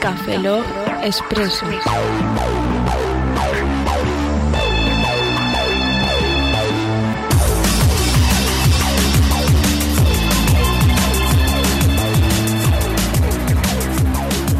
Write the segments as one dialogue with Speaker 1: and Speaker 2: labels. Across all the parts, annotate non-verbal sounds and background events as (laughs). Speaker 1: Café Log Expreso.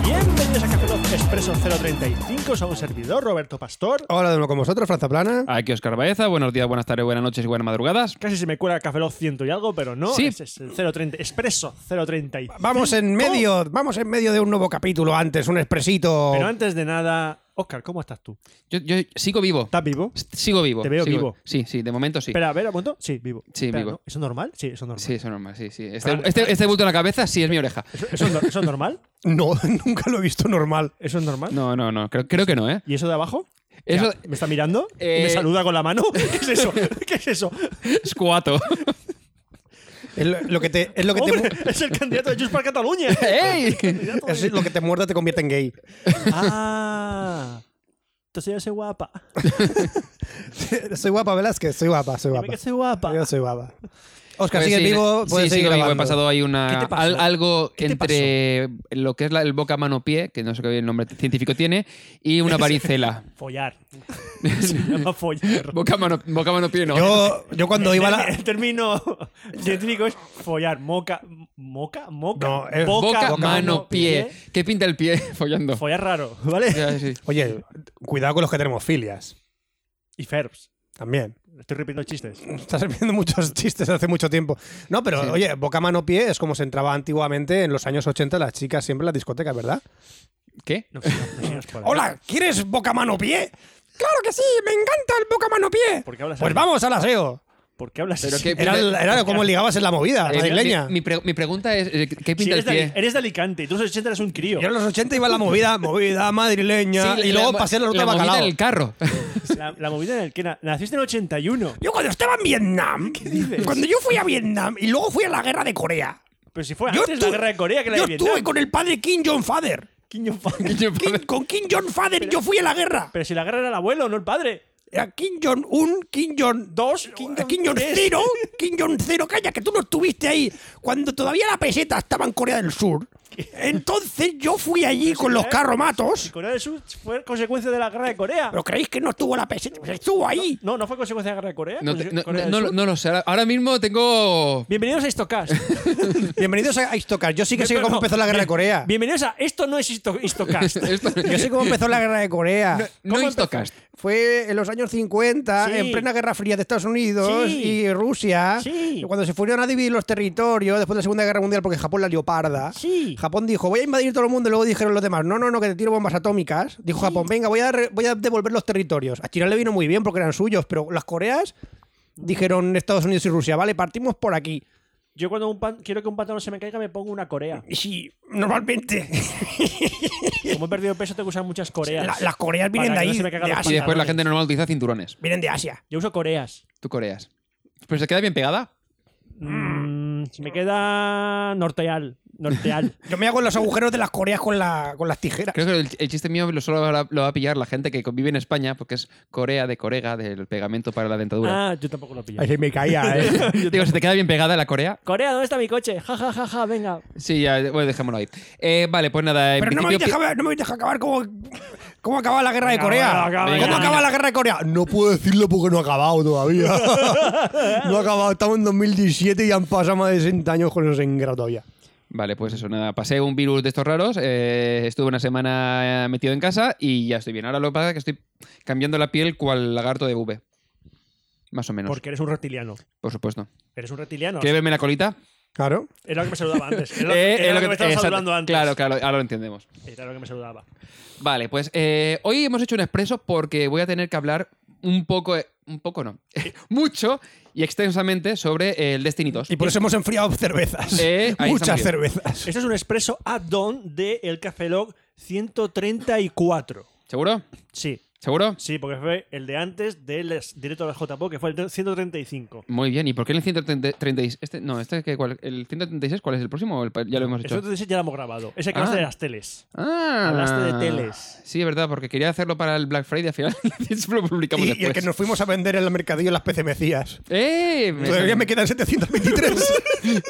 Speaker 2: Bienvenidos a Café Lock Expreso 035, soy un servidor, Roberto Pastor.
Speaker 3: Hola de nuevo con vosotros, Franza Plana.
Speaker 4: Aquí Oscar Baeza, buenos días, buenas tardes, buenas noches y buenas madrugadas.
Speaker 2: Casi se me cuela Café Lock 100 y algo, pero no,
Speaker 4: Sí.
Speaker 2: ese es el 030, Expreso 035.
Speaker 3: Vamos en medio, vamos en medio de un nuevo capítulo antes, un expresito.
Speaker 2: Pero antes de nada, Oscar, ¿cómo estás tú?
Speaker 4: Yo, yo sigo vivo.
Speaker 2: ¿Estás vivo?
Speaker 4: S- Sigo vivo.
Speaker 2: Te veo
Speaker 4: sigo-
Speaker 2: vivo.
Speaker 4: Sí, sí, de momento sí.
Speaker 2: Espera, a ver, un momento. Sí, vivo.
Speaker 4: Sí,
Speaker 2: Espera,
Speaker 4: vivo.
Speaker 2: ¿no? ¿Eso es normal? Sí, eso es normal.
Speaker 4: Sí, eso es normal, sí, sí. Este,
Speaker 2: Fran-
Speaker 4: este- este bulto en la cabeza sí es mi oreja.
Speaker 2: ¿Eso, eso es nor- eso es normal?
Speaker 3: No, (laughs) nunca lo he visto normal.
Speaker 2: ¿Eso es normal?
Speaker 4: No, no, no, creo, creo que no, ¿eh?
Speaker 2: ¿Y eso de abajo?
Speaker 4: Eso
Speaker 2: Ya, ¿Me está mirando?
Speaker 4: Eh,
Speaker 2: ¿Me saluda con la mano? (laughs) ¿Qué es eso? ¿Qué es eso?
Speaker 4: es cuato.
Speaker 3: Es lo lo que te, es lo que te,
Speaker 2: ¡Hombre!
Speaker 3: mu-
Speaker 2: ¡Es el candidato de Junts para Cataluña!
Speaker 4: (laughs) ¡Ey!
Speaker 3: es lo que te muerda te convierte en gay.
Speaker 2: ¡Ah! Entonces yo soy guapa.
Speaker 3: (laughs) soy guapa, Velázquez, soy guapa, soy
Speaker 2: Dime
Speaker 3: guapa.
Speaker 2: que soy guapa.
Speaker 3: Yo soy guapa. Oscar,
Speaker 4: Pues
Speaker 3: sigue
Speaker 4: sí,
Speaker 3: vivo,
Speaker 4: sí,
Speaker 3: puedes seguir
Speaker 4: sigo vivo. He
Speaker 3: grabando.
Speaker 4: pasado ahí
Speaker 2: ¿Qué
Speaker 4: una,
Speaker 2: te pasó?
Speaker 4: al- algo
Speaker 2: ¿Qué te
Speaker 4: entre lo que es la- el boca mano pie, que no sé qué nombre científico tiene, y una varicela.
Speaker 2: Follar.
Speaker 3: (laughs)
Speaker 2: Se llama follar.
Speaker 4: boca mano boca mano pie, ¿no?
Speaker 3: Yo,
Speaker 4: (laughs)
Speaker 3: yo cuando iba a la. (laughs)
Speaker 2: El término científico es follar. Moca. ¿Moca? ¿Moca?
Speaker 3: No, es
Speaker 4: boca, mano, pie. ¿Qué pinta el pie (laughs) follando?
Speaker 2: Follar raro, ¿vale?
Speaker 4: Ya, sí.
Speaker 3: Oye, cuidado con los que tenemos filias.
Speaker 2: Y ferbs.
Speaker 3: También.
Speaker 2: Estoy repitiendo chistes.
Speaker 3: Estás repitiendo muchos (laughs) chistes hace mucho tiempo. No, pero
Speaker 4: Sí.
Speaker 3: oye, boca, mano, pie es como se entraba antiguamente en los años 80 las chicas siempre en las discotecas, ¿verdad?
Speaker 4: ¿Qué?
Speaker 2: No, sé, no sé, no es por ahí.
Speaker 3: Hola, ¿quieres boca, mano, pie? ¡Claro que sí! ¡Me encanta el boca, mano, pie!
Speaker 2: ¿Por qué hablas
Speaker 3: Pues
Speaker 2: así?
Speaker 3: vamos al aseo.
Speaker 2: ¿Por qué hablas
Speaker 4: Pero
Speaker 2: así?
Speaker 4: qué-
Speaker 3: Era, el- era como ligabas en la movida
Speaker 4: Eh,
Speaker 3: madrileña.
Speaker 4: Mi, mi pre- mi pregunta es, eh, ¿qué
Speaker 2: Sí,
Speaker 4: pinta
Speaker 2: eres,
Speaker 4: el
Speaker 2: de,
Speaker 4: pie?
Speaker 2: Ali- eres de Alicante y tú en los 80 eres un crío.
Speaker 3: Yo en los 80 iba a la
Speaker 2: (laughs)
Speaker 3: movida, movida madrileña,
Speaker 4: Sí,
Speaker 3: y luego
Speaker 4: mo-
Speaker 3: pasé a la ruta
Speaker 4: la movida
Speaker 3: bacalao.
Speaker 4: del (laughs) carro.
Speaker 2: La, la movida en el que na- naciste en el 81.
Speaker 3: Yo cuando estaba en Vietnam,
Speaker 2: dices?
Speaker 3: cuando yo fui a Vietnam y luego fui a la guerra de Corea,
Speaker 2: Pero si fue
Speaker 3: Yo
Speaker 2: antes la
Speaker 3: estuve-
Speaker 2: guerra de Corea que la
Speaker 3: yo
Speaker 2: de
Speaker 3: estuve
Speaker 2: Vietnam.
Speaker 3: con el padre Kim Jong-father.
Speaker 2: Quiño fa-
Speaker 3: Kim- con Kim Jong-father yo fui a la guerra.
Speaker 2: Pero si la guerra era el abuelo, no el padre.
Speaker 3: Era Kim Jong-un, Kim Jong-2, Kim
Speaker 2: Jong-
Speaker 3: Jong-0, Kim Jong-0. Calla, que tú no estuviste ahí cuando todavía la peseta estaba en Corea del Sur. Entonces yo fui allí con los carromatos.
Speaker 2: Corea del Sur fue consecuencia de la guerra de Corea.
Speaker 3: ¿Pero creéis que no estuvo la peseta? Pues Estuvo ahí.
Speaker 2: No, no fue consecuencia de la guerra de Corea.
Speaker 4: No,
Speaker 2: Conse-
Speaker 4: te- no-
Speaker 2: Corea del
Speaker 4: no-
Speaker 2: Sur.
Speaker 4: no lo sé. Ahora- Ahora mismo
Speaker 3: (laughs)
Speaker 4: tengo...
Speaker 2: Bienvenidos a
Speaker 4: (laughs)
Speaker 2: Istocast.
Speaker 3: Bienvenidos a Istocar. Yo sí que sé
Speaker 2: No,
Speaker 3: cómo
Speaker 2: no.
Speaker 3: empezó la guerra de
Speaker 2: Bien-
Speaker 3: Corea.
Speaker 2: Bienvenidos a Esto no es Isto- Istocast.
Speaker 4: Esto-
Speaker 3: Yo sé cómo empezó la guerra de Corea.
Speaker 4: no Instocast.
Speaker 3: Fue en los años 50,
Speaker 2: Sí.
Speaker 3: en plena Guerra Fría de Estados Unidos
Speaker 2: Sí.
Speaker 3: y Rusia,
Speaker 2: Sí.
Speaker 3: cuando se fueron a dividir los territorios después de la Segunda Guerra Mundial porque Japón la leoparda.
Speaker 2: Sí.
Speaker 3: Japón dijo, voy a invadir todo el mundo y luego dijeron los demás, no, no, no, que te tiro bombas atómicas. Dijo Japón, venga, voy a, re- voy a devolver los territorios. A China le vino muy bien porque eran suyos, pero las Coreas dijeron Estados Unidos y Rusia, vale, partimos por aquí.
Speaker 2: Yo cuando un pan- quiero que un pantalón se me caiga me pongo una Corea.
Speaker 3: Y Sí,
Speaker 2: (laughs)
Speaker 3: normalmente
Speaker 2: Como he perdido peso tengo que usar muchas Coreas.
Speaker 3: la- las Coreas vienen de
Speaker 2: Para que no
Speaker 3: ahí,
Speaker 2: se me caigan
Speaker 3: de
Speaker 2: los
Speaker 3: Asia.
Speaker 4: Y después la
Speaker 2: pantalones.
Speaker 4: gente normal utiliza cinturones.
Speaker 3: vienen de Asia.
Speaker 2: Yo uso Coreas.
Speaker 4: Tú coreas. ¿Pero se queda bien pegada?
Speaker 2: Mm, si me queda norteal. Norteal.
Speaker 4: (laughs)
Speaker 3: Yo me hago los agujeros de las Coreas con, la, con las tijeras.
Speaker 4: Creo que el, el chiste mío lo solo va a- lo va a pillar la gente que vive en España, porque es Corea de Corega, del pegamento para la dentadura.
Speaker 2: ah, yo tampoco lo pillo.
Speaker 3: Ahí me caía, (laughs) ¿eh?
Speaker 4: Digo, ¿se te queda bien pegada la Corea?
Speaker 2: Corea, ¿dónde está mi coche? Ja, ja, ja, ja, venga.
Speaker 4: Sí, ya, bueno, dejémoslo ahí. Eh, vale, pues nada, en
Speaker 3: Pero no me, habéis
Speaker 4: principio...
Speaker 3: dejado, no me habéis dejado acabar cómo, cómo acaba la guerra de
Speaker 2: Venga,
Speaker 3: Corea.
Speaker 2: bueno, acaba,
Speaker 3: ¿Cómo
Speaker 4: venga.
Speaker 3: acaba la guerra de Corea? No puedo decirlo porque no ha acabado (laughs) todavía. no ha acabado. Estamos en 2017 y han pasado más de 60 años con los en guerra todavía.
Speaker 4: Vale, pues eso, nada. Pasé un virus de estos raros, eh, estuve una semana eh, metido en casa y ya estoy bien. Ahora lo que pasa es que estoy cambiando la piel cual lagarto de V. Más o menos,
Speaker 2: Porque eres un reptiliano.
Speaker 4: por supuesto.
Speaker 2: Eres un reptiliano.
Speaker 4: ¿Quieres verme la colita?
Speaker 3: Claro.
Speaker 2: Era lo que me saludaba antes. Era lo, era
Speaker 4: Eh, es
Speaker 2: lo
Speaker 4: lo
Speaker 2: que, me estaba
Speaker 4: exacto.
Speaker 2: saludando antes.
Speaker 4: Claro, claro, ahora lo entendemos.
Speaker 2: Era lo que me saludaba.
Speaker 4: Vale, pues eh, hoy hemos hecho un expreso porque voy a tener que hablar un poco, eh, un poco no, (laughs) mucho y extensamente sobre eh, el Destiny 2.
Speaker 3: Y por eso hemos enfriado cervezas.
Speaker 4: Eh, ahí
Speaker 3: Muchas
Speaker 4: estamos bien.
Speaker 3: cervezas.
Speaker 2: Esto es un expreso add-on del Café Log 134.
Speaker 4: ¿Seguro?
Speaker 2: Sí.
Speaker 4: ¿Seguro?
Speaker 2: Sí, porque fue el de antes del es- directo de la JPO, que fue el 135.
Speaker 4: Muy bien. ¿Y por qué el 136? Este, no, este, ¿qué, cuál? ¿el 136 cuál es el próximo? o el pa- ya lo hemos
Speaker 2: El
Speaker 4: hecho.
Speaker 2: 136 ya lo hemos grabado. Ese que
Speaker 4: Ah.
Speaker 2: hablaste de las teles.
Speaker 3: (laughs)
Speaker 4: Ah,
Speaker 2: Hablaste de teles.
Speaker 4: Sí, es verdad, porque quería hacerlo para el Black Friday. Al final (laughs) lo publicamos
Speaker 3: Y, y el
Speaker 4: después.
Speaker 3: que nos fuimos a vender en el mercadillo las PCMecías.
Speaker 4: ¡Eh!
Speaker 3: Todavía me quedan
Speaker 4: (laughs)
Speaker 3: 723.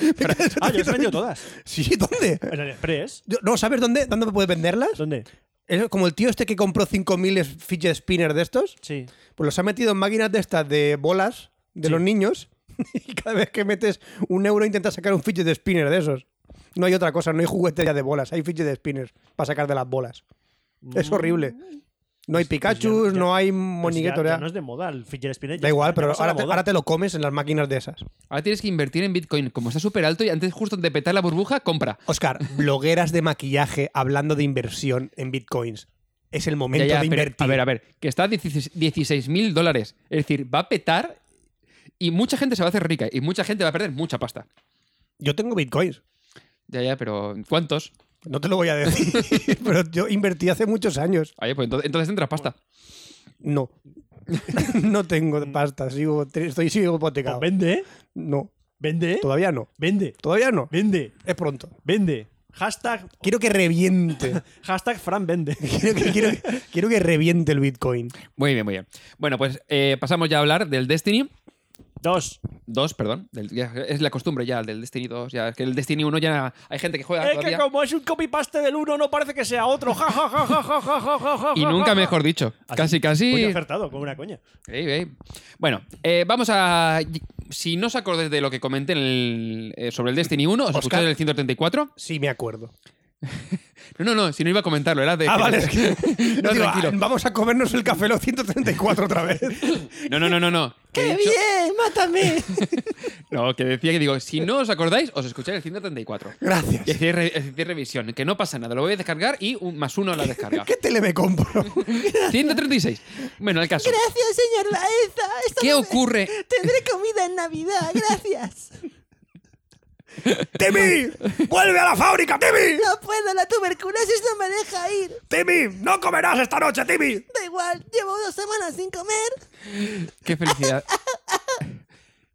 Speaker 3: Me quedan
Speaker 2: Ah, yo las he
Speaker 3: 723.
Speaker 2: vendido
Speaker 3: (laughs)
Speaker 2: todas.
Speaker 3: Sí, ¿dónde?
Speaker 2: En el Express.
Speaker 3: Yo- ¿No sabes dónde? ¿Dónde puedes venderlas?
Speaker 2: ¿Dónde?
Speaker 3: Es como el tío este que compró 5.000 fidget spinner de estos.
Speaker 2: Sí.
Speaker 3: Pues los ha metido en máquinas de estas de bolas de
Speaker 2: Sí.
Speaker 3: los niños. (laughs) Y cada vez que metes un euro intentas sacar un fidget spinner de esos. No hay otra cosa, no hay juguetería de bolas, hay fidget spinners para sacar de las bolas. Es horrible. No hay Pikachu,
Speaker 2: Pues, ya-
Speaker 3: no hay
Speaker 2: Pues ya-
Speaker 3: monigueto.
Speaker 2: ya
Speaker 3: ya.
Speaker 2: No es de moda el fidget spinner. ya
Speaker 3: Da igual,
Speaker 2: está, ya
Speaker 3: pero
Speaker 2: pasa la
Speaker 3: ahora te,
Speaker 2: moda.
Speaker 3: ahora te lo comes en las máquinas de esas.
Speaker 4: Ahora tienes que invertir en Bitcoin. Como está súper alto y antes justo de petar la burbuja, compra.
Speaker 2: (laughs)
Speaker 3: Oscar, blogueras de maquillaje hablando de inversión en bitcoins. Es el momento
Speaker 4: Ya, ya,
Speaker 3: de
Speaker 4: pero-
Speaker 3: invertir.
Speaker 4: a ver, a ver, que está a 16 mil dólares. Es decir, va a petar y mucha gente se va a hacer rica y mucha gente va a perder mucha pasta.
Speaker 3: Yo tengo bitcoins.
Speaker 4: Ya, ya, pero ¿cuántos?
Speaker 3: No te lo voy a decir. (laughs) pero yo invertí hace muchos años.
Speaker 4: Oye, pues entonces, entonces entra pasta.
Speaker 3: No. (laughs) no tengo pasta. Sigo, estoy sigo hipotecado.
Speaker 2: Pues vende, ¿eh?
Speaker 3: No.
Speaker 2: Vende,
Speaker 3: Todavía no.
Speaker 2: vende,
Speaker 3: Todavía no.
Speaker 2: vende,
Speaker 3: Es pronto.
Speaker 2: vende. Hashtag,
Speaker 3: Quiero que reviente.
Speaker 2: (laughs) hashtag Fran vende.
Speaker 3: quiero,
Speaker 2: (laughs)
Speaker 3: que, quiero que- quiero que reviente el bitcoin.
Speaker 4: Muy bien, muy bien. Bueno, pues eh, pasamos ya a hablar del Destiny
Speaker 2: Dos.
Speaker 4: 2, perdón. Del- ya es la costumbre ya, el del Destiny 2. Ya, es que el Destiny 1 ya hay gente que juega
Speaker 2: Es que
Speaker 4: Ah, todavía.
Speaker 2: como es un copy-paste del uno, no parece que sea otro. Ja, ja, ja, ja, ja, ja, ja, ja, ja,
Speaker 4: Y nunca
Speaker 2: ja.
Speaker 4: mejor dicho.
Speaker 2: Así.
Speaker 4: (laughs) Casi, casi.
Speaker 2: Muy acertado, con una coña.
Speaker 4: Ey, ey. Bueno, eh, vamos a. Si no os acordáis de lo que comenté en el- eh, sobre el Destiny 1, os
Speaker 3: Oscar.
Speaker 4: escucháis en el 134.
Speaker 3: Sí, me acuerdo.
Speaker 4: No, no, no, si no iba a comentarlo, era de.
Speaker 3: Ah, vale.
Speaker 4: (laughs)
Speaker 3: es que-
Speaker 4: no,
Speaker 3: digo,
Speaker 4: tranquilo.
Speaker 3: ah, Vamos a comernos el café los 134 otra vez.
Speaker 4: No, no, no, no.
Speaker 3: (laughs)
Speaker 4: no. Que he dicho-
Speaker 3: bien! ¡Mátame!
Speaker 4: (laughs) No, que decía que digo, si no os acordáis, os escucháis
Speaker 3: (laughs)
Speaker 4: el 134.
Speaker 3: Gracias.
Speaker 4: Y hacéis re- hacéis revisión, que no pasa nada, lo voy a descargar y un más uno a la descarga.
Speaker 3: ¿Qué tele me compro?
Speaker 4: 136. Bueno, el caso.
Speaker 5: Gracias, señor Baeza. Esta
Speaker 4: ¿Qué
Speaker 5: noche
Speaker 4: ocurre?
Speaker 5: (laughs) Tendré comida en Navidad, gracias.
Speaker 3: ¡Timmy! ¡Vuelve a la fábrica, Timmy!
Speaker 5: No puedo, la tuberculosis no me deja ir.
Speaker 3: ¡Timmy! ¡No comerás esta noche, Timmy!
Speaker 5: Da igual, llevo dos semanas sin comer.
Speaker 4: Qué felicidad.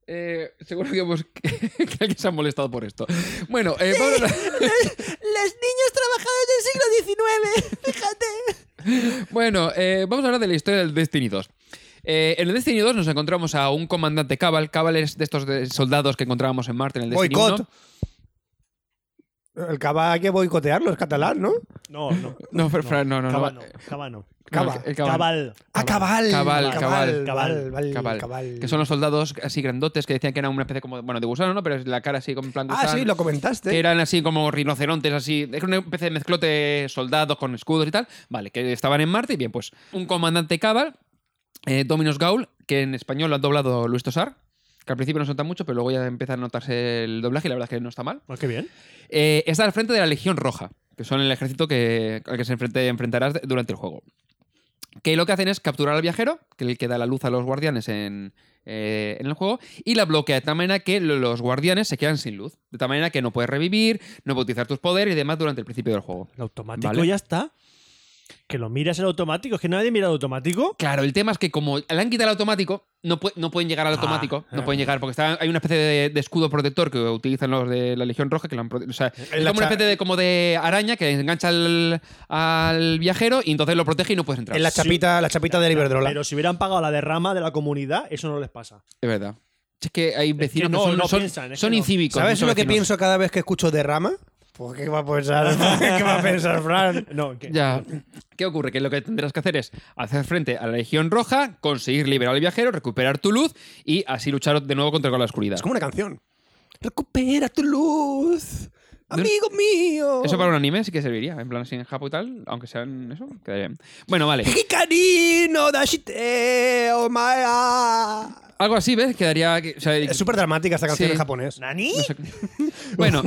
Speaker 4: Eh, seguro que, hemos, (laughs) que alguien se ha molestado por esto. Bueno, eh, vamos a-
Speaker 5: Los niños trabajadores del siglo XIX, (laughs) fíjate.
Speaker 4: (laughs) Bueno, eh, vamos a hablar de la historia del Destiny 2. Eh, en el Destiny 2 nos encontramos a un comandante Cabal. Cabal es de estos de- soldados que encontrábamos en Marte en el Destiny
Speaker 3: Boicot.
Speaker 4: 1.
Speaker 3: El cava hay que boicotearlo, es catalán, ¿no?
Speaker 2: No, no.
Speaker 4: No, (laughs) pero, Fran, no, no, no.
Speaker 2: Cabano, Cabano.
Speaker 3: Cava.
Speaker 4: No, el Cabal.
Speaker 2: Cabal.
Speaker 3: Ah, cabal.
Speaker 4: Cabal,
Speaker 3: cabal,
Speaker 2: cabal.
Speaker 3: cabal, vale,
Speaker 4: Cabal,
Speaker 3: cabal.
Speaker 4: Que son los soldados así grandotes que decían que eran una especie como, bueno, de gusano, ¿no? Pero es la cara así con plan
Speaker 3: Ah,
Speaker 4: gusano.
Speaker 3: sí, lo comentaste.
Speaker 4: Que eran así como rinocerontes, así. Era una especie de mezclote soldados con escudos y tal. Vale, que estaban en Marte. Y bien, pues un comandante Cabal, eh, Dominos Gaul, que en español lo han doblado Luis Tosar. Que al principio no se nota mucho, pero luego ya empieza a notarse el doblaje y la verdad es que no está mal.
Speaker 2: Pues qué bien.
Speaker 4: Eh, está al frente de la Legión Roja, que son el ejército que, al que se enfrente- enfrentarás durante el juego. Que lo que hacen es capturar al viajero, que es el que da la luz a los guardianes en, eh, en el juego, y la bloquea de tal manera que lo- los guardianes se quedan sin luz. De tal manera que no puedes revivir, no puedes utilizar tus poderes y demás durante el principio del juego.
Speaker 2: El automático
Speaker 4: Vale.
Speaker 2: ya está. Que lo miras el automático. Es que nadie mira el automático.
Speaker 4: Claro, el tema es que como le han quitado el automático, no, pue- no pueden llegar al automático. No pueden llegar porque está, hay una especie de, de escudo protector que utilizan los de la Legión Roja. que lo han prote- o sea, es
Speaker 3: la
Speaker 4: como una
Speaker 3: cha-
Speaker 4: especie de, como de araña que engancha al, al viajero y entonces lo protege y no puedes entrar.
Speaker 3: En la chapita, la chapita de Iberdrola.
Speaker 2: Pero si hubieran pagado la derrama de la comunidad, eso no les pasa.
Speaker 4: Es verdad. Es que hay vecinos
Speaker 2: no-
Speaker 4: que son,
Speaker 2: no
Speaker 4: son-
Speaker 2: piensan, es
Speaker 4: son
Speaker 2: que no.
Speaker 4: incívicos.
Speaker 3: ¿Sabes
Speaker 4: muchos
Speaker 3: lo que
Speaker 4: vecinos.
Speaker 3: pienso cada vez que escucho derrama? Pues qué va a pensar, (laughs) qué va a pensar Fran.
Speaker 2: No, que-
Speaker 4: Ya. ¿Qué ocurre? Que lo que tendrás que hacer es hacer frente a la Legión Roja, conseguir liberar al viajero, recuperar tu luz y así luchar de nuevo contra la oscuridad.
Speaker 3: Es como una canción. Recupera tu luz, amigo mío.
Speaker 4: Eso para un anime sí que serviría, en plan así en Japón y tal, aunque sean eso, quedaría bien. Bueno, vale.
Speaker 3: Hikari no dashite, oh my ah.
Speaker 4: Algo así, ¿ves? Quedaría. que- o sea,
Speaker 3: Es súper dramática esta canción
Speaker 4: Sí.
Speaker 3: en japonés.
Speaker 2: ¿Nani?
Speaker 4: no sé- (laughs) bueno,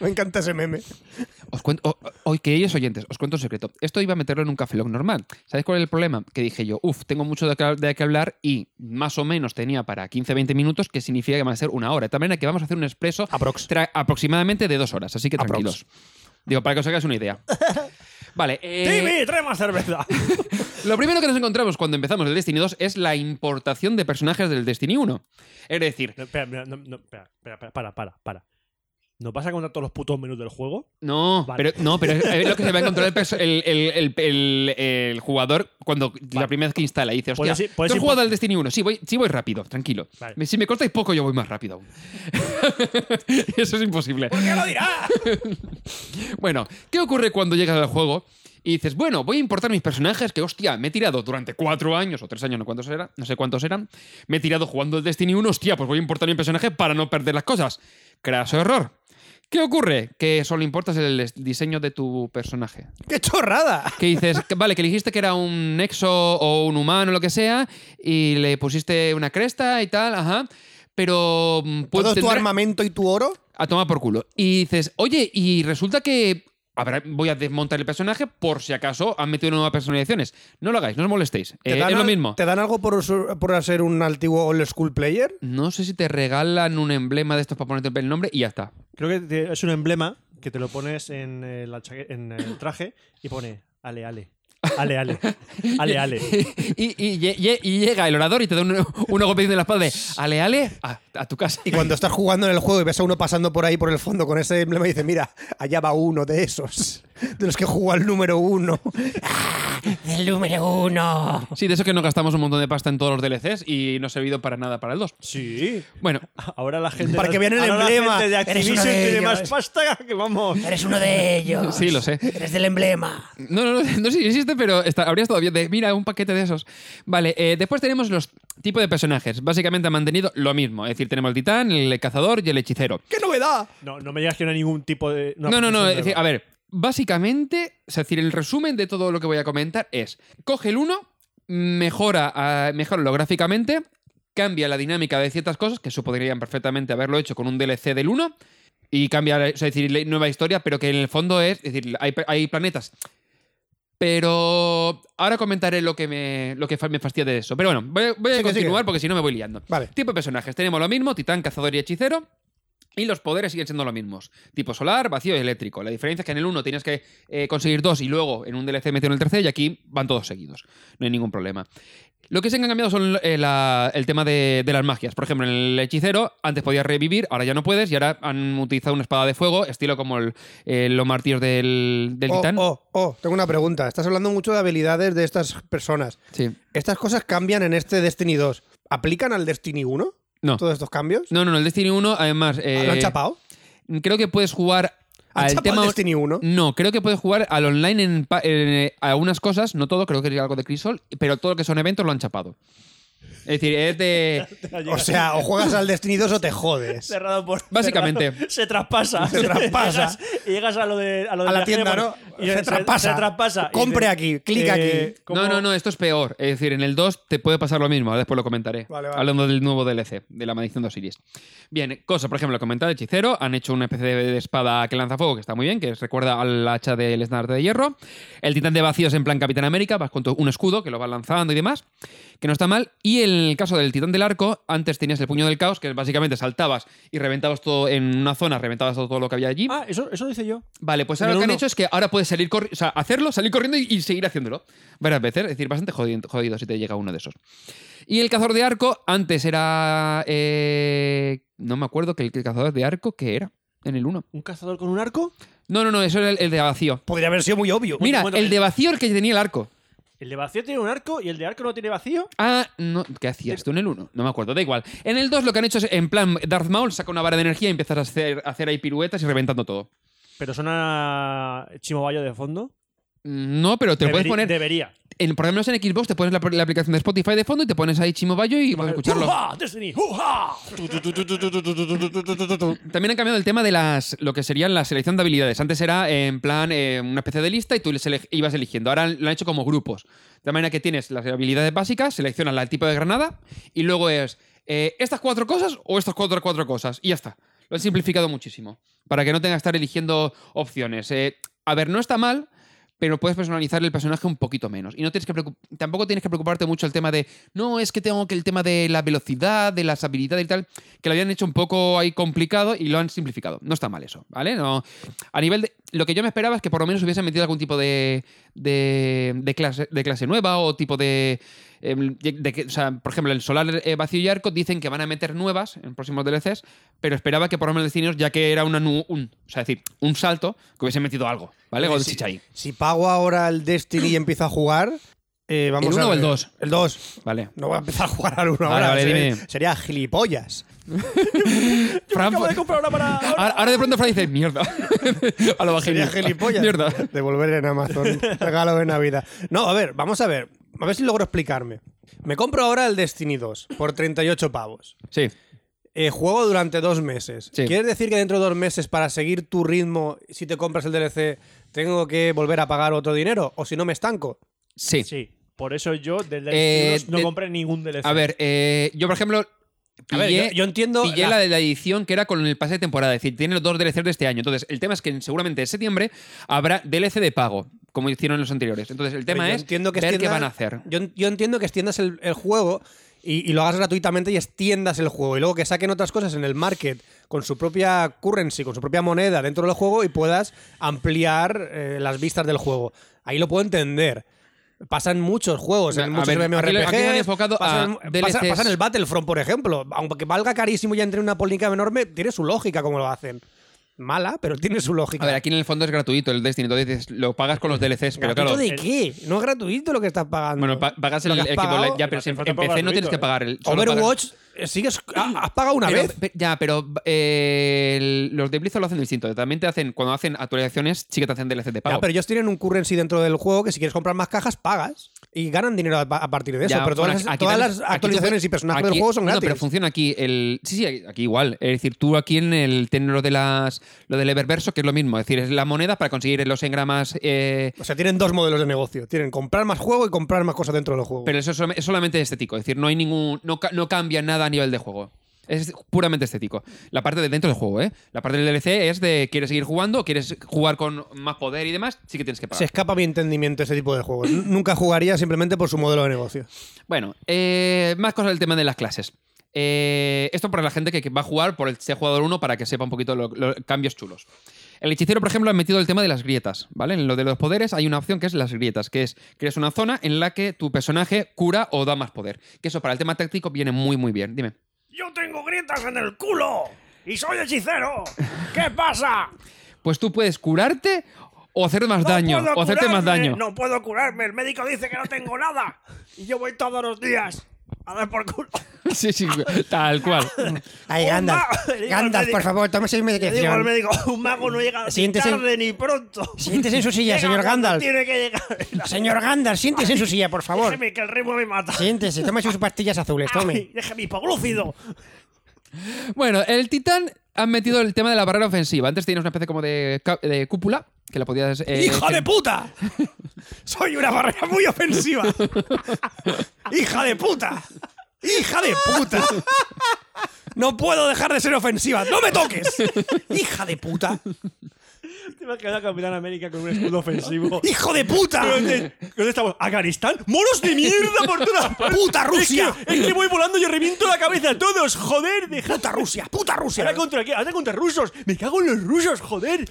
Speaker 3: Me encanta ese meme.
Speaker 4: os cuento. o- Hoy que ellos oyentes, os cuento un secreto. Esto iba a meterlo en un café log normal. ¿Sabéis cuál es el problema? Que dije yo, uff, tengo mucho de qué de qué hablar y más o menos tenía para 15-20 minutos, que significa que van a ser una hora. De tal manera que vamos a hacer un expreso
Speaker 3: Aprox.
Speaker 4: aproximadamente de dos horas, así que
Speaker 3: Aprox. (laughs)
Speaker 4: tranquilos. Digo, para que os hagáis una idea. Vale. eh,
Speaker 2: ¡Timmy, trae más cerveza! (laughs)
Speaker 4: Lo primero que nos encontramos cuando empezamos el Destiny 2 es la importación de personajes del Destiny 1. Es decir,
Speaker 2: No, espera, mira, no, no, espera, espera, espera, para, para, para. ¿Nos vas a contar todos los putos menús del juego?
Speaker 4: no,
Speaker 2: Vale.
Speaker 4: pero, no, pero es, es lo que se va a encontrar el, perso- el, el- el- el- el jugador cuando la primera vez que instala. Dice, hostia,
Speaker 2: Puedes ir- puedes
Speaker 4: ¿tú has
Speaker 2: ir
Speaker 4: jugado
Speaker 2: por-
Speaker 4: al Destiny 1? Sí voy, sí voy rápido, tranquilo.
Speaker 2: Vale.
Speaker 4: Si me cortáis poco, yo voy más rápido aún. (laughs) Eso es imposible.
Speaker 2: ¡Ya lo dirá!
Speaker 4: (laughs) Bueno, ¿qué ocurre cuando llegas al juego y dices, bueno, voy a importar mis personajes que, hostia, me he tirado durante cuatro años o tres años, no, cuántos era, no sé cuántos eran, me he tirado jugando el Destiny 1, hostia, pues voy a importar mi personaje para no perder las cosas. Craso error. ¿Qué ocurre? Que solo importas el es- diseño de tu personaje.
Speaker 3: ¡Qué chorrada!
Speaker 4: Que dices, que- vale, que elegiste que era un nexo o un humano o lo que sea, y le pusiste una cresta y tal, ajá. Pero. mm, puede
Speaker 3: ¿Todo tu
Speaker 4: tener-
Speaker 3: armamento y tu oro?
Speaker 4: a tomar por culo. Y dices, oye, y resulta que. habrá- voy a desmontar el personaje por si acaso han metido nuevas personalizaciones. No lo hagáis, no os molestéis. Eh, es lo
Speaker 3: al-
Speaker 4: mismo.
Speaker 3: ¿Te dan algo por, usur- por ser un antiguo old school player?
Speaker 4: No sé si te regalan un emblema de estos para ponerte el nombre y ya está. (laughs)
Speaker 2: Creo que te- es un emblema que te lo pones en el, chaque- en eh, el traje y pone ale, ale. Ale, ale. Ale, ale.
Speaker 4: y, y- y- y llega el orador y te da un- (laughs) una golpecita en la espalda de ale, ale, a, a tu casa.
Speaker 3: Y
Speaker 5: (laughs)
Speaker 3: cuando estás jugando en el juego y ves a uno pasando por ahí por el fondo con ese emblema y dices, mira, allá va uno de esos, (laughs) de los que jugó al número uno.
Speaker 5: El número uno.
Speaker 4: Sí, de eso que nos gastamos un montón de pasta en todos los DLCs y no ha servido para nada para el 2.
Speaker 2: Sí.
Speaker 4: Bueno,
Speaker 2: Ahora la gente.
Speaker 3: Para que vean el
Speaker 2: ahora la
Speaker 3: emblema.
Speaker 2: gente de
Speaker 3: Eres
Speaker 2: Activision
Speaker 3: uno de
Speaker 2: tiene
Speaker 3: ellos.
Speaker 2: más pasta que vamos.
Speaker 5: Eres uno de ellos.
Speaker 4: sí, lo sé.
Speaker 5: Eres del emblema.
Speaker 4: No, no, no, no sé si existe, pero está- habría estado bien. De, mira, un paquete de esos. Vale, eh, después tenemos los tipos de personajes. Básicamente han mantenido lo mismo. Es decir, tenemos el titán, el cazador y el hechicero.
Speaker 3: ¡Qué novedad!
Speaker 2: No, no me digas que no hay ningún tipo de.
Speaker 4: no, no, no.
Speaker 2: es
Speaker 4: Es decir, a ver, básicamente, es decir, el resumen de todo lo que voy a comentar es: coge el 1, mejora, ah, mejóralo gráficamente, cambia la dinámica de ciertas cosas, que eso podrían perfectamente haberlo hecho con un DLC del 1, y cambia, o sea, es decir, la nueva historia, pero que en el fondo es, es decir, hay, hay planetas. Pero ahora comentaré lo que me, lo que fa- me fastidia de eso. Pero bueno, voy, a- voy a
Speaker 3: Sigue, sigue.
Speaker 4: continuar porque si no me voy liando.
Speaker 3: Vale.
Speaker 4: Tipo de personajes. Tenemos lo mismo, titán, cazador y hechicero. Y los poderes siguen siendo los mismos. Tipo solar, vacío y eléctrico. La diferencia es que en el 1 tienes que eh, conseguir dos y luego en un DLC metieron el tercero y aquí van todos seguidos. No hay ningún problema. Lo que se han cambiado son eh, la- el tema de, de las magias. Por ejemplo, en el hechicero antes podías revivir, ahora ya no puedes y ahora han utilizado una espada de fuego, estilo como el- eh, los martillos del, del
Speaker 3: Oh,
Speaker 4: titán.
Speaker 3: oh, oh, tengo una pregunta. Estás hablando mucho de habilidades de estas personas.
Speaker 4: Sí.
Speaker 3: Estas cosas cambian en este Destiny 2. ¿Aplican al Destiny 1
Speaker 4: No.
Speaker 3: todos estos cambios?
Speaker 4: No, no, no, el Destiny 1, además. eh,
Speaker 3: Ah, ¿Lo han chapado?
Speaker 4: Creo que puedes jugar
Speaker 3: ¿Han
Speaker 4: al
Speaker 3: chapado
Speaker 4: tema.
Speaker 3: al Destiny 1?
Speaker 4: No, creo que puedes jugar al online en, pa- en- a unas cosas, no todo, creo que es algo de Crisol, pero todo lo que son eventos lo han chapado. Es decir, es de.
Speaker 2: (laughs)
Speaker 3: O sea, o juegas al Destiny 2 o te jodes.
Speaker 2: cerrado por.
Speaker 4: Básicamente.
Speaker 2: cerrado. se traspasa.
Speaker 3: Se
Speaker 2: (laughs) Llegas-
Speaker 3: traspasa.
Speaker 2: Y llegas a lo de. A, lo de
Speaker 3: A la
Speaker 2: viaje,
Speaker 3: tienda,
Speaker 2: bueno,
Speaker 3: ¿no?
Speaker 2: Y
Speaker 3: Se traspasa.
Speaker 2: Se, traspasa. Y dice,
Speaker 3: Compre
Speaker 2: eh,
Speaker 3: aquí, clic aquí.
Speaker 2: ¿cómo-
Speaker 4: No, no, no, esto es peor. Es decir, en el 2 te puede pasar lo mismo, ahora después lo comentaré.
Speaker 3: Vale, vale.
Speaker 4: Hablando del nuevo DLC, de la maldición de Osiris. Bien, cosa, por ejemplo, comentado hechicero, han hecho una especie de, de espada que lanza fuego, que está muy bien, que recuerda al hacha del estandarte de hierro. El titán de vacíos en plan Capitán América, vas con tu- un escudo que lo vas lanzando y demás, que no está mal. Y en el caso del titán del arco, antes tenías el puño del caos, que básicamente saltabas y reventabas todo en una zona, reventabas todo lo que había allí.
Speaker 2: Ah, eso, eso dice yo.
Speaker 4: Vale, pues ahora
Speaker 2: Pero
Speaker 4: lo que han
Speaker 2: uno.
Speaker 4: hecho es que ahora puedes salir corri- o sea, hacerlo, salir corriendo y, y seguir haciéndolo varias veces. Es decir, bastante jodi- jodido, si te llega uno de esos. Y el cazador de arco, antes era. eh, no me acuerdo que el, que el cazador de arco, ¿qué era? En el 1.
Speaker 2: ¿Un cazador con un arco?
Speaker 4: No, no, no, eso era el, el de vacío.
Speaker 3: Podría haber sido muy obvio.
Speaker 4: Mira,
Speaker 2: momento,
Speaker 4: el
Speaker 2: el-
Speaker 4: de vacío el que tenía el arco.
Speaker 2: ¿El de vacío tiene un arco y el de arco no tiene vacío?
Speaker 4: Ah, no, ¿qué hacías tú en el 1? No me acuerdo, da igual. En el 2 lo que han hecho es, en plan, Darth Maul saca una vara de energía y empiezas a hacer, a hacer ahí piruetas y reventando todo.
Speaker 2: Pero suena Chimo Bayo de fondo.
Speaker 4: Mm, No, pero te lo puedes
Speaker 2: Deberi-
Speaker 4: poner.
Speaker 2: Debería.
Speaker 4: En, por lo menos en Xbox te pones la, la aplicación de Spotify de fondo y te pones ahí Chimo Bayo y vas
Speaker 2: (laughs)
Speaker 4: a escucharlo.
Speaker 2: ¡Uja! ¡Destiny! ¡Uja! Tu, tu, tu, tu, tu, tu, tu, tu, tu, tu, tu, tu, tu.
Speaker 4: (laughs) También han cambiado el tema de las lo que serían la selección de habilidades. Antes era eh, en plan eh, una especie de lista y tú les ele- ibas eligiendo. Ahora lo han hecho como grupos. De manera que tienes las habilidades básicas, seleccionas la- el tipo de granada y luego es eh, estas cuatro cosas o estas cuatro, cuatro cosas. Y ya está. Lo han simplificado muchísimo. Para que no tengas que estar eligiendo opciones. Eh, a ver, no está mal, pero puedes personalizar el personaje un poquito menos. Y no tienes que preocup- tampoco tienes que preocuparte mucho el tema de, no, es que tengo que el tema de la velocidad, de las habilidades y tal, que lo habían hecho un poco ahí complicado y lo han simplificado. No está mal eso, ¿vale? No, a nivel de, lo que yo me esperaba es que por lo menos hubiesen metido algún tipo de, de, de clase, de clase nueva o tipo de, em, de- de que- o sea, por ejemplo, el Solar eh, Vacío y Arco dicen que van a meter nuevas en próximos DLCs, pero esperaba que por lo menos Destinos, ya que era una nu- un, o sea, es decir, un salto, que hubiesen metido algo, ¿vale? Con
Speaker 3: Sí.
Speaker 4: chicha ahí.
Speaker 3: Si pago ahora el Destiny y empiezo a jugar, eh, vamos
Speaker 4: ¿El uno
Speaker 3: a-
Speaker 4: o el dos?
Speaker 3: El 2.
Speaker 4: Vale.
Speaker 3: No voy a empezar a jugar al 1
Speaker 4: Vale,
Speaker 3: ahora.
Speaker 4: vale,
Speaker 3: sería,
Speaker 4: dime.
Speaker 3: sería gilipollas.
Speaker 4: Fran-
Speaker 2: Acabo de comprar una para.
Speaker 4: ahora, ahora de pronto Fran dice, mierda. (laughs) a lo bajé.
Speaker 3: Sería
Speaker 4: mierda.
Speaker 3: gilipollas.
Speaker 4: Mierda.
Speaker 3: Devolver
Speaker 2: (laughs)
Speaker 3: en Amazon. Regalo de Navidad. No, a ver, vamos a ver. A ver si logro explicarme. Me compro ahora el Destiny 2 por 38 pavos.
Speaker 4: Sí.
Speaker 3: Eh, juego durante dos meses.
Speaker 4: Sí.
Speaker 3: ¿Quieres decir que dentro de dos meses, para seguir tu ritmo, si te compras el DLC, tengo que volver a pagar otro dinero? ¿O si no me estanco?
Speaker 4: Sí.
Speaker 2: Sí, por eso yo del DLC
Speaker 4: Eh,
Speaker 2: 2 no
Speaker 4: de-
Speaker 2: compré ningún DLC.
Speaker 4: A ver, eh, yo por ejemplo.
Speaker 3: A ver,
Speaker 4: pillé-
Speaker 3: yo, yo entiendo.
Speaker 4: Pillé
Speaker 3: la-
Speaker 4: la de la edición que era con el pase de temporada, es decir, tiene los dos DLCs de este año. Entonces, el tema es que seguramente en septiembre habrá DLC de pago, como hicieron los anteriores. Entonces, el tema
Speaker 3: Yo
Speaker 4: es
Speaker 3: entiendo que
Speaker 4: ver qué
Speaker 3: extiendas-
Speaker 4: van a hacer.
Speaker 3: Yo, en- yo entiendo que extiendas el, el juego y, y lo hagas gratuitamente y extiendas el juego. Y luego que saquen otras cosas en el market con su propia currency, con su propia moneda dentro del juego y puedas ampliar eh, las vistas del juego. Ahí lo puedo entender. Pasan muchos juegos,
Speaker 4: O sea,
Speaker 3: en
Speaker 4: a
Speaker 3: muchos
Speaker 4: ver,
Speaker 3: MMORPGs,
Speaker 4: aquí lo han enfocado
Speaker 3: pasan, pasan-
Speaker 4: a DLCs.
Speaker 3: pasan el Battlefront, por ejemplo. Aunque valga carísimo y entre en una polémica enorme, tiene su lógica como lo hacen. Mala, pero tiene su lógica.
Speaker 4: A ver, aquí en el fondo es gratuito el Destiny, entonces lo pagas con los DLCs, pero
Speaker 3: ¿Gratuito
Speaker 4: claro.
Speaker 3: de qué? No es gratuito lo que estás pagando.
Speaker 4: Bueno, pa- pagas
Speaker 3: Lo
Speaker 4: el
Speaker 3: que has
Speaker 4: equipo
Speaker 3: pagado-
Speaker 4: ya, pero si en,
Speaker 2: Tampoco
Speaker 4: en PC no
Speaker 2: gratuito,
Speaker 4: tienes que
Speaker 2: ¿eh?
Speaker 4: pagar el solo pagas- Mm.
Speaker 3: Overwatch, eh, sigues. ah, Has pagado una
Speaker 4: Pero-
Speaker 3: vez.
Speaker 4: pe- ya, pero eh, el- los de Blizzard lo hacen distinto. También te hacen, cuando hacen actualizaciones, sí que te hacen DLC de pago.
Speaker 3: Ya, pero ellos tienen un currency dentro del juego que si quieres comprar más cajas, pagas. Y ganan dinero a, a partir de eso.
Speaker 4: Ya,
Speaker 3: pero todas,
Speaker 4: bueno,
Speaker 3: las,
Speaker 4: aquí
Speaker 3: todas
Speaker 4: también-
Speaker 3: las
Speaker 4: aquí tú
Speaker 3: actualizaciones
Speaker 4: puedes-
Speaker 3: y personajes del
Speaker 4: aquí-
Speaker 3: juego son
Speaker 4: no, no,
Speaker 3: gratis.
Speaker 4: pero funciona aquí el. Sí, sí, aquí igual. Es decir, tú aquí en el tienes lo de las. Lo del Eververso, que es lo mismo. Es decir, es la moneda para conseguir los engramas. eh,
Speaker 3: o sea, tienen dos modelos de negocio. Tienen comprar más juego y comprar más cosas dentro del juego.
Speaker 4: pero eso es solam- es solamente estético. Es decir, no hay ningún. No, ca- no cambia nada a nivel de juego. Es puramente estético. La parte de dentro del juego, ¿eh? La parte del DLC es de quieres seguir jugando, quieres jugar con más poder y demás, sí que tienes que pagar.
Speaker 3: Se escapa mi entendimiento ese tipo de juegos. N- Nunca jugaría simplemente por su modelo de negocio.
Speaker 4: Bueno, eh, más cosas del tema de las clases. Eh, esto para la gente que que va a jugar por el sea jugador 1 para que sepa un poquito los cambios chulos. El hechicero, por ejemplo, ha metido el tema de las grietas, ¿vale? En lo de los poderes hay una opción que es las grietas, que es creas una zona en la que tu personaje cura o da más poder. Que eso para el tema táctico viene muy, muy bien. Dime.
Speaker 2: ¡Yo tengo grietas en el culo! ¡Y soy hechicero! ¿Qué pasa?
Speaker 4: Pues tú puedes curarte o hacer más
Speaker 2: ¡No
Speaker 4: daño,
Speaker 2: puedo
Speaker 4: o hacerte más
Speaker 2: curarme!
Speaker 4: daño.
Speaker 2: No puedo curarme, el médico dice que no tengo nada. Y yo voy todos los días a dar por culo.
Speaker 4: (laughs) Sí, sí, tal cual.
Speaker 2: (laughs)
Speaker 3: Ay,
Speaker 2: Un
Speaker 3: Gandalf.
Speaker 2: ma-
Speaker 3: (laughs)
Speaker 2: Le digo al
Speaker 3: Gandalf,
Speaker 2: médico-
Speaker 3: por favor, tómese mi
Speaker 2: Le digo al
Speaker 3: medicación.
Speaker 2: médico, un mago no llega ni
Speaker 3: Siéntese-
Speaker 2: tarde ni pronto.
Speaker 3: Siéntese en su
Speaker 2: (laughs)
Speaker 3: silla,
Speaker 2: Llega
Speaker 3: señor
Speaker 2: cuando
Speaker 3: Gandalf.
Speaker 2: Tiene que llegar. (laughs)
Speaker 3: Señor Gandalf, siéntese en su silla, por (laughs) favor.
Speaker 2: Déjeme que el ritmo me mata.
Speaker 3: Siéntese, tómese sus pastillas azules,
Speaker 2: Ay,
Speaker 3: tome.
Speaker 2: Déjeme hipoglúcido.
Speaker 4: Bueno, el Titán han metido el tema de la barrera ofensiva. Antes tenías una especie como de, ca- de cúpula que la podías. eh,
Speaker 2: ¡Hija de puta! Soy una barrera muy ofensiva. ¡Hija de puta! ¡Hija de puta!
Speaker 3: No puedo dejar de ser ofensiva. ¡No me toques! ¡Hija de puta!
Speaker 2: Te me ha quedado Capitán América con un escudo ofensivo.
Speaker 3: ¡Hijo de puta!
Speaker 2: ¿Dónde, dónde estamos? ¿Afganistán? ¡Monos de mierda por todas partes!
Speaker 3: ¡Puta Rusia!
Speaker 2: Es que, es que voy volando y os reviento la cabeza a todos, joder. Deja.
Speaker 3: ¡Puta Rusia! ¡Puta Rusia!
Speaker 2: Ahora contra qué? Ahora contra rusos. Me cago en los rusos, joder.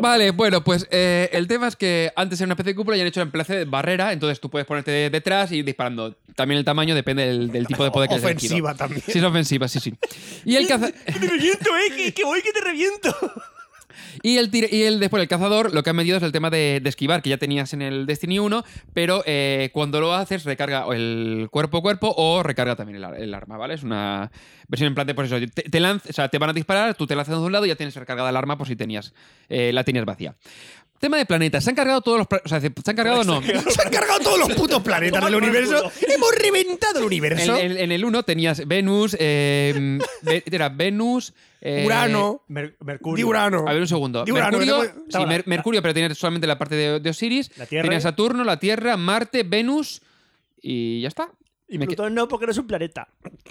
Speaker 4: Vale, bueno, pues eh, el tema es que antes era una especie de cúpula y han hecho una especie de barrera, entonces tú puedes ponerte de- detrás y ir disparando. También el tamaño depende del, del tipo de poder que hayas
Speaker 3: Ofensiva
Speaker 4: elegido.
Speaker 3: también.
Speaker 4: Sí, es ofensiva, sí, sí. Y el, caza-
Speaker 2: Que te reviento, eh. Que, que voy, que te reviento.
Speaker 4: y, el tira- y el después el cazador lo que han medido es el tema de, de esquivar, que ya tenías en el Destiny 1, pero eh, cuando lo haces recarga o el cuerpo a cuerpo o recarga también el, ar- el arma, ¿vale? Es una versión en plan de, pues eso, te, te lanz- o sea, te van a disparar, tú te lanzas de un lado y ya tienes recargada el arma por si tenías, eh, la tenías vacía. Tema de planetas, se han cargado todos los... pla- O sea, se se han cargado no.
Speaker 3: Se han cargado todos los putos planetas del
Speaker 2: Toma por
Speaker 3: universo.
Speaker 2: culo.
Speaker 3: Hemos reventado el universo.
Speaker 4: En, en- en el 1 tenías Venus, eh, ve- era Venus, eh,
Speaker 3: Urano.
Speaker 2: Mercurio.
Speaker 3: Diurano.
Speaker 4: A ver, un segundo.
Speaker 3: Diurano,
Speaker 4: Mercurio,
Speaker 3: que tengo-
Speaker 4: sí, Mer- Mercurio, pero tenías solamente la parte de, de Osiris.
Speaker 2: La Tierra.
Speaker 4: Tenías Saturno, la Tierra, Marte, Venus y ya está.
Speaker 2: Y
Speaker 4: Me que-
Speaker 2: Plutón no, porque no es un planeta.
Speaker 3: (laughs)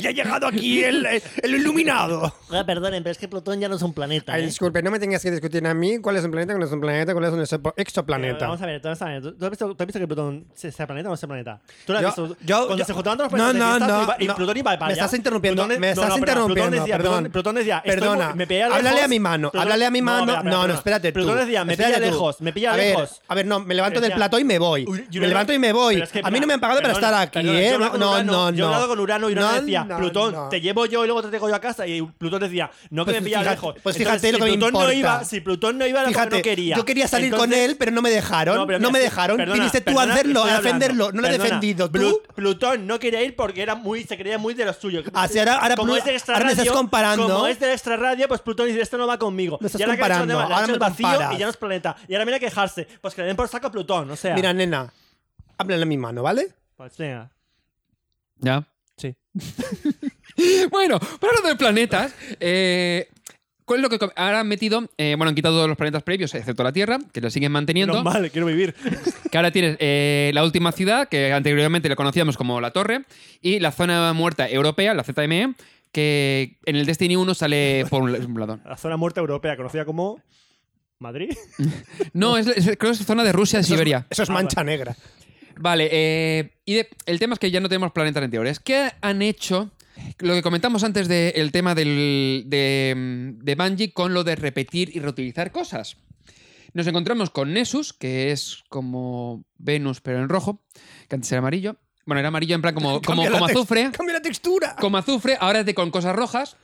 Speaker 3: Ya ha llegado aquí el, el iluminado.
Speaker 6: Ah, perdonen, pero es que Plutón ya no es un planeta.
Speaker 3: Ay,
Speaker 6: ¿eh?
Speaker 3: disculpe, no me tengas que discutir a mí cuál es un planeta, cuál no es un planeta, cuál es un exo-
Speaker 2: Pero
Speaker 3: exoplaneta.
Speaker 2: Vamos a ver, todo está bien. ¿Tú, tú has visto, tú has visto que Plutón se- sea planeta o no sea planeta? Tú lo has
Speaker 3: Yo-
Speaker 2: visto.
Speaker 3: yo-
Speaker 2: Cuando
Speaker 3: yo-
Speaker 2: se juntaban todos los
Speaker 3: No,
Speaker 2: planetas
Speaker 3: no,
Speaker 2: y
Speaker 3: no,
Speaker 2: iba- y
Speaker 3: no.
Speaker 2: Plutón iba para
Speaker 3: Me
Speaker 2: allá.
Speaker 3: estás interrumpiendo,
Speaker 2: Plutón-
Speaker 3: me
Speaker 2: no,
Speaker 3: estás
Speaker 2: no, perdona,
Speaker 3: interrumpiendo,
Speaker 2: Plutón decía,
Speaker 3: perdón.
Speaker 2: Plutón, Plutón decía, estoy
Speaker 3: Perdona.
Speaker 2: muy- me pilla lejos.
Speaker 3: Háblale a mi mano,
Speaker 2: Plutón-
Speaker 3: háblale a mi
Speaker 2: No,
Speaker 3: mano.
Speaker 2: espera, espera,
Speaker 3: no, no,
Speaker 2: perdona.
Speaker 3: espérate tú.
Speaker 2: Plutón decía, me
Speaker 3: espérate
Speaker 2: pilla
Speaker 3: tú.
Speaker 2: lejos, me pilla
Speaker 3: a ver,
Speaker 2: lejos.
Speaker 3: A ver, no, me levanto del
Speaker 2: Decía-
Speaker 3: plató y me voy.
Speaker 2: Ur- Urano-
Speaker 3: me levanto y me voy.
Speaker 2: Pero es que,
Speaker 3: a mí
Speaker 2: mira,
Speaker 3: no me han pagado para
Speaker 2: perdona,
Speaker 3: estar aquí,
Speaker 2: perdona, yo he
Speaker 3: ¿eh?
Speaker 2: hablado
Speaker 3: No,
Speaker 2: con
Speaker 3: no,
Speaker 2: Urano,
Speaker 3: no.
Speaker 2: Yo he hablado con Urano y Urano
Speaker 3: No,
Speaker 2: decía,
Speaker 3: no,
Speaker 2: Plutón,
Speaker 3: no.
Speaker 2: te llevo yo y luego te tengo yo a casa. Y Plutón decía, no que
Speaker 3: Pues
Speaker 2: me pilla
Speaker 3: fíjate-
Speaker 2: lejos.
Speaker 3: pues
Speaker 2: Entonces,
Speaker 3: fíjate lo
Speaker 2: si
Speaker 3: que me
Speaker 2: Plutón no
Speaker 3: importa.
Speaker 2: iba, Si Plutón no iba, era porque
Speaker 3: Fíjate,
Speaker 2: no quería.
Speaker 3: yo quería salir con
Speaker 2: Entonces-
Speaker 3: él, pero no me dejaron. No,
Speaker 2: No, pero
Speaker 3: me
Speaker 2: mira,
Speaker 3: dejaron.
Speaker 2: perdona,
Speaker 3: Viniste tú
Speaker 2: perdona,
Speaker 3: a hacerlo,
Speaker 2: estoy
Speaker 3: a
Speaker 2: hablando,
Speaker 3: defenderlo. No lo he
Speaker 2: perdona.
Speaker 3: defendido. Tú.
Speaker 2: Plu- Plutón no quería ir porque era muy, se creía muy de los suyos.
Speaker 3: Así ahora- ahora
Speaker 2: como
Speaker 3: Plu-
Speaker 2: es de extra
Speaker 3: Ah, ahora me estás
Speaker 2: radio,
Speaker 3: comparando.
Speaker 2: Como es de extra radio, pues Plutón dice: Esto no va conmigo.
Speaker 3: Me estás
Speaker 2: y ahora que ha hecho
Speaker 3: comparando,
Speaker 2: el tema, le ha
Speaker 3: ahora
Speaker 2: hecho
Speaker 3: me
Speaker 2: el vacío
Speaker 3: comparas.
Speaker 2: y ya no es planeta. Y ahora mira quejarse. Pues que le den por saco a Plutón. O sea,
Speaker 3: Mira, nena, háblale a mi mano, ¿vale?
Speaker 2: pues venga.
Speaker 4: ¿Ya?
Speaker 2: Sí.
Speaker 4: (laughs) bueno, pero hablando de planetas, eh, ¿cuál es lo que com- ahora han metido? Eh, bueno, han quitado todos los planetas previos, excepto la Tierra, que lo siguen manteniendo.
Speaker 2: Menos mal, quiero vivir.
Speaker 4: Que ahora tienes eh, la última ciudad, que anteriormente la conocíamos como La Torre, y la zona muerta europea, la ZME, que en el Destiny 1 sale por un (laughs) la- un lado.
Speaker 2: La zona muerta europea, conocida como. Madrid.
Speaker 4: No, es, es- creo que es zona de Rusia, de Siberia.
Speaker 3: Eso es
Speaker 2: Ah,
Speaker 3: mancha negra.
Speaker 4: Vale, eh, y de- el tema es que ya no tenemos planetas anteriores. ¿Qué han hecho? Lo que comentamos antes del tema del, de, mm, de Bungie con lo de repetir y reutilizar cosas. Nos encontramos con Nessus, que es como Venus, pero en rojo, que antes era amarillo. Bueno, era amarillo en plan (laughs) como, como,
Speaker 3: Cambia la
Speaker 4: como
Speaker 3: tex-
Speaker 4: azufre.
Speaker 3: Cambia la
Speaker 4: (laughs)
Speaker 3: textura.
Speaker 4: Como azufre, ahora es de con cosas rojas.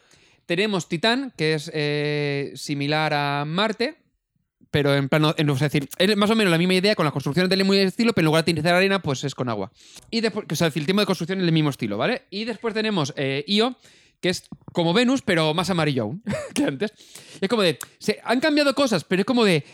Speaker 4: Tenemos Titán, que es eh, similar a Marte, pero en plano. en- o sea, es decir, es más o menos la misma idea con las construcciones del mismo estilo, pero en lugar de utilizar arena, pues es con agua. Y después, o sea, es decir, el tema de construcción es del mismo estilo, ¿vale? Y después tenemos eh, Io, que es como Venus, pero más amarillo aún (laughs) que antes. Y es como de. Se, han cambiado cosas, pero es como de.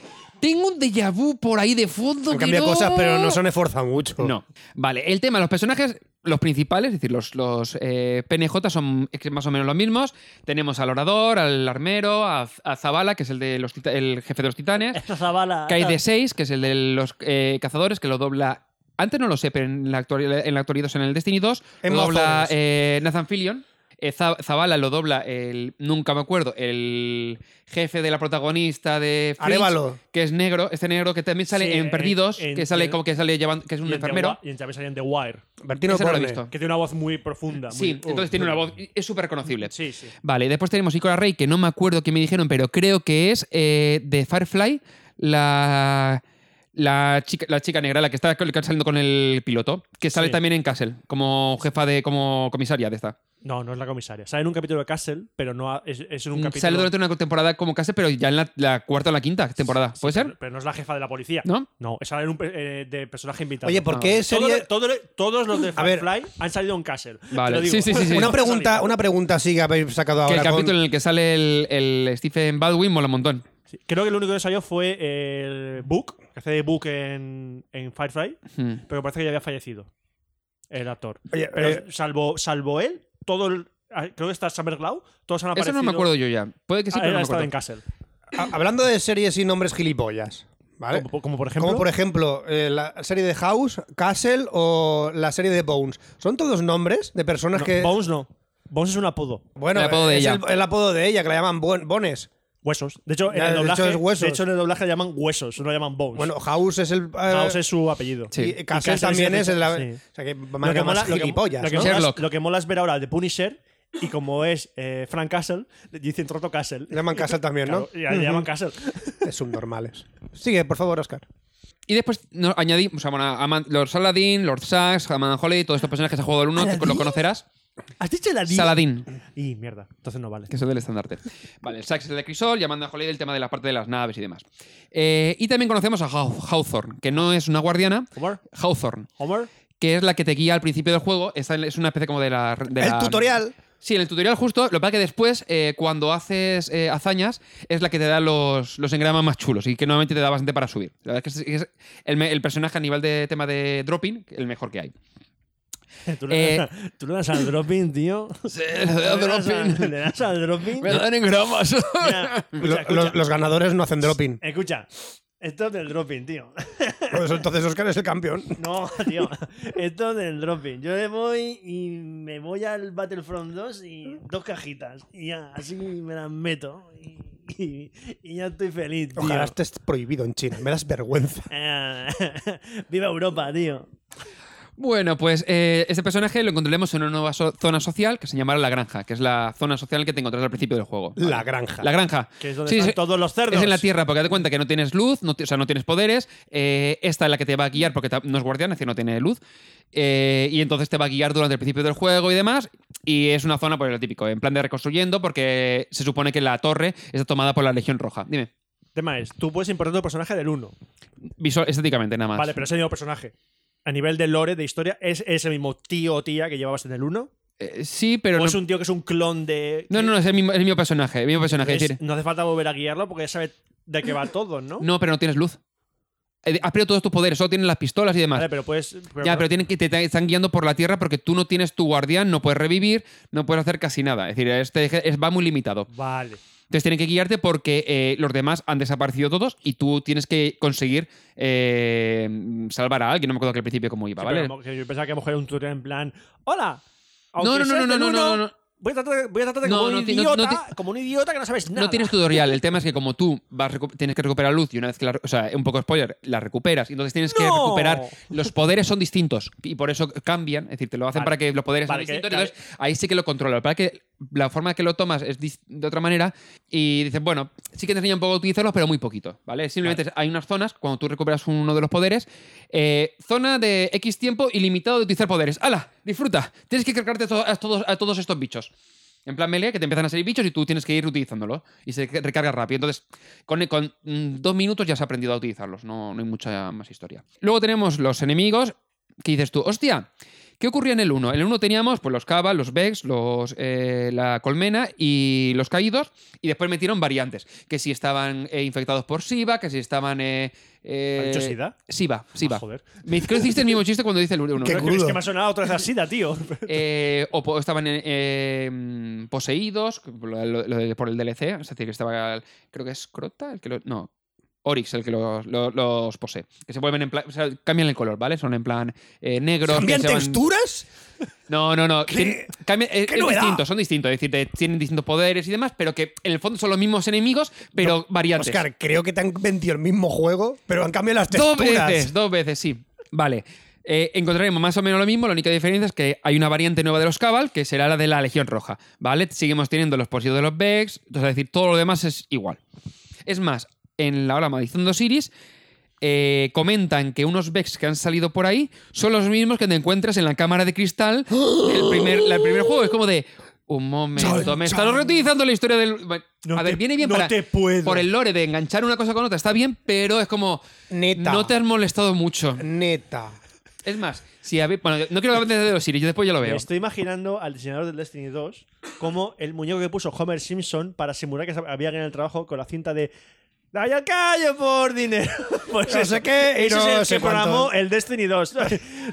Speaker 4: Tengo un déjà vu por ahí de fondo.
Speaker 3: Han
Speaker 4: que
Speaker 3: cambiado cosas, pero no
Speaker 4: no-
Speaker 3: se han esforzado mucho.
Speaker 4: no. Vale, el tema, los personajes, los principales, es decir, los, los eh, PNJ son más o menos los mismos. Tenemos al orador, al armero, a, a Zabala, que es el, de los tita- el jefe de los titanes.
Speaker 6: Esta Zavala.
Speaker 4: Kai de 6, que es el de los eh, cazadores, que lo dobla. Antes no lo sé, pero en la actualidad, en la actualidad o sea, en el Destiny 2,
Speaker 3: En
Speaker 4: lo dobla
Speaker 3: Mozos.
Speaker 4: eh, Nathan Fillion. Eh, Za- Zabala lo dobla el. Nunca me acuerdo. El jefe de la protagonista de. Fringe,
Speaker 3: Arévalo.
Speaker 4: Que es negro. Este negro que también sale
Speaker 2: Sí,
Speaker 4: en
Speaker 2: en-
Speaker 4: Perdidos.
Speaker 2: en-
Speaker 4: que sale como que sale llevando. Que es un
Speaker 2: Y en The
Speaker 4: enfermero.
Speaker 2: Wi- Y en Chávez salía en The Wire.
Speaker 3: Bertino
Speaker 4: Ese no lo he
Speaker 3: Borne.
Speaker 4: visto.
Speaker 2: Que tiene una voz muy profunda. muy-
Speaker 4: Sí, entonces tiene una voz. Es súper reconocible.
Speaker 2: Sí, sí.
Speaker 4: Vale, después tenemos Ikora Rey, que no me acuerdo qué me dijeron, pero creo que es eh, de Firefly, la. La chica, la chica negra, la que está col- saliendo con el piloto, que sale
Speaker 2: Sí.
Speaker 4: también en Castle, como jefa de, como comisaria de esta.
Speaker 2: No, no es la comisaria. Sale en un capítulo de Castle, pero no ha- es, es en un capítulo.
Speaker 4: Mm, Sale durante una temporada como Castle, pero ya en la, la cuarta o la quinta temporada. ¿Puede
Speaker 2: Pero,
Speaker 4: ser?
Speaker 2: pero no es la jefa de la policía.
Speaker 4: ¿No?
Speaker 2: No, es sale en un pe- eh, de personaje invitado.
Speaker 3: Oye, ¿por
Speaker 4: No.
Speaker 3: qué
Speaker 2: Todo-
Speaker 3: sería.?
Speaker 2: todo- todos los de
Speaker 3: A ver.
Speaker 2: Firefly han salido en Castle. Te
Speaker 4: Vale.
Speaker 2: lo digo.
Speaker 4: Sí, sí, sí, sí.
Speaker 3: Una
Speaker 4: No,
Speaker 3: pregunta, una pregunta sí que habéis sacado
Speaker 4: Que
Speaker 3: ahora.
Speaker 4: el
Speaker 3: con-
Speaker 4: capítulo en el que sale el, el Stephen Baldwin mola un montón.
Speaker 2: Sí. Creo que el único que salió fue el Book, que hace de Book en, en Firefly,
Speaker 4: Hmm.
Speaker 2: pero parece que ya había fallecido el actor.
Speaker 3: Oye,
Speaker 2: Pero
Speaker 3: eh,
Speaker 2: salvo, salvo él, todo el- ah, creo que está Summer Glau, todos han
Speaker 4: Eso
Speaker 2: aparecido.
Speaker 4: no me acuerdo yo ya. Puede que sí,
Speaker 2: Ah,
Speaker 4: pero
Speaker 2: él
Speaker 4: no
Speaker 2: ha
Speaker 4: me
Speaker 2: estado en
Speaker 4: acuerdo.
Speaker 2: Castle.
Speaker 3: ha- hablando de series y nombres gilipollas, ¿vale?
Speaker 2: Como, como por ejemplo.
Speaker 3: Como por ejemplo eh, la serie de House, Castle o la serie de Bones. Son todos nombres de personas
Speaker 2: No,
Speaker 3: que.
Speaker 2: Bones no. Bones es un apodo.
Speaker 3: Bueno,
Speaker 4: El apodo de
Speaker 3: es
Speaker 4: ella. Pues
Speaker 3: El, el apodo de ella, que la llaman Bon- Bones.
Speaker 2: Huesos. De hecho, en
Speaker 3: Ya,
Speaker 2: el
Speaker 3: de
Speaker 2: doblaje.
Speaker 3: hecho es huesos.
Speaker 2: de hecho, en el doblaje le llaman huesos, no le llaman bones.
Speaker 3: Bueno, House es el. eh,
Speaker 2: House es su apellido.
Speaker 4: Sí.
Speaker 3: y Castle,
Speaker 2: Y Castle
Speaker 3: también es
Speaker 2: es el-
Speaker 3: el.
Speaker 2: sí.
Speaker 3: O sea, que marca más
Speaker 2: lo que-
Speaker 3: gilipollas.
Speaker 2: lo que
Speaker 3: ¿no?
Speaker 2: mola es-
Speaker 4: Sherlock.
Speaker 2: lo que mola es ver ahora el de Punisher y como es eh, Frank Castle, le dicen Troto Castle.
Speaker 3: Le llaman Castle también, ¿no?
Speaker 2: Claro, ya le llaman Castle.
Speaker 3: Es subnormales. Sigue, por favor, Oscar.
Speaker 4: Y después nos añadimos, o sea, bueno, a Man- Lord Saladin, Lord Sax, Amanda Holly, todos estos personajes que has jugado al 1, que lo conocerás.
Speaker 2: ¿Has dicho la
Speaker 4: Saladin,
Speaker 2: Y mierda, entonces no vale.
Speaker 4: que es el del estandarte. Vale, el Sax es el de Crisol y Amanda Holly del tema de la parte de las naves y demás. Eh, y también conocemos a Haw- Hawthorne, que no es una guardiana.
Speaker 2: Homer,
Speaker 4: Hawthorne,
Speaker 2: Homer, que
Speaker 4: que es la que te guía al principio del juego. Esta es una especie como de la. de
Speaker 3: El
Speaker 4: la-
Speaker 3: tutorial.
Speaker 4: Sí, en el tutorial justo. Lo que pasa es que después, eh, cuando haces eh, hazañas, es la que te da los, los engramas más chulos y que normalmente te da bastante para subir. La verdad es que es, es el, me- el personaje a nivel de tema de dropping, el mejor que hay.
Speaker 2: (laughs) tú le, das,
Speaker 4: Eh.
Speaker 2: tú le das al dropping,
Speaker 3: (laughs)
Speaker 2: tío.
Speaker 4: (laughs)
Speaker 2: Le das al- Le das al dropping.
Speaker 4: dan engramas. (laughs)
Speaker 2: Mira, escucha,
Speaker 3: Lo- lo- (laughs)
Speaker 2: escucha.
Speaker 3: los ganadores no hacen dropping.
Speaker 2: Escucha, Esto es del dropping, tío. (laughs)
Speaker 3: Por eso entonces Oscar es el campeón.
Speaker 2: No, tío. Esto es del dropping. Yo me voy y me voy al Battlefront 2 y dos cajitas. Y ya, así me las meto. Y, y- y ya estoy feliz, tío.
Speaker 3: Ojalá estés prohibido en China. Me das vergüenza.
Speaker 2: Eh, (laughs) Viva Europa, tío.
Speaker 4: Bueno, pues eh, este personaje lo encontraremos en una nueva so- zona social que se llamará La Granja, que es la zona social que te encontrarás al principio del juego.
Speaker 3: La granja.
Speaker 4: La Granja.
Speaker 2: Que es donde
Speaker 4: Sí,
Speaker 2: están
Speaker 4: sí.
Speaker 2: todos los cerdos.
Speaker 4: Es en la tierra, porque date cuenta que no tienes luz, no ti- o sea, no tienes poderes. eh, esta es la que te va a guiar porque ta- no es guardián, es decir, no tiene luz. eh, y entonces te va a guiar durante el principio del juego y demás. Y es una zona, pues lo típico, en plan de reconstruyendo, porque se supone que la torre está tomada por la Legión Roja. Dime,
Speaker 2: Tema es, tú puedes importar tu personaje del 1.
Speaker 4: visual, estéticamente nada más.
Speaker 2: Vale, pero es el mismo personaje. A nivel de lore, de historia, ¿es, es el mismo tío o tía que llevabas en el 1?
Speaker 4: Eh, sí, pero
Speaker 2: ¿O
Speaker 4: no,
Speaker 2: es un tío que es un clon de...?
Speaker 4: no, no, no, es el mismo, es el mismo personaje. El mismo personaje, es
Speaker 2: Es-
Speaker 4: decir,
Speaker 2: no hace falta volver a guiarlo porque ya sabe de qué va todo, ¿no?
Speaker 4: No, pero no tienes luz. Eh, Has perdido todos tus poderes, solo tienes las pistolas y demás.
Speaker 2: Vale, pero puedes... pero-
Speaker 4: ya, pero tienen que te te están guiando por la tierra porque tú no tienes tu guardián, no puedes revivir, no puedes hacer casi nada. Es decir, este eje- es, va muy limitado.
Speaker 2: Vale.
Speaker 4: Entonces tienen que guiarte porque eh, los demás han desaparecido todos y tú tienes que conseguir eh, salvar a alguien. No me acuerdo que al principio cómo iba,
Speaker 2: Sí,
Speaker 4: ¿vale?
Speaker 2: pero que yo pensaba que a lo mejor era un tutorial en plan... ¡Hola!
Speaker 4: No, no,
Speaker 2: aunque
Speaker 4: no,
Speaker 2: seas
Speaker 4: no, no,
Speaker 2: del
Speaker 4: no, no,
Speaker 2: uno,
Speaker 4: no.
Speaker 2: Voy a tratarte, voy a tratarte
Speaker 4: No,
Speaker 2: como,
Speaker 4: no
Speaker 2: un
Speaker 4: ti- no- no
Speaker 2: idiota, como un idiota que no sabes nada.
Speaker 4: No tienes tutorial. El tema es que como tú vas recu- tienes que recuperar luz y una vez que la, o sea, un poco spoiler, la recuperas y entonces tienes que
Speaker 2: ¡No!
Speaker 4: recuperar. Los poderes son distintos y por eso cambian, es decir, te lo hacen
Speaker 2: Vale.
Speaker 4: para que los poderes
Speaker 2: Vale, que-
Speaker 4: sean distintos.
Speaker 2: que-
Speaker 4: entonces, ahí sí que lo controla. Para que la forma que lo tomas es dis- de otra manera y dices, bueno, sí que te enseña un poco a utilizarlos, pero muy poquito, ¿vale? Simplemente hay unas zonas cuando tú recuperas uno de los poderes, eh, zona de X tiempo ilimitado de utilizar poderes. ¡Hala! Disfruta. Tienes que cargarte to- a todos a todos estos bichos. En plan melee, que te empiezan a salir bichos y tú tienes que ir utilizándolo. Y se recarga rápido. Entonces, con, con, mm, dos minutos ya has aprendido a utilizarlos. No, no hay mucha más historia. Luego tenemos los enemigos. Que dices tú, hostia, ¿qué ocurría en el 1? En el 1 teníamos pues, los Cava, los Vex, los, eh, la Colmena y los Caídos. Y después metieron variantes. Que si estaban eh, infectados por Siva, que si estaban. Eh, eh,
Speaker 2: ¿Ha dicho Sida?
Speaker 4: Siva,
Speaker 2: Ah,
Speaker 4: Siva.
Speaker 2: joder.
Speaker 4: Me, creo que hiciste el mismo chiste cuando dice el 1.
Speaker 3: Qué
Speaker 2: Es que, es que me ha sonado otra vez así, tío.
Speaker 4: Eh, o po- estaban eh, eh, poseídos lo- lo- lo de- por el DLC, es decir, que estaba, el- creo que es Crota, el que lo, no, Orix el que los, lo- los posee, que se vuelven en plan, o sea, cambian el color, ¿vale? Son en plan eh, negros. que
Speaker 3: ¿Cambian
Speaker 4: se van-
Speaker 3: texturas?
Speaker 4: No, no, no. Tien- cambian- eh,
Speaker 3: ¿Qué
Speaker 4: es
Speaker 3: novedad?
Speaker 4: distintos, son distintos, es decir, te- tienen distintos poderes y demás, pero que en el fondo son los mismos enemigos, pero variantes.
Speaker 3: Oscar, creo que te han vendido el mismo juego, pero han cambiado las
Speaker 4: Dos
Speaker 3: texturas.
Speaker 4: veces, dos veces, sí. Vale. Eh, encontraremos más o menos lo mismo, la única diferencia es que hay una variante nueva de los Cabal, que será la de la Legión Roja, ¿vale? Seguimos teniendo los posibles de los Vex, es decir, todo lo demás es igual. Es más, en la hora Madison de Osiris eh, comentan que unos Vex que han salido por ahí son los mismos que te encuentras en la cámara de cristal del
Speaker 2: ¡Oh!
Speaker 4: primer, la- el primer juego. Es como de, un momento,
Speaker 3: Chan,
Speaker 4: me
Speaker 3: chan.
Speaker 4: estás reutilizando la historia del... bueno,
Speaker 2: No
Speaker 4: a ver,
Speaker 2: te-
Speaker 4: viene bien
Speaker 2: no
Speaker 4: para,
Speaker 2: te puedo.
Speaker 4: por el lore de enganchar una cosa con otra, está bien, pero es como...
Speaker 3: Neta.
Speaker 4: No te has molestado mucho.
Speaker 3: Neta.
Speaker 4: Es más, si habéis. Bueno, no quiero que hables de los Siri, yo después ya lo
Speaker 2: Me
Speaker 4: veo.
Speaker 2: estoy imaginando al diseñador del Destiny 2 como el muñeco que puso Homer Simpson para simular que había alguien en el trabajo con la cinta de ¡Dale al callo por dinero! (laughs) Pues
Speaker 3: No
Speaker 2: eso.
Speaker 3: sé qué y
Speaker 2: Ese
Speaker 3: no
Speaker 2: es el
Speaker 3: sé
Speaker 2: que programó
Speaker 3: cuánto.
Speaker 2: el Destiny
Speaker 3: (laughs)
Speaker 2: 2.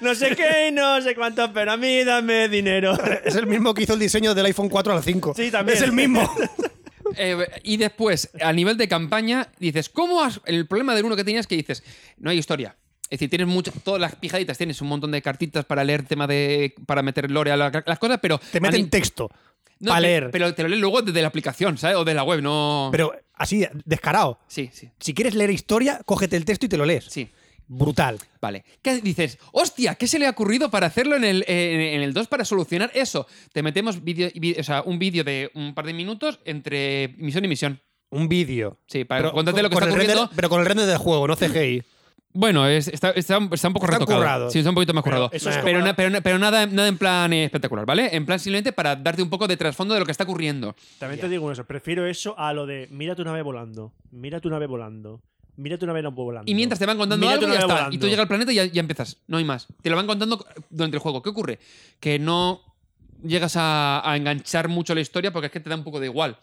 Speaker 2: No sé qué y no sé cuánto, pero a mí dame dinero.
Speaker 3: (laughs) Es el mismo que hizo el diseño del iPhone 4 al 5.
Speaker 2: Sí, también.
Speaker 3: Es el mismo.
Speaker 2: (laughs)
Speaker 4: Eh, y después, a nivel de campaña, dices, ¿cómo has.? El problema del uno que tenías es que dices, no hay historia. Es decir, tienes muchas. Todas las pijaditas, tienes un montón de cartitas para leer tema de. para meter lore a la- las cosas, pero.
Speaker 3: Te
Speaker 4: a
Speaker 3: meten
Speaker 4: ni-
Speaker 3: texto
Speaker 4: no,
Speaker 3: para
Speaker 4: pe-
Speaker 3: leer. Pero,
Speaker 4: Pero te lo lees luego desde la aplicación, ¿sabes? O de la web, no.
Speaker 3: así, descarado.
Speaker 4: Sí, sí.
Speaker 3: Si quieres leer historia, cógete el texto y te lo lees.
Speaker 4: Sí.
Speaker 3: Brutal.
Speaker 4: Vale. ¿Qué dices? ¡Hostia! ¿Qué se le ha ocurrido para hacerlo en el, eh, en el 2 para solucionar eso? Te metemos vídeo- vi- o sea, un vídeo de un par de minutos entre misión y misión.
Speaker 3: Un vídeo.
Speaker 4: Sí, para
Speaker 3: Pero
Speaker 4: contarte lo que
Speaker 3: con
Speaker 4: está
Speaker 3: el render-
Speaker 4: ocurriendo.
Speaker 3: pero con el render del juego, no CGI.
Speaker 4: Bueno, es- está, está un- está un poco
Speaker 3: Está
Speaker 4: retocado.
Speaker 3: currado.
Speaker 4: Sí, está un poquito más
Speaker 2: Pero
Speaker 4: currado.
Speaker 2: eso
Speaker 4: Pero,
Speaker 2: es como
Speaker 4: pero
Speaker 2: la-
Speaker 4: na- pero na- pero nada, nada en plan eh, espectacular, ¿vale? En plan simplemente para darte un poco de trasfondo de lo que está ocurriendo.
Speaker 2: También te digo una cosa, prefiero eso a lo de mira tu nave volando, mira tu nave volando, mira tu nave no volando.
Speaker 4: Y mientras te van contando
Speaker 2: Mira tu
Speaker 4: algo, ya
Speaker 2: nave
Speaker 4: está.
Speaker 2: volando.
Speaker 4: Y tú llegas al planeta y ya, ya empiezas. No hay más. Te lo van contando durante el juego. ¿Qué ocurre? Que no llegas a, a enganchar mucho la historia porque es que te da un poco de igual.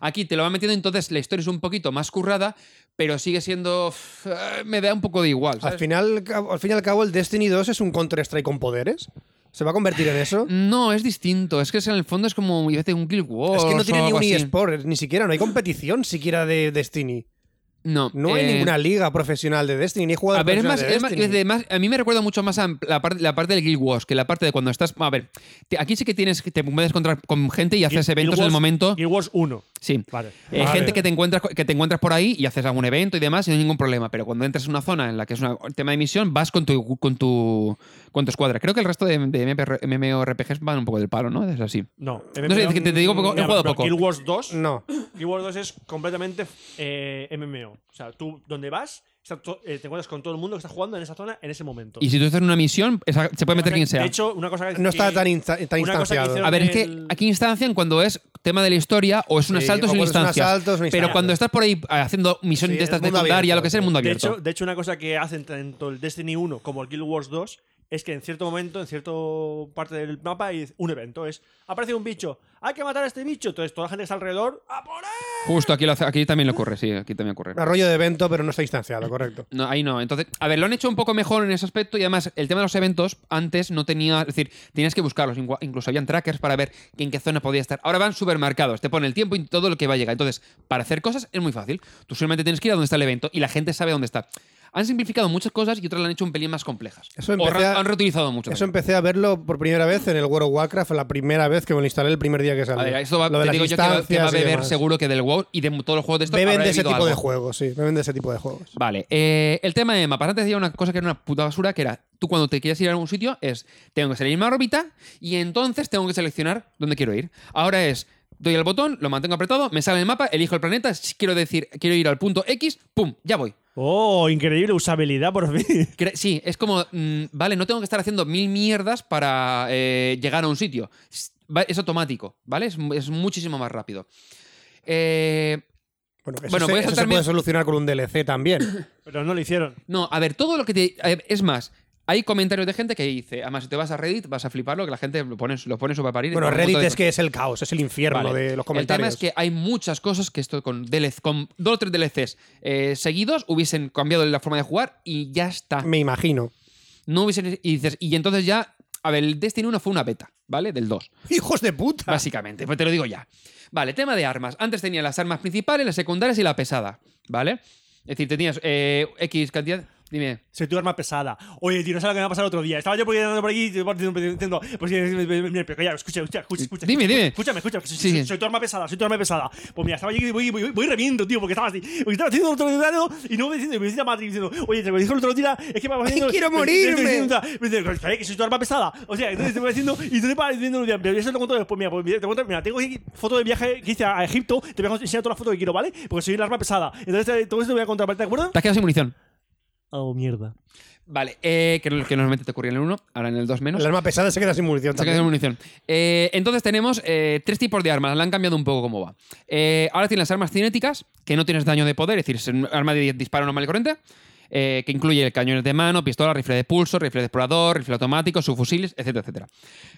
Speaker 4: Aquí te lo van metiendo, entonces la historia es un poquito más currada, pero sigue siendo. uf, eh, me da un poco de igual.
Speaker 3: Al
Speaker 4: (laughs) ¿sabes?
Speaker 3: final, al fin y al cabo, el Destiny 2 es un Counter-Strike con poderes. ¿Se va a convertir en eso?
Speaker 4: No, es distinto. Es que es en el fondo es como yo qué sé, un Guild Wars.
Speaker 3: Es que no tiene
Speaker 4: o
Speaker 3: ni
Speaker 4: algo
Speaker 3: un
Speaker 4: así.
Speaker 3: eSport, ni siquiera, no hay competición siquiera de Destiny.
Speaker 4: No,
Speaker 3: No hay
Speaker 4: eh,
Speaker 3: ninguna liga profesional de Destiny, ni he jugado
Speaker 4: A ver, es más,
Speaker 3: profesional de
Speaker 4: es más-
Speaker 3: Destiny.
Speaker 4: es de más- a mí me recuerda mucho más a la, parte la parte del Guild Wars que la parte de cuando estás. A ver, te- aquí sí que tienes que te puedes encontrar con gente y haces
Speaker 2: Guild
Speaker 4: eventos en el
Speaker 2: Wars-
Speaker 4: momento.
Speaker 2: Guild Wars 1.
Speaker 4: Sí.
Speaker 2: Vale.
Speaker 4: Eh,
Speaker 3: Vale.
Speaker 4: Gente que te, encuentras, que te encuentras por ahí y haces algún evento y demás y no hay ningún problema. Pero cuando entras en una zona en la que es una- un tema de misión, vas con tu, con tu, con tu escuadra. Creo que el resto de, de MMR MMORPGs van un poco del palo, ¿no? Es así.
Speaker 2: No,
Speaker 4: No sé, es que te- te digo poco- he
Speaker 2: Mira,
Speaker 4: jugado
Speaker 2: pero
Speaker 4: poco.
Speaker 2: Guild Wars 2.
Speaker 3: No.
Speaker 2: Guild Wars 2 es completamente eh, MMO. O sea, tú donde vas, está to- eh, te encuentras con todo el mundo que está jugando en esa zona en ese momento.
Speaker 4: Y si tú haces una misión, esa- se puede meter quien sea.
Speaker 2: De hecho, una cosa que
Speaker 3: No está
Speaker 2: que-
Speaker 3: tan, insta- tan
Speaker 2: una cosa que
Speaker 3: instanciado.
Speaker 2: hicieron-
Speaker 4: A ver, es que
Speaker 2: el-
Speaker 4: aquí instancian cuando es tema de la historia o es un
Speaker 3: Sí,
Speaker 4: asalto
Speaker 3: o
Speaker 4: sin
Speaker 3: cuando es un
Speaker 4: instancias.
Speaker 3: asalto, es una
Speaker 4: Pero
Speaker 3: instancia.
Speaker 4: cuando estás por ahí ah, haciendo misión
Speaker 3: Sí,
Speaker 4: de estas
Speaker 3: es mundo
Speaker 4: secundaria,
Speaker 3: abierto,
Speaker 4: lo que sea, el
Speaker 3: sí.
Speaker 4: mundo
Speaker 2: de
Speaker 4: abierto.
Speaker 2: hecho, de hecho, una cosa que hacen tanto el Destiny 1 como el Guild Wars 2 es que en cierto momento, en cierta parte del mapa, hay un evento. Es, aparece un bicho, hay que matar a este bicho. Entonces, toda la gente que está alrededor, ¡ah! ¡a por él!
Speaker 4: Justo aquí, lo hace- aquí también lo ocurre, sí, aquí también ocurre.
Speaker 3: Un arroyo de evento, pero no está instanciado, correcto.
Speaker 4: No, ahí no. Entonces, a ver, lo han hecho un poco mejor en ese aspecto y además el tema de los eventos antes no tenía, es decir, tenías que buscarlos, Ingu- incluso habían trackers para ver en qué zona podía estar. Ahora van supermercados, te pone el tiempo y todo lo que va a llegar. Entonces, para hacer cosas es muy fácil. Tú solamente tienes que ir a donde está el evento y la gente sabe dónde está. Han simplificado muchas cosas y otras las han hecho un pelín más complejas.
Speaker 3: Eso
Speaker 4: O
Speaker 3: empecé
Speaker 4: re-
Speaker 3: a-
Speaker 4: han reutilizado (laughs) mucho.
Speaker 3: Eso
Speaker 4: también.
Speaker 3: empecé a verlo por primera vez en el World of Warcraft, la primera vez que me lo instalé el primer día que salió.
Speaker 4: A ver, esto va,
Speaker 3: Lo de
Speaker 4: te
Speaker 3: las
Speaker 4: digo yo que va, que va a
Speaker 3: instancias y
Speaker 4: beber
Speaker 3: demás.
Speaker 4: seguro que del WoW y de todos los juegos de estos.
Speaker 3: Beben
Speaker 4: habrá
Speaker 3: de ese
Speaker 4: bebido
Speaker 3: tipo de
Speaker 4: algo.
Speaker 3: juegos, sí, beben de ese tipo de juegos.
Speaker 4: Vale, eh, el tema de mapas. Antes decía una cosa que era una puta basura, que era, tú cuando te quieres ir a algún sitio es, tengo que salir a una órbita y entonces tengo que seleccionar dónde quiero ir. Ahora es, doy al botón, lo mantengo apretado, me sale el mapa, elijo el planeta, si quiero decir, quiero ir al punto X, ¡pum! Ya voy.
Speaker 2: ¡Oh, increíble usabilidad por fin!
Speaker 4: Cre- Sí, es como, mm, vale, no tengo que estar haciendo mil mierdas para eh, llegar a un sitio. S- va- Es automático, ¿vale? Es, es muchísimo más rápido. Eh,
Speaker 3: Bueno, eso,
Speaker 4: Bueno, pues
Speaker 3: se,
Speaker 4: voy a
Speaker 3: eso se
Speaker 4: saltarme-
Speaker 3: puede solucionar con un DLC
Speaker 4: (laughs)
Speaker 3: también.
Speaker 2: Pero no lo hicieron.
Speaker 4: No, a ver, todo lo que te. a ver, Es más, hay comentarios de gente que dice. Además, si te vas a Reddit, vas a fliparlo, que la gente lo pone, lo pone sobre parir.
Speaker 3: bueno, Reddit es que es el caos, es el infierno de los
Speaker 4: El tema
Speaker 3: comentarios.
Speaker 4: es que hay muchas cosas que esto con, DLC, con dos o tres DLCs eh, seguidos hubiesen cambiado la forma de jugar y ya está.
Speaker 3: Me
Speaker 4: (laughs)
Speaker 3: imagino.
Speaker 4: No hubiesen. Y dices, y entonces ya. A ver, el Destiny 1 fue una beta, ¿vale? Del 2.
Speaker 3: ¡Hijos de puta!
Speaker 4: Básicamente, pues te lo digo ya. Vale, tema de armas. Antes tenía las armas principales, las secundarias y la pesada, ¿vale? Es decir, tenías eh, X cantidad. Dime.
Speaker 2: Soy tu arma pesada. Oye, tío, no sabes lo que me ha pasado el otro día. Estaba yo por ahí andando por aquí y diciendo, pues eh, eh, mira, pero calla, escucha, escucha, escucha, escucha.
Speaker 4: Dime, dime.
Speaker 2: Escúchame, escúchame. Soy,
Speaker 4: Sí, sí.
Speaker 2: soy tu arma pesada, soy tu arma pesada. Pues mira, estaba yo y voy, voy, voy reviendo, tío, porque estaba así. Porque estaba haciendo otro lado y no me diciendo, y me decía Matrix diciendo, oye, te lo dijo el otro día, es que me va haciendo.
Speaker 3: quiero
Speaker 2: me- me- me- me-
Speaker 3: morirme.
Speaker 2: me- me- me- me- me- me- me- que soy tu arma pesada. O sea, entonces te voy diciendo, y tú te vas diciendo, mira, pero eso te lo cuento después. Mira, pues, mira, te cuento, mira, tengo aquí foto de viaje que hice a a Egipto, te voy a enseñar todas las fotos que quiero, ¿vale? Porque soy el arma pesada. Entonces eh, todo esto te voy a contar, ¿vale? ¿te acuerdas?
Speaker 4: Te has quedado sin munición.
Speaker 2: Oh, mierda.
Speaker 4: Vale, eh, que, que normalmente te ocurría en el 1, ahora en el 2 menos.
Speaker 3: El arma pesada se queda sin munición
Speaker 4: Se queda
Speaker 3: también.
Speaker 4: sin munición. Eh, entonces tenemos eh, tres tipos de armas, la han cambiado un poco cómo va. Eh, ahora tienes las armas cinéticas, que no tienes daño de poder, es decir, es un arma de disparo normal y corriente, eh, que incluye cañones de mano, pistola, rifle de pulso, rifle de explorador, rifle automático, subfusiles, etcétera, etcétera.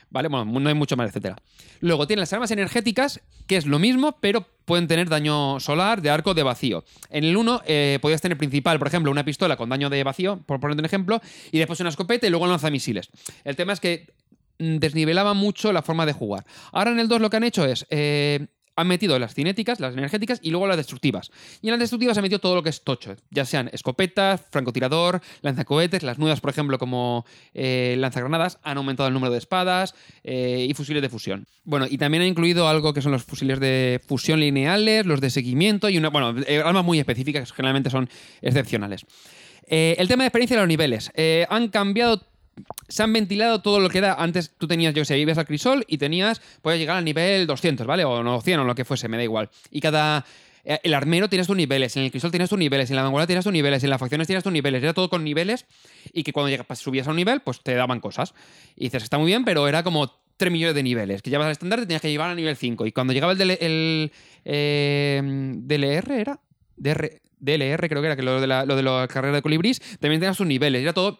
Speaker 4: Vale, bueno, no hay mucho más, etcétera. Luego tienen las armas energéticas, que es lo mismo, pero pueden tener daño solar, de arco, de vacío. En el 1 podías tener principal, por ejemplo, una pistola con daño de vacío, por poner un ejemplo, y después una escopeta y luego lanzamisiles. El tema es que mm, desnivelaba mucho la forma de jugar. Ahora en el 2 lo que han hecho es... eh, han metido las cinéticas, las energéticas y luego las destructivas. Y en las destructivas han metido todo lo que es tocho, ya sean escopetas, francotirador, lanzacohetes, las nuevas, por ejemplo, como eh, lanzagranadas, han aumentado el número de espadas eh, y fusiles de fusión. Bueno, y también ha incluido algo que son los fusiles de fusión lineales, los de seguimiento y una, bueno, eh, armas muy específicas que generalmente son excepcionales. Eh, el tema de experiencia de los niveles. Eh, han cambiado. Se han ventilado todo lo que era. Antes tú tenías, yo qué sé, ibas al crisol y tenías. Podías llegar al nivel 200, ¿vale? O no 100 o lo que fuese, me da igual. Y cada. eh, El armero tienes tus niveles, en el crisol tienes tus niveles, en la vanguardia tienes tus niveles, en las facciones tienes tus niveles, era todo con niveles y que cuando llegas, subías a un nivel, pues te daban cosas. Y dices, está muy bien, pero era como 3 millones de niveles, que llevas al estándar te tenías que llevar a nivel 5. Y cuando llegaba el, DL el eh, DLR, ¿era? DR, DLR, creo que era, que lo de la, lo de la carrera de colibrís, también tenía sus niveles, era todo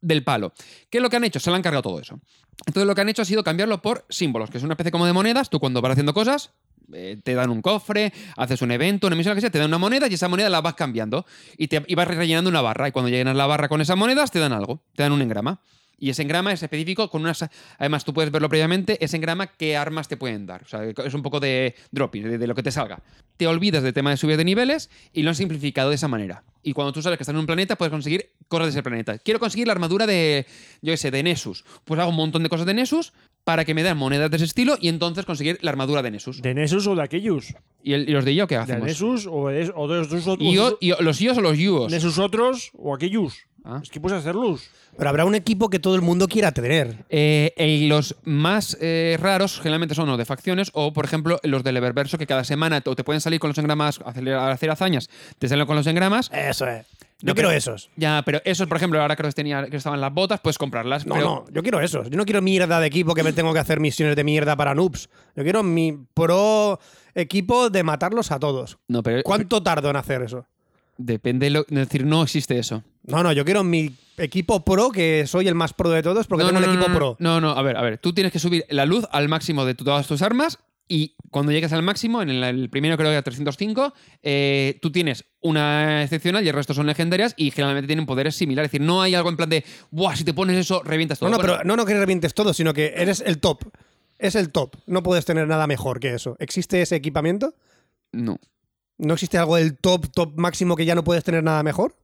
Speaker 4: del palo. ¿Qué es lo que han hecho? Se lo han cargado todo eso. Entonces lo que han hecho ha sido cambiarlo por símbolos, que es una especie como de monedas, tú cuando vas haciendo cosas... eh, te dan un cofre, haces un evento, una misión, lo que sea, te dan una moneda y esa moneda la vas cambiando y, te, y vas rellenando una barra y cuando llenas la barra con esas monedas te dan algo, te dan un engrama. Y ese engrama es específico con unas. Además, tú puedes verlo previamente, ese engrama, qué armas te pueden dar. O sea, es un poco de dropping, de, de lo que te salga. Te olvidas del tema de subir de niveles y lo han simplificado de esa manera. Y cuando tú sabes que estás en un planeta, puedes conseguir cosas de ese planeta. Quiero conseguir la armadura de, yo qué sé, de Nessus. Pues hago un montón de cosas de Nessus para que me den monedas de ese estilo y entonces conseguir la armadura de Nessus.
Speaker 2: ¿De Nessus o de aquellos?
Speaker 4: ¿Y, el- y los de IO qué
Speaker 2: ¿De
Speaker 4: hacemos?
Speaker 2: Nessus o de, o de esos otros?
Speaker 4: Io- Io- ¿Los IOs o los IUOs?
Speaker 2: ¿Nessus otros o aquellos?
Speaker 4: Ah.
Speaker 2: Es que puedes hacerlos.
Speaker 3: Pero habrá un equipo que todo el mundo quiera tener.
Speaker 4: Eh, el- los más eh, raros generalmente son los de facciones o, por ejemplo, los del Eververso que cada semana o te pueden salir con los engramas hacer, hacer hazañas, te salen con los engramas.
Speaker 3: Eso es. Yo
Speaker 4: No,
Speaker 3: quiero
Speaker 4: pero-
Speaker 3: esos.
Speaker 4: Ya, pero esos, por ejemplo, ahora creo que, tenía, que estaban las botas, puedes comprarlas.
Speaker 3: No,
Speaker 4: pero-
Speaker 3: no, yo quiero esos. Yo no quiero mierda de equipo que me tengo que hacer misiones de mierda para noobs. Yo quiero mi pro equipo de matarlos a todos.
Speaker 4: No, pero
Speaker 3: ¿Cuánto tardo en hacer eso?
Speaker 4: depende. lo- es decir, no existe eso.
Speaker 3: No, no, yo quiero mi equipo pro, que soy el más pro de todos, porque
Speaker 4: no,
Speaker 3: tengo
Speaker 4: no,
Speaker 3: un
Speaker 4: no,
Speaker 3: equipo
Speaker 4: no,
Speaker 3: pro.
Speaker 4: No, no, a ver, a ver. Tú tienes que subir la luz al máximo de tu- todas tus armas y cuando llegues al máximo, en el, el primero creo que a 305, eh, tú tienes una excepcional y el resto son legendarias y generalmente tienen poderes similares. Es decir, no hay algo en plan de, ¡buah! Si te pones eso, revientas
Speaker 3: No,
Speaker 4: todo.
Speaker 3: no,
Speaker 4: Bueno,
Speaker 3: pero no, no que revientes todo, sino que eres el top. Es el top. No puedes tener nada mejor que eso. ¿Existe ese equipamiento?
Speaker 4: No.
Speaker 3: ¿No existe algo del top, top máximo que ya no puedes tener nada mejor?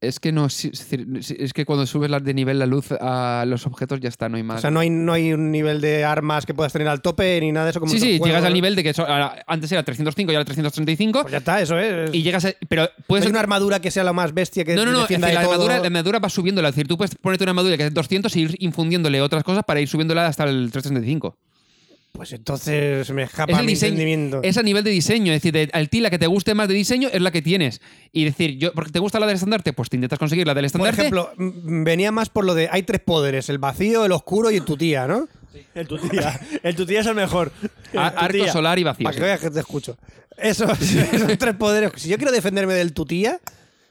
Speaker 4: Es que no, sí, es, decir, sí, es que cuando subes la- de nivel la luz a los objetos ya está, no hay más.
Speaker 3: O sea, no hay, no hay un nivel de armas que puedas tener al tope ni nada de eso. Como ¿eh?
Speaker 4: sí,
Speaker 3: otros
Speaker 4: sí,
Speaker 3: juegos,
Speaker 4: llegas al
Speaker 3: ¿no?
Speaker 4: nivel de que eso- ahora, antes era 305 y ahora 335
Speaker 3: Pues ya está, eso es.
Speaker 4: y llegas a- pero
Speaker 3: ¿No
Speaker 4: puedes
Speaker 3: hay una armadura que sea la más bestia que
Speaker 4: No, no, no. es
Speaker 3: defienda
Speaker 4: decir, la,
Speaker 3: de todo?
Speaker 4: armadura, la armadura va subiendo. Es decir, tú puedes ponerte una armadura que es 200 y ir infundiéndole otras cosas para ir subiéndola hasta el 335.
Speaker 3: Pues entonces se me escapa
Speaker 4: Es, el
Speaker 3: mi
Speaker 4: diseño,
Speaker 3: entendimiento.
Speaker 4: es a nivel de diseño. Es decir, de- al ti la que te guste más de diseño es la que tienes. Y decir, yo porque te gusta la del estandarte, pues te intentas conseguir la del
Speaker 3: Por
Speaker 4: estandarte.
Speaker 3: ejemplo, m- venía más por lo de hay tres poderes, el vacío, el oscuro y tu tía, ¿no?
Speaker 2: El tutía. el tutía es el mejor. El
Speaker 4: a- arco
Speaker 2: tutía.
Speaker 4: solar y vacío.
Speaker 3: Para
Speaker 4: sí.
Speaker 3: que veas que te escucho. Esos, (laughs) esos tres poderes. Si yo quiero defenderme del tutía,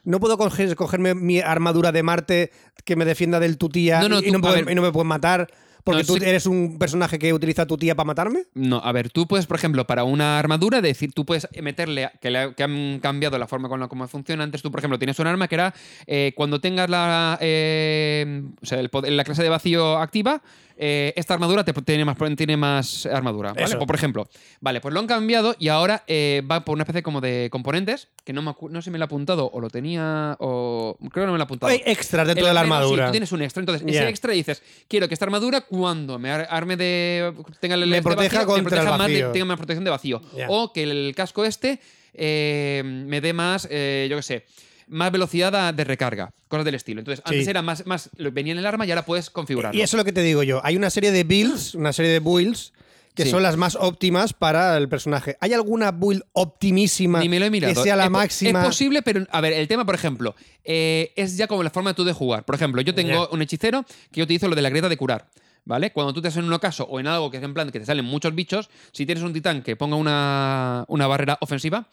Speaker 3: no puedo coger- cogerme mi armadura de Marte que me defienda del tutía
Speaker 4: No, no,
Speaker 3: y,
Speaker 4: tú-
Speaker 3: no
Speaker 4: a
Speaker 3: puedo-
Speaker 4: ver.
Speaker 3: y no me pueden matar porque
Speaker 4: No,
Speaker 3: tú
Speaker 4: sí.
Speaker 3: eres un personaje que utiliza tu tía para matarme.
Speaker 4: No, a ver, tú puedes, por ejemplo, para una armadura, decir, tú puedes meterle, a- que, le- que han cambiado la forma con la como funciona. Antes tú, por ejemplo, tienes un arma que era, eh, cuando tengas la, eh, o sea, el poder- la clase de vacío activa, eh, esta armadura te, tiene, más, tiene más armadura. ¿vale?
Speaker 3: Eso.
Speaker 4: O, por ejemplo, vale, pues lo han cambiado y ahora eh, va por una especie como de componentes, que no, me acu- no sé si me lo he apuntado o lo tenía, o creo que no me lo he apuntado.
Speaker 3: Hay extras dentro
Speaker 4: El
Speaker 3: de la
Speaker 4: armero, sí,
Speaker 3: armadura.
Speaker 4: tú tienes un extra. Entonces,
Speaker 3: Ya.
Speaker 4: ese extra dices, quiero que esta armadura, cuando me ar- arme de. tenga el
Speaker 3: Me
Speaker 4: este
Speaker 3: proteja
Speaker 4: vacío, me
Speaker 3: contra el
Speaker 4: proteja más de-
Speaker 3: vacío.
Speaker 4: tenga más protección de vacío.
Speaker 3: Ya.
Speaker 4: O que el casco este eh, me dé más, eh, yo qué sé. Más velocidad a- de recarga, cosas del estilo. Entonces,
Speaker 3: Sí.
Speaker 4: antes era más, más. lo- Venía en el arma y ahora puedes configurarlo.
Speaker 3: Y eso es lo que te digo yo. Hay una serie de builds, una serie de builds que
Speaker 4: Sí.
Speaker 3: son las más óptimas para el personaje. ¿Hay alguna build optimísima
Speaker 4: Ni me lo he mirado.
Speaker 3: que sea la
Speaker 4: Es po-
Speaker 3: máxima?
Speaker 4: Es posible, pero a ver, el tema, por ejemplo, eh, es ya como la forma tú de jugar. Por ejemplo, yo tengo un hechicero que yo utilizo lo de la grieta de curar. ¿Vale? Cuando tú te haces en un ocaso o en algo que es en plan que te salen muchos bichos, si tienes un titán que ponga una, una barrera ofensiva.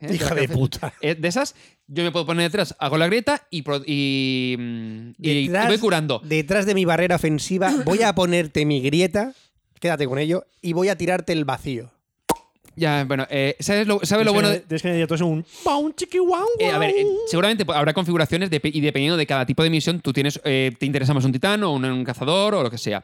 Speaker 4: eh,
Speaker 3: (laughs) Hija
Speaker 4: la
Speaker 3: de
Speaker 4: que hace-
Speaker 3: puta.
Speaker 4: eh, de esas, yo me puedo poner detrás, hago la grieta y, pro- y, mm, y- y
Speaker 3: Detrás-
Speaker 4: voy curando.
Speaker 3: Detrás de mi barrera ofensiva voy a ponerte mi grieta, quédate con ello, y voy a tirarte el vacío.
Speaker 4: Ya, bueno, eh, ¿sabes lo, sabes
Speaker 2: Tienes
Speaker 4: lo bueno?
Speaker 2: que-
Speaker 4: de-
Speaker 2: Tienes que añadir todo eso este un. ¡Pum, chiqui, guau,
Speaker 4: Eh, a ver, eh,
Speaker 2: guau.
Speaker 4: seguramente habrá configuraciones de- y dependiendo de cada tipo de misión, tú tienes, eh, te interesa más un titán o un, un cazador o lo que sea.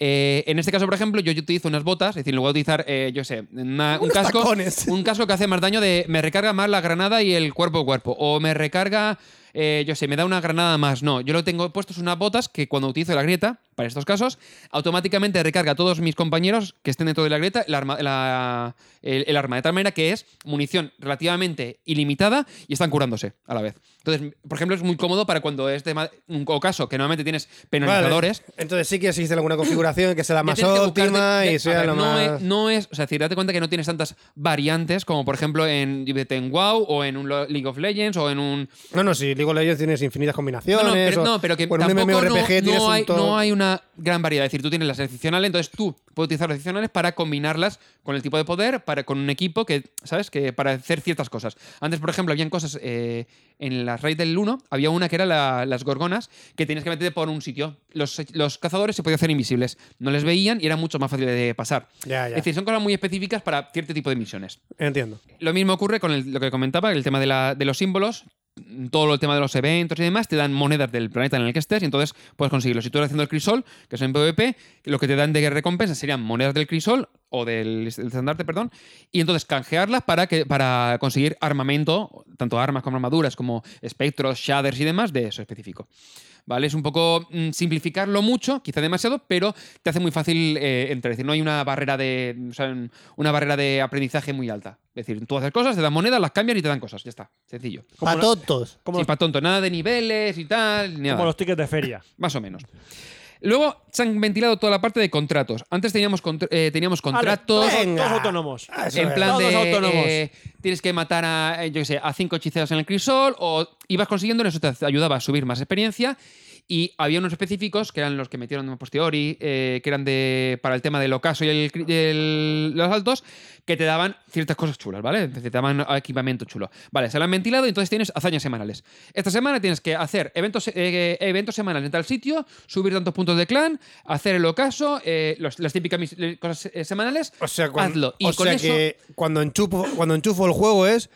Speaker 4: Eh, en este caso, por ejemplo, yo, yo utilizo unas botas, es decir, luego voy a utilizar, eh, yo sé, una- un,
Speaker 3: Unos
Speaker 4: casco,
Speaker 3: tacones.
Speaker 4: un casco que hace más daño de. Me recarga más la granada y el cuerpo a cuerpo. O me recarga, eh, yo sé, me da una granada más. No, yo lo tengo puesto es unas botas que cuando utilizo la grieta, para estos casos, automáticamente recarga a todos mis compañeros que estén dentro de la grieta el arma, la- el, el arma. De tal manera que es munición relativamente ilimitada y están curándose a la vez. Entonces, por ejemplo, es muy cómodo para cuando es de ma- un ocaso, que normalmente tienes penalizadores.
Speaker 3: Vale. Entonces sí que existe alguna configuración que sea la
Speaker 4: Mm. Ya
Speaker 3: más
Speaker 4: tienes que buscarte-
Speaker 3: óptima
Speaker 4: ya-
Speaker 3: y
Speaker 4: a
Speaker 3: sea
Speaker 4: ver,
Speaker 3: la
Speaker 4: no
Speaker 3: más...
Speaker 4: Es, no es- o sea, es decir, date cuenta que no tienes tantas variantes como, por ejemplo, en, en WoW o en un Lo- League of Legends o en un.
Speaker 3: No, no, sí, digo Legends tienes infinitas combinaciones.
Speaker 4: No, no, pero,
Speaker 3: o-
Speaker 4: no, pero que
Speaker 3: o en un
Speaker 4: tampoco no-
Speaker 3: MMORPG
Speaker 4: no,
Speaker 3: tienes un
Speaker 4: hay,
Speaker 3: to-
Speaker 4: no hay una gran variedad. Es decir, tú tienes las excepcionales, entonces tú puedes utilizar las excepcionales para combinarlas con el tipo de poder, para, con un equipo que, ¿sabes? Que para hacer ciertas cosas. Antes, por ejemplo, habían cosas eh, en la raid del 1, había una que era la- las gorgonas, que tenías que meterte por un sitio. Los, los cazadores se podían hacer invisibles, no les veían y era mucho más fácil de pasar.
Speaker 3: Ya, ya,
Speaker 4: Es decir, son cosas muy específicas para cierto tipo de misiones.
Speaker 3: entiendo.
Speaker 4: Lo mismo ocurre con el- lo que comentaba, el tema de, la- de los símbolos. todo el tema de los eventos y demás, te dan monedas del planeta en el que estés y entonces puedes conseguirlo. Si tú estás haciendo el crisol, que es en PvP, lo que te dan de recompensa serían monedas del crisol o del estandarte, perdón, y entonces canjearlas para, que, para conseguir armamento, tanto armas como armaduras, como espectros, shaders y demás, de eso específico. ¿Vale? Es un poco mm, simplificarlo mucho, quizá demasiado, pero te hace muy fácil eh, entrar. Es decir, no hay una barrera de. o sea, un- una barrera de aprendizaje muy alta. Es decir, tú haces cosas, te dan monedas, las cambias y te dan cosas. Ya está. Sencillo.
Speaker 2: la-
Speaker 6: Patotos.
Speaker 2: Como,
Speaker 4: Sin
Speaker 2: los,
Speaker 4: pa' tonto, nada de niveles y tal, ni nada.
Speaker 2: como los tickets de feria.
Speaker 4: Más o menos. Luego se han ventilado toda la parte de contratos. Antes teníamos, contr- eh, teníamos contratos.
Speaker 2: Ale, todos,
Speaker 3: venga. Ah,
Speaker 2: todos autónomos.
Speaker 4: En plan
Speaker 2: Todos
Speaker 4: de
Speaker 2: autónomos.
Speaker 4: eh, tienes que matar a, eh, yo qué sé, a cinco hechiceros en el crisol o ibas consiguiendo, eso te ayudaba a subir más experiencia y había unos específicos que eran los que metieron en Postiori, eh, que eran de para el tema del ocaso y el, cri- y el- los altos, que te daban ciertas cosas chulas, ¿vale? Te daban equipamiento chulo. Vale, se lo han ventilado y entonces tienes hazañas semanales. Esta semana tienes que hacer eventos, eh, eventos semanales en tal sitio, subir tantos puntos de clan, hacer el ocaso, eh, los- las típicas mis- eh, cosas eh, semanales.
Speaker 3: O sea, cuan-
Speaker 4: hazlo. Y
Speaker 3: o
Speaker 4: con
Speaker 3: sea
Speaker 4: eso-
Speaker 3: que cuando enchufo, cuando enchufo el juego es.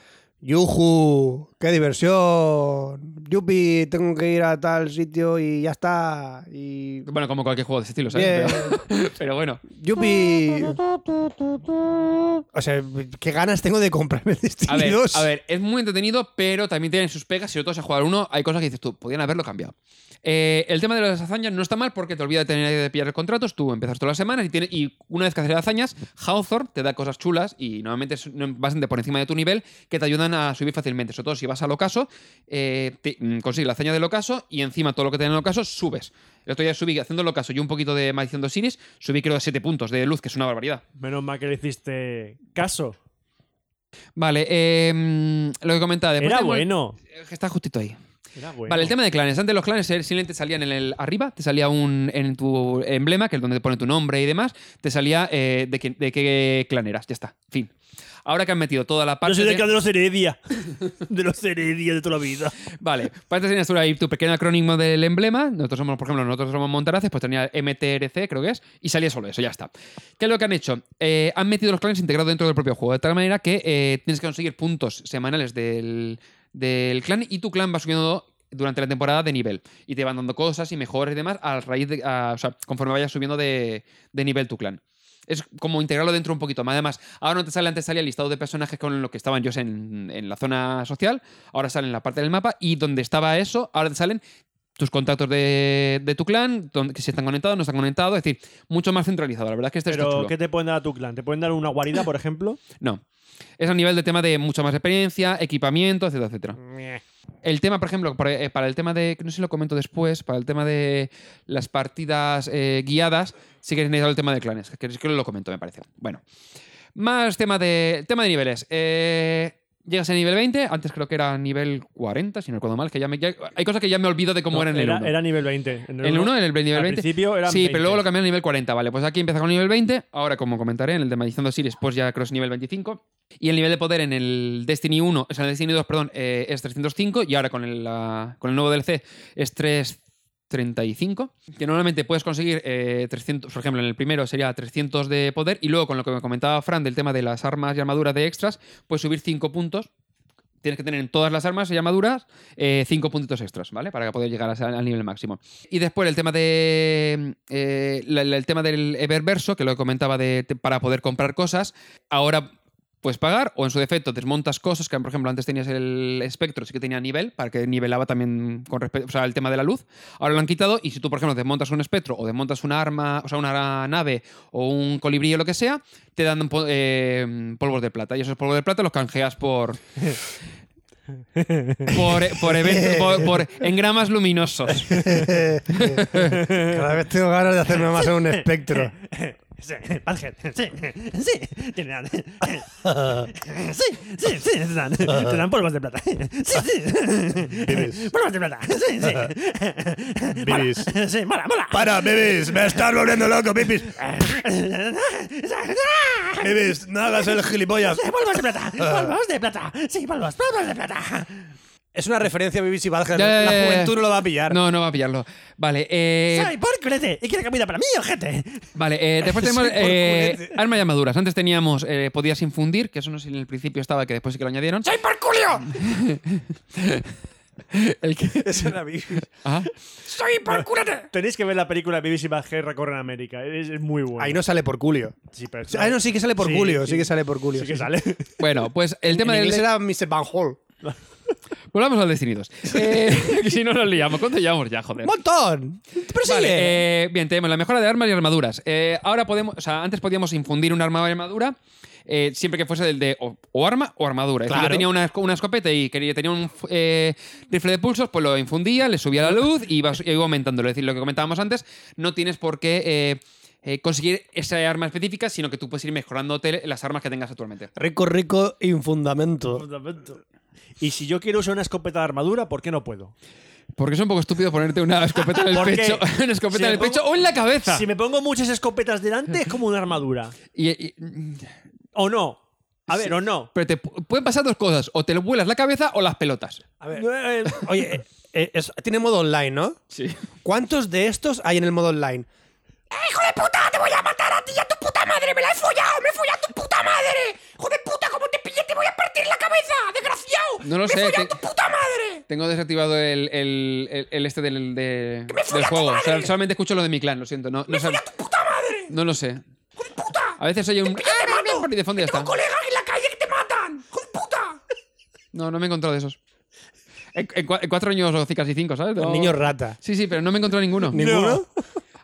Speaker 3: ¡Yuju! ¡Qué diversión! ¡Yupi! Tengo que ir a tal sitio y ya está. Y.
Speaker 4: Bueno, como cualquier juego de ese estilo, ¿sabes? Pero, (laughs) pero bueno.
Speaker 3: ¡Yupi! O sea, qué ganas tengo de comprarme el
Speaker 4: A
Speaker 3: Destiny
Speaker 4: ver,
Speaker 3: 2.
Speaker 4: a ver, es muy entretenido, pero también tienen sus pegas. Si otros a jugar uno, hay cosas que dices tú, podían haberlo cambiado. Eh, el tema de las hazañas no está mal porque te olvida de tener de pillar contratos. Tú empiezas todas las semanas y, tiene- y una vez que haces las hazañas, Hawthorne te da cosas chulas y normalmente es- no- bastante por encima de tu nivel que te ayudan a subir fácilmente. Sobre todo si vas al ocaso, eh, te- mm, consigues la hazaña del ocaso y encima todo lo que te dan en el ocaso subes. El otro día subí haciendo el ocaso y un poquito de maldición de Osiris, subí creo 7 puntos de luz, que es una barbaridad.
Speaker 2: Menos mal que le hiciste caso.
Speaker 4: Vale, eh, mm, lo que comentaba después.
Speaker 2: Era
Speaker 4: tenemos-
Speaker 2: bueno.
Speaker 4: Eh, Está justito ahí.
Speaker 2: Era bueno.
Speaker 4: Vale, el tema de clanes. Antes los clanes eh, simplemente salían en el arriba, te salía un en tu emblema, que es donde te pone tu nombre y demás, te salía eh, de, quién- de qué clan eras, ya está, fin. Ahora que han metido toda la parte
Speaker 2: Yo soy del
Speaker 4: de-
Speaker 2: clan de los Heredia. (laughs) de los Heredia de toda la vida.
Speaker 4: Vale, pues antes tenías tú ahí tu pequeño acrónimo del emblema. Nosotros somos, por ejemplo, nosotros somos Montaraces, pues tenía MTRC, creo que es, y salía solo eso, ya está. ¿Qué es lo que han hecho? Eh, han metido los clanes integrados dentro del propio juego, de tal manera que eh, tienes que conseguir puntos semanales del, del clan y tu clan va subiendo durante la temporada de nivel y te van dando cosas y mejores y demás a raíz de, a- o sea, conforme vayas subiendo de, de nivel tu clan. Es como integrarlo dentro un poquito más. Además, ahora no te sale, antes salía el listado de personajes con los que estaban yo sé, en, en la zona social, ahora sale en la parte del mapa y donde estaba eso, ahora te salen tus contactos de, de tu clan, donde, que si están conectados, no están conectados, es decir, mucho más centralizado. La verdad es que este está
Speaker 2: Pero,
Speaker 4: chulo.
Speaker 2: ¿qué te pueden dar a tu clan? ¿Te pueden dar una guarida, por ejemplo?
Speaker 4: No. Es a nivel de tema de mucha más experiencia, equipamiento, etcétera, etcétera. El tema, por ejemplo, para, eh, para el tema de, no sé si lo comento después, para el tema de las partidas eh, guiadas, sí que tenéis el tema de clanes, que es que lo comento, me parece. Bueno, más tema de, tema de niveles. Eh, llegas a nivel 20, antes creo que era nivel 40, si no recuerdo mal, que ya, me, ya- hay cosas que ya me olvido de cómo
Speaker 2: No,
Speaker 4: era en el
Speaker 2: era,
Speaker 4: 1.
Speaker 2: era nivel 20. En
Speaker 4: el
Speaker 2: uno-
Speaker 4: 1 en el nivel
Speaker 2: al
Speaker 4: 20.
Speaker 2: principio eran
Speaker 4: sí,
Speaker 2: 20.
Speaker 4: pero luego lo cambiaron a nivel 40. Vale, pues aquí empieza con nivel 20. Ahora, como comentaré, en el de Maldición de Osiris, pues ya cross nivel 25. Y el nivel de poder en el Destiny 1, o sea, en el Destiny 2, perdón, eh, es 305. Y ahora con el, ah, con el nuevo DLC es 335. Que normalmente puedes conseguir eh, 300, por ejemplo, en el primero sería 300 de poder. Y luego con lo que me comentaba Fran del tema de las armas y armaduras de extras, puedes subir 5 puntos. Tienes que tener en todas las armas y armaduras 5 eh, puntitos extras, ¿vale? Para poder llegar a- al nivel máximo. Y después el tema de eh, la- la- el tema del Eververso, que lo comentaba de te- para poder comprar cosas, ahora puedes pagar o en su defecto desmontas cosas que por ejemplo antes tenías el espectro sí que tenía nivel para que nivelaba también con respecto o sea, el tema de la luz ahora lo han quitado y si tú por ejemplo desmontas un espectro o desmontas una arma o sea una nave o un colibrí o lo que sea te dan po- eh, polvos de plata y esos polvos de plata los canjeas por por, por,
Speaker 3: (laughs)
Speaker 4: evento- por- por engramas luminosos
Speaker 3: (laughs) Cada vez tengo ganas de hacerme más a un
Speaker 4: (laughs)
Speaker 3: espectro.
Speaker 2: Sí, Ángel, sí, sí, tiene nada. Sí, sí, sí, te dan, te dan polvos de plata. Sí, sí. Polvos de plata. Sí, sí.
Speaker 7: Bibis.
Speaker 2: Mola, Sí, mola, mola.
Speaker 7: Para, Bibis, me estás volviendo loco, Bibis. Bibis, no hagas el gilipollas.
Speaker 2: Sí, polvos de plata. Polvos de plata. Sí, polvos, polvos de plata.
Speaker 3: Es una referencia a Bibis y Badger.
Speaker 4: Ya, ya, ya,
Speaker 3: La
Speaker 4: ya.
Speaker 3: juventud no lo va a pillar.
Speaker 4: No, no va a pillarlo. Vale, eh,
Speaker 2: Soy porculete y quiere comida para mí, ojete.
Speaker 4: vale eh, después tenemos eh, armas y armaduras. Antes teníamos eh, podías infundir, que eso no sé si en el principio estaba, que después sí que lo añadieron. ¡Soy por culio! (laughs) El que...
Speaker 8: Eso era Bibis.
Speaker 4: Ah,
Speaker 3: ¡Soy procurate!
Speaker 2: Tenéis que ver la película Vivis y que recorren América. Es, es muy buena.
Speaker 3: Ahí no sale por culio.
Speaker 2: Sí, pero-
Speaker 3: Ahí Ah, no sí que sale por
Speaker 2: Sí,
Speaker 3: culio,
Speaker 2: sí.
Speaker 3: sí que sale por culio.
Speaker 2: Sí que
Speaker 3: (laughs)
Speaker 2: sale.
Speaker 4: Bueno, pues el
Speaker 3: En
Speaker 4: tema del...
Speaker 3: inglés era Mr. Van Hall.
Speaker 4: Volvamos al
Speaker 3: (laughs)
Speaker 4: Destiny 2. Eh, (laughs) que si no nos liamos. ¿Cuánto llevamos ya, joder?
Speaker 3: ¡Un montón! ¡Pero sigue!
Speaker 4: Eh. Vale, eh, bien, tenemos la mejora de armas y armaduras. Eh, ahora podemos, o sea, antes podíamos infundir un arma o armadura eh, siempre que fuese del de o, o arma o armadura. Es decir, yo tenía una, esco- una escopeta y quería, tenía un eh, rifle de pulsos, pues lo infundía, le subía la luz y iba, iba aumentándolo. Es decir, lo que comentábamos antes, no tienes por qué eh, eh, conseguir esa arma específica, sino que tú puedes ir mejorándote las armas que tengas actualmente.
Speaker 3: Rico, rico, infundamento.
Speaker 2: Fundamento. Y si yo quiero usar una escopeta de armadura, ¿por qué no
Speaker 3: (laughs)
Speaker 2: puedo?
Speaker 4: Porque es un poco estúpido ponerte una escopeta (laughs) en el
Speaker 2: Porque
Speaker 4: pecho, una escopeta
Speaker 2: si
Speaker 4: en
Speaker 2: me
Speaker 4: el
Speaker 2: pongo-
Speaker 4: pecho o en la cabeza.
Speaker 2: Si me pongo muchas escopetas delante, es como una armadura.
Speaker 4: Y- y-
Speaker 2: ¿O no? A ver,
Speaker 4: Sí.
Speaker 2: ¿o no?
Speaker 4: pero te pu- pueden pasar dos cosas: o te vuelas la cabeza o las pelotas.
Speaker 3: A ver. Oye, (laughs) eh, eh, es- tiene modo online, ¿no?
Speaker 4: Sí.
Speaker 3: ¿Cuántos de estos hay en el modo online? ¡Eh, ¡Hijo de puta! ¡Te voy a matar a ti y a tu puta madre! ¡Me la he follado! ¡Me he follado a tu puta madre! ¡Hijo de puta! ¡Como te pille te voy a partir la cabeza! ¡Desgraciado!
Speaker 4: No
Speaker 3: ¡Me
Speaker 4: lo
Speaker 3: he
Speaker 4: sé,
Speaker 3: follado
Speaker 4: te-
Speaker 3: a tu puta madre!
Speaker 4: Tengo desactivado el, el, el- el este del, de- del juego. O sea, solamente escucho lo de mi clan, lo siento. No, no, sab-
Speaker 3: ¡Puta madre!
Speaker 4: no lo sé. A veces oye un. Y de fondo ya está.
Speaker 3: ¡Colega en la calle que te matan! ¡Hijo de puta!
Speaker 4: No, no me he encontrado de esos. En, en cua- en cuatro años o casi cinco, ¿sabes? No-
Speaker 3: Niño rata.
Speaker 4: Sí, sí, pero no me he encontrado ninguno.
Speaker 3: ¿Ninguno?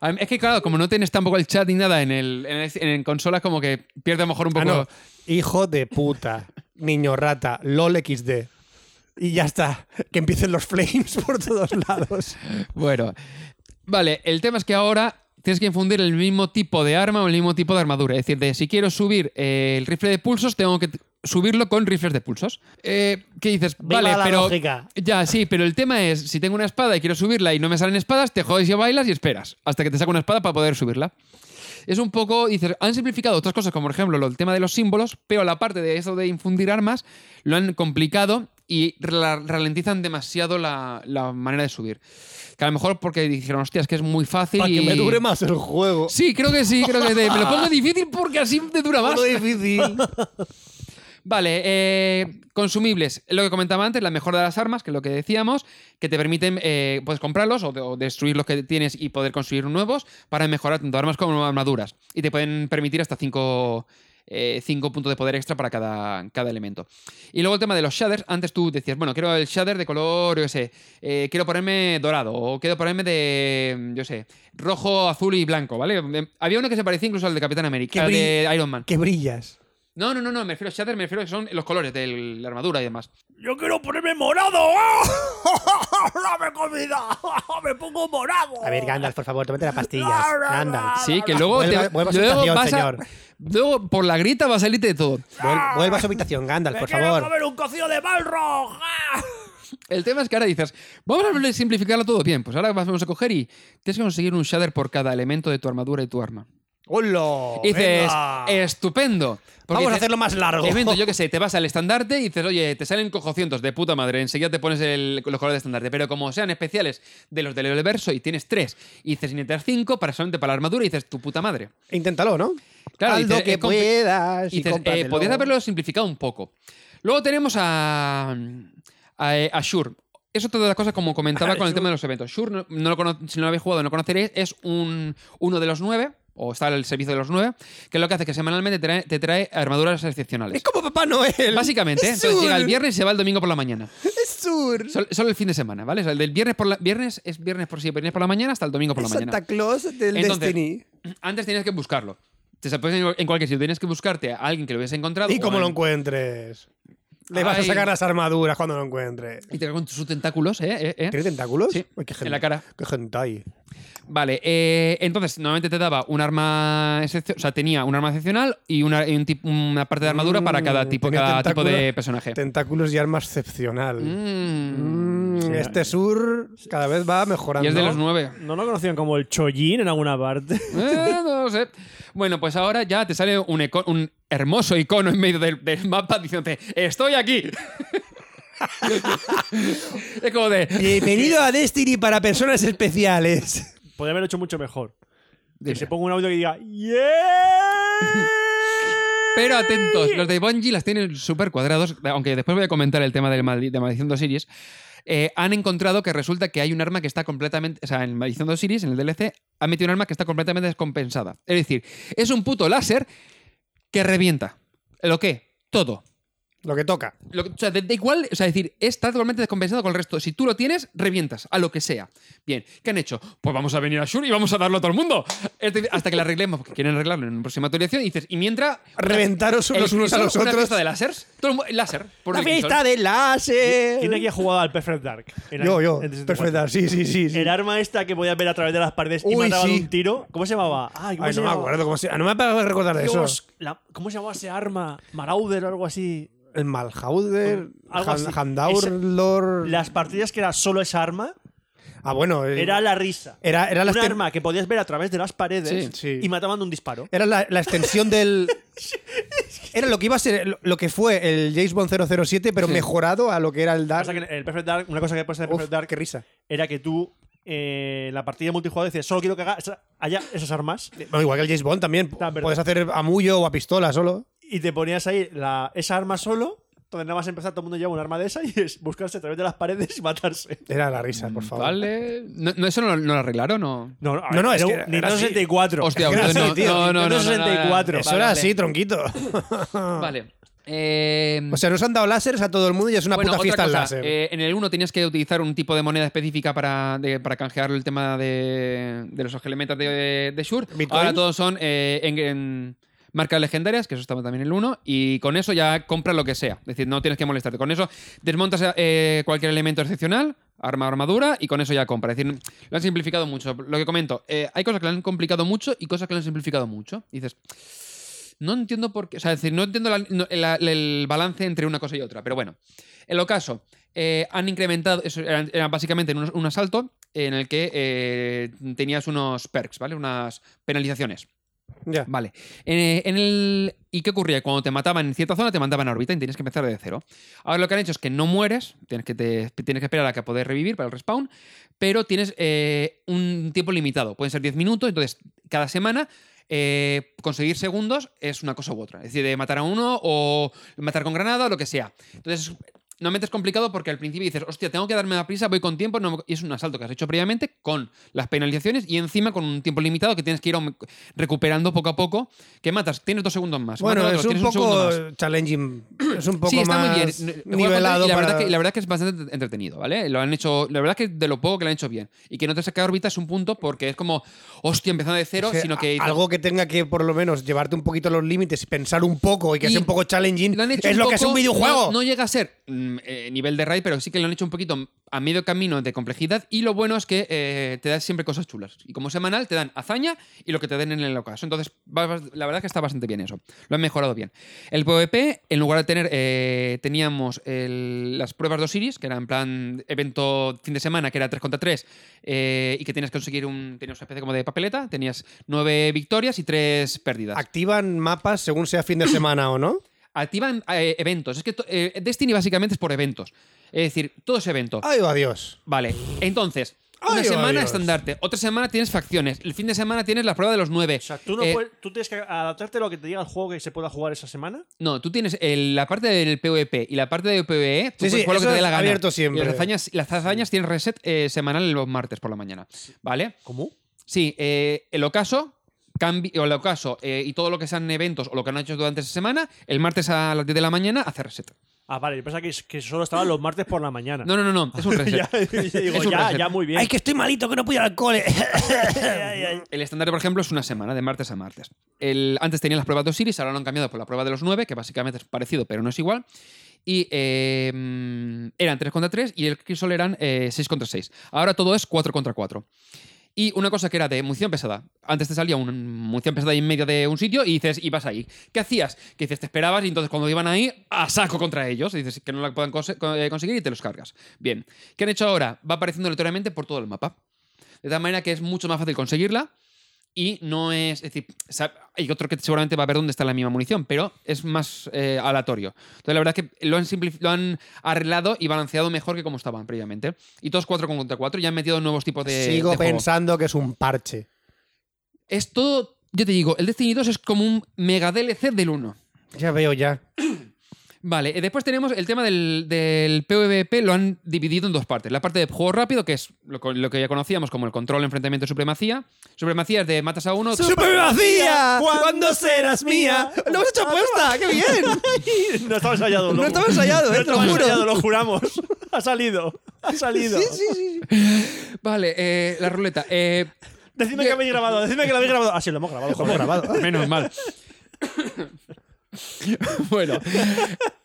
Speaker 4: A- Es que, claro, como no tienes tampoco el chat ni nada en, el, en, el- en consolas, como que pierde a lo mejor un
Speaker 3: Ah,
Speaker 4: poco.
Speaker 3: no. Hijo de puta. Niño rata. LOL XD. Y ya está. Que empiecen los flames (laughs) por todos lados.
Speaker 4: Bueno, vale, el tema es que ahora tienes que infundir el mismo tipo de arma o el mismo tipo de armadura. Es decir, de si quiero subir eh, el rifle de pulsos, tengo que t- subirlo con rifles de pulsos. Eh, ¿Qué dices?
Speaker 6: Viva
Speaker 4: vale,
Speaker 6: la
Speaker 4: pero.
Speaker 6: lógica.
Speaker 4: Ya, sí, pero el tema es: si tengo una espada y quiero subirla y no me salen espadas, te jodes y bailas y esperas hasta que te saco una espada para poder subirla. Es un poco, dices, han simplificado otras cosas, como por ejemplo lo- el tema de los símbolos, pero la parte de eso de infundir armas lo han complicado y la- ralentizan demasiado la, la manera de subir. Que a lo mejor porque dijeron, hostia, es que es muy fácil.
Speaker 3: Para
Speaker 4: y...
Speaker 3: que me dure más el juego.
Speaker 4: Sí, creo que sí, creo que sí. me lo pongo difícil porque así
Speaker 3: (laughs)
Speaker 4: te dura más.
Speaker 3: Todo
Speaker 4: (laughs)
Speaker 3: difícil.
Speaker 4: Vale, eh, consumibles. Lo que comentaba antes, la mejora de las armas, que es lo que decíamos, que te permiten eh, puedes comprarlos o, de- o destruir los que tienes y poder conseguir nuevos para mejorar tanto armas como armaduras. Y te pueden permitir hasta 5 puntos de poder extra para cada, cada elemento. Y luego el tema de los shaders. Antes tú decías, bueno, quiero el shader de color, yo sé, eh, quiero ponerme dorado o quiero ponerme de, yo sé, rojo, azul y blanco, ¿vale? Eh, Había uno que se parecía incluso al de Capitán América, al
Speaker 3: Qué
Speaker 4: de Iron Man.
Speaker 3: Que brillas.
Speaker 4: No, no, no, no, me refiero a shader, me refiero a que son los colores de la armadura y demás.
Speaker 2: Yo quiero ponerme morado. ¡Ah! ¡Dame comida! ¡Me pongo morado!
Speaker 3: A ver, Gandalf, por favor, tómate las pastillas. Gandalf.
Speaker 4: Sí, que luego,
Speaker 3: Vuelva-
Speaker 4: te-
Speaker 3: vuelva a su
Speaker 4: luego
Speaker 3: habitación,
Speaker 4: vas a-
Speaker 3: señor.
Speaker 4: luego por la grita va a salirte de todo.
Speaker 3: Vuel- Vuelva a su habitación, Gandalf, por
Speaker 2: quiero
Speaker 3: favor.
Speaker 2: comer un cocido de Balrog! ¡Ah!
Speaker 4: El tema es que ahora dices, vamos a volver a simplificarlo todo bien. Pues ahora vamos a coger y tienes que conseguir un shader por cada elemento de tu armadura y tu arma.
Speaker 3: ¡Hola!
Speaker 4: Y dices, estupendo. Porque
Speaker 3: "Eh, Vamos a
Speaker 4: dices,
Speaker 3: hacerlo más largo. (laughs)
Speaker 4: Evento, yo que sé, te vas al estandarte y dices, oye, te salen cojocientos de puta madre, enseguida te pones el- los colores de estandarte, pero como sean especiales de los del universo y tienes tres, y dices, y necesitas cinco para solamente para la armadura y dices, tu puta madre.
Speaker 3: Inténtalo, ¿no?
Speaker 4: Claro,
Speaker 3: Haz
Speaker 4: dices,
Speaker 3: lo que
Speaker 4: eh, compli-
Speaker 3: puedas.
Speaker 4: Y
Speaker 3: Y
Speaker 4: dices, eh,
Speaker 3: cómpratelo.
Speaker 4: podrías haberlo simplificado un poco. Luego tenemos a, a, eh, a Shure. Es otra de las cosas, como comentaba con el tema de los eventos. Shure, no, no lo cono- si no lo habéis jugado, no conoceréis, es un, uno de los nueve, o está en el servicio de los nueve, que lo que hace es que semanalmente te trae, te trae armaduras excepcionales.
Speaker 3: Es como Papá Noel.
Speaker 4: Básicamente, ¿eh?
Speaker 3: Es
Speaker 4: entonces llega el
Speaker 3: sur.
Speaker 4: viernes y se va el domingo por la mañana.
Speaker 3: Es sur.
Speaker 4: Sol- Solo el fin de semana, ¿vale? O sea, el del viernes por la, viernes es viernes por sí, viernes por la mañana hasta el domingo por la
Speaker 3: Es
Speaker 4: mañana.
Speaker 3: Santa Claus del
Speaker 4: Entonces,
Speaker 3: Destiny.
Speaker 4: Antes tenías que buscarlo. Te se- puedes en- en cualquier sitio. Tienes que buscarte a alguien que lo hubiese encontrado.
Speaker 3: ¿Y
Speaker 4: o
Speaker 3: cómo lo
Speaker 4: en-
Speaker 3: encuentres? Le vas a
Speaker 4: Ay.
Speaker 3: sacar las armaduras cuando lo encuentres.
Speaker 4: Y te con sus tentáculos, ¿eh? ¿Eh? ¿Eh?
Speaker 3: ¿Tiene tentáculos?
Speaker 4: Sí,
Speaker 3: Ay, qué
Speaker 4: en la
Speaker 3: gen-
Speaker 4: cara.
Speaker 3: Qué hentai.
Speaker 4: Vale, eh, entonces normalmente te daba un arma excepcio- o sea, tenía un arma excepcional y una, y un tip- una parte de armadura para
Speaker 3: Mm,
Speaker 4: cada tipo,
Speaker 3: tenía
Speaker 4: cada tipo de
Speaker 3: tentáculo-
Speaker 4: personaje.
Speaker 3: Tentáculos y arma excepcional.
Speaker 4: Mm.
Speaker 3: Mm, este sur cada vez va mejorando.
Speaker 4: Y es de los nueve.
Speaker 2: ¿No lo conocían como el chollín en alguna parte? (laughs)
Speaker 4: Eh, no lo sé. Bueno, pues ahora ya te sale un, eco- un hermoso icono en medio del, del mapa diciéndote, estoy aquí. (laughs) es como de...
Speaker 3: Bienvenido a Destiny para personas especiales.
Speaker 2: Podría haberlo hecho mucho mejor.
Speaker 4: Dime.
Speaker 2: Que se ponga un audio que diga
Speaker 3: (laughs)
Speaker 2: ¡Yeah!
Speaker 4: Pero atentos, los de Bungie las tienen súper cuadrados, aunque después voy a comentar el tema del Maldi- de Maldición 2 Series. eh, han encontrado que resulta que hay un arma que está completamente. O sea, en Maldición de Osiris, en el DLC, han metido un arma que está completamente descompensada. Es decir, es un puto láser que revienta. ¿Lo qué? Todo.
Speaker 3: Lo que toca.
Speaker 4: Lo que- o sea, da da igual, o sea, decir, está totalmente descompensado con el resto. Si tú lo tienes, revientas, a lo que sea. Bien, ¿qué han hecho? Pues vamos a venir a Shur y vamos a darlo a todo el mundo. Es decir, hasta que lo arreglemos, porque quieren arreglarlo en una próxima actualización. Y dices, y mientras.
Speaker 3: Reventaros
Speaker 4: el
Speaker 3: los unos a
Speaker 4: piso,
Speaker 3: los
Speaker 4: una
Speaker 3: otros.
Speaker 4: fiesta de lásers? Todo el mu- láser. Por
Speaker 3: ¡La
Speaker 4: Dickinson.
Speaker 3: fiesta de láser!
Speaker 2: ¿Quién aquí ha jugado al Perfect Dark? En
Speaker 3: Eh. Yo,
Speaker 2: el-
Speaker 3: yo.
Speaker 2: en 64.
Speaker 3: Perfecta, sí, sí, sí. sí.
Speaker 2: El arma esta que podías ver a través de las paredes y
Speaker 3: Uy,
Speaker 2: mataba de
Speaker 3: sí.
Speaker 2: un tiro. ¿Cómo se llamaba? Ay, ¿cómo
Speaker 3: Ay,
Speaker 2: se
Speaker 3: no me
Speaker 2: llamaba?
Speaker 3: acuerdo cómo se... No me acuerdo de recordar de eso.
Speaker 2: Dios, la- ¿Cómo se llamaba ese arma? Marauder o algo así.
Speaker 3: El Malhauder,
Speaker 2: Algo así.
Speaker 3: Han- Handaur,
Speaker 2: Esa-
Speaker 3: Lord...
Speaker 2: Las partidas que era solo esa arma
Speaker 3: Ah, bueno. eh,
Speaker 2: era la risa.
Speaker 3: Era, era la,
Speaker 2: un
Speaker 3: exten-
Speaker 2: arma que podías ver a través de las paredes
Speaker 3: Sí, sí.
Speaker 2: y mataban de un disparo.
Speaker 3: era la, la extensión
Speaker 2: (laughs)
Speaker 3: del... Era lo que iba a ser, lo- lo que fue el James Bond 007, pero
Speaker 4: Sí.
Speaker 3: mejorado a lo que era el Dark.
Speaker 2: Pasa que en el Perfect Dark, una cosa que pasa en el
Speaker 3: Uf,
Speaker 2: Perfect Dark
Speaker 3: qué risa.
Speaker 2: era que tú eh, en la partida multijugador decías, solo quiero que haga esa- haya esas armas.
Speaker 3: Bueno, igual que el James Bond también.
Speaker 2: Ta- verdad.
Speaker 3: Puedes hacer a mullo o a pistola solo.
Speaker 2: Y te ponías ahí la, esa arma solo. Entonces nada más empezar, todo el mundo lleva un arma de esa y es buscarse a través de las paredes y matarse.
Speaker 3: Era la risa, por favor.
Speaker 4: Mm, Vale. No, no, eso no, lo- no lo arreglaron, ¿no?
Speaker 2: No, no,
Speaker 3: No, no, es
Speaker 2: era
Speaker 3: que
Speaker 2: un
Speaker 3: era
Speaker 2: Nintendo
Speaker 3: así.
Speaker 2: 64.
Speaker 4: Hostia,
Speaker 3: era
Speaker 4: no,
Speaker 3: así,
Speaker 4: no,
Speaker 3: tío,
Speaker 4: no, no, no, no, no, no.
Speaker 2: 64.
Speaker 3: Eso
Speaker 4: Vale,
Speaker 3: era
Speaker 4: vale. Mm.
Speaker 3: así, Ah, tronquito. Ah.
Speaker 4: Vale. Eh,
Speaker 3: O sea, nos han dado láseres a todo el mundo y es una
Speaker 4: bueno,
Speaker 3: puta
Speaker 4: otra
Speaker 3: fiesta al
Speaker 4: cosa.
Speaker 3: láser.
Speaker 4: Eh, en el 1 tenías que utilizar un tipo de moneda específica para, de- para canjear el tema de, de los elementos de, de Shure.
Speaker 3: ¿Bitcoin?
Speaker 4: Ahora todos son eh, en, en marcas legendarias, que eso estaba también en el 1, y con eso ya compras lo que sea. Es decir, no tienes que molestarte. Con eso desmontas eh, cualquier elemento excepcional, arma o armadura, y con eso ya compra. Es decir, lo han simplificado mucho. Lo que comento, eh, hay cosas que lo han complicado mucho y cosas que lo han simplificado mucho. Y dices, no entiendo por qué. O sea, es decir, no entiendo la- no- la- el balance entre una cosa y otra. Pero bueno, en lo caso, eh, han incrementado. Eso era, era básicamente un, un asalto en el que eh, tenías unos perks, ¿vale? Unas penalizaciones.
Speaker 3: Ya.
Speaker 4: Vale. Eh, en el, ¿Y qué ocurría? Cuando te mataban en cierta zona, te mandaban a órbita y tenías que empezar de cero. Ahora lo que han hecho es que no mueres, tienes que, te- tienes que esperar a que poder revivir para el respawn, pero tienes eh, un tiempo limitado. Pueden ser 10 minutos, entonces cada semana eh, conseguir segundos es una cosa u otra. Es decir, de matar a uno o matar con granada o lo que sea. Entonces, normalmente es complicado porque al principio dices, hostia, tengo que darme la prisa, voy con tiempo. no me- y es un asalto que has hecho previamente con las penalizaciones y encima con un tiempo limitado que tienes que ir aum- recuperando poco a poco. Que matas, tienes dos segundos más.
Speaker 3: Bueno,
Speaker 4: matas a
Speaker 3: es
Speaker 4: otro,
Speaker 3: un
Speaker 4: tienes segundo
Speaker 3: poco
Speaker 4: más.
Speaker 3: challenging. Es un poco
Speaker 4: sí, está
Speaker 3: más
Speaker 4: muy bien. Lo voy a
Speaker 3: nivelado.
Speaker 4: contar y la,
Speaker 3: para-
Speaker 4: verdad que, la verdad que es bastante entretenido, ¿vale? Lo han hecho, la verdad que de lo poco que lo han hecho bien. Y que no te saca de órbita es un punto porque es como, hostia, empezando de cero,
Speaker 3: O sea,
Speaker 4: sino que...
Speaker 3: a- algo que tenga que por lo menos llevarte un poquito a los límites, pensar un poco y que
Speaker 4: Y
Speaker 3: sea un poco challenging.
Speaker 4: Lo han hecho
Speaker 3: es
Speaker 4: un
Speaker 3: lo que es
Speaker 4: poco-
Speaker 3: un videojuego.
Speaker 4: No, no llega a ser mm, eh, nivel de raid, pero sí que lo han hecho un poquito a medio camino de complejidad. Y lo bueno es que eh, te dan siempre cosas chulas. Y como semanal, te dan hazaña y lo que te den en el ocaso. Entonces, va- va- la verdad que está bastante bien eso. Lo han mejorado bien. El PvP, en lugar de tener. eh, teníamos el- las pruebas de Osiris, que era en plan evento fin de semana, que era 3 contra 3, eh, y que tenías que conseguir un. Tenías una especie como de papeleta. Tenías 9 victorias y 3 pérdidas.
Speaker 3: Activan mapas según sea fin de semana o no.
Speaker 4: Activan eh, eventos. Es que to- eh, Destiny básicamente es por eventos. Es decir, todo es evento.
Speaker 3: Ay, va Dios.
Speaker 4: Vale, entonces, una
Speaker 3: Ah. Ay,
Speaker 4: semana
Speaker 3: adiós.
Speaker 4: estandarte, otra semana tienes facciones, el fin de semana tienes la prueba de los nueve.
Speaker 2: O sea, tú, no
Speaker 4: Eh,
Speaker 2: puedes- tú tienes que adaptarte a lo que te diga el juego que se pueda jugar esa semana.
Speaker 4: No, tú tienes el- la parte del PvP y la parte del PvE, tú
Speaker 3: Sí,
Speaker 4: puedes
Speaker 3: sí,
Speaker 4: jugar lo que
Speaker 3: eso
Speaker 4: te dé la
Speaker 3: es
Speaker 4: gana.
Speaker 3: abierto siempre.
Speaker 4: Y las hazañas, las hazañas tienen reset eh, semanal los martes por la mañana. ¿Vale?
Speaker 2: ¿Cómo?
Speaker 4: Sí, eh, el ocaso. cambi- o el ocaso eh, y todo lo que sean eventos o lo que han hecho durante esa semana, el martes a las 10 de la mañana hace reset.
Speaker 2: Ah, vale, yo pensaba que, que solo estaban los martes por la
Speaker 3: Ah.
Speaker 2: mañana.
Speaker 4: No, no, no, no,
Speaker 3: (laughs)
Speaker 4: es un reset.
Speaker 2: ya, (laughs) yo digo,
Speaker 4: Es un
Speaker 2: ya,
Speaker 4: reset.
Speaker 2: ya, muy bien.
Speaker 5: Ay, que estoy malito, que no puedo ir
Speaker 2: (laughs)
Speaker 5: al cole.
Speaker 4: El estándar, por ejemplo, es una semana, de martes a martes. El, antes tenían las pruebas de Osiris, ahora lo han cambiado por la prueba de los 9, que básicamente es parecido, pero no es igual. Y eh, mm, eran 3 contra 3 y el Crisol eran eh, 6 contra 6. Ahora todo es 4 contra 4. Y una cosa que era de munición pesada. Antes te salía una munición pesada y en medio de un sitio y dices, ibas ahí. ¿Qué hacías? Que dices, te esperabas y entonces cuando iban ahí, a saco contra ellos. Y dices que no la puedan cose- co- eh, conseguir y te los cargas. Bien. ¿Qué han hecho ahora? Va apareciendo aleatoriamente por todo el mapa. De tal manera que es mucho más fácil conseguirla y no es. Es decir, sa- hay otro que seguramente va a ver dónde está la misma munición, pero es más eh, aleatorio. Entonces, la verdad es que lo han, simplif- lo han arreglado y balanceado mejor que como estaban previamente. Y todos 4 contra 4 ya han metido nuevos tipos de.
Speaker 3: Sigo
Speaker 4: de juego.
Speaker 3: pensando que es un parche.
Speaker 4: Es (laughs) todo. Yo te digo, el Destiny 2 es como un mega DLC del 1.
Speaker 3: Ya veo, ya.
Speaker 4: Vale, eh, después tenemos el tema del, del PvP, lo han dividido en dos partes. La parte de juego rápido, que es lo, co- lo que ya conocíamos como el control, enfrentamiento y supremacía. Supremacía es de matas a uno.
Speaker 3: ¡Supremacía!
Speaker 2: ¿Cuándo serás
Speaker 3: ¡Mía! ¡Lo hemos hecho
Speaker 2: (laughs)
Speaker 3: apuesta! ¡Qué bien!
Speaker 2: No estaba ensayado,
Speaker 3: No
Speaker 2: loco.
Speaker 3: estaba ensayado, eh,
Speaker 2: No
Speaker 3: te lo
Speaker 2: estaba
Speaker 3: juro.
Speaker 2: ensayado, lo juramos. (laughs) Ha salido. Ha salido.
Speaker 4: Vale, eh, la ruleta. Eh,
Speaker 2: Decidme que habéis grabado, decidme que lo habéis grabado. Ah, sí, lo hemos grabado. joder.
Speaker 4: Menos mal. (coughs) bueno,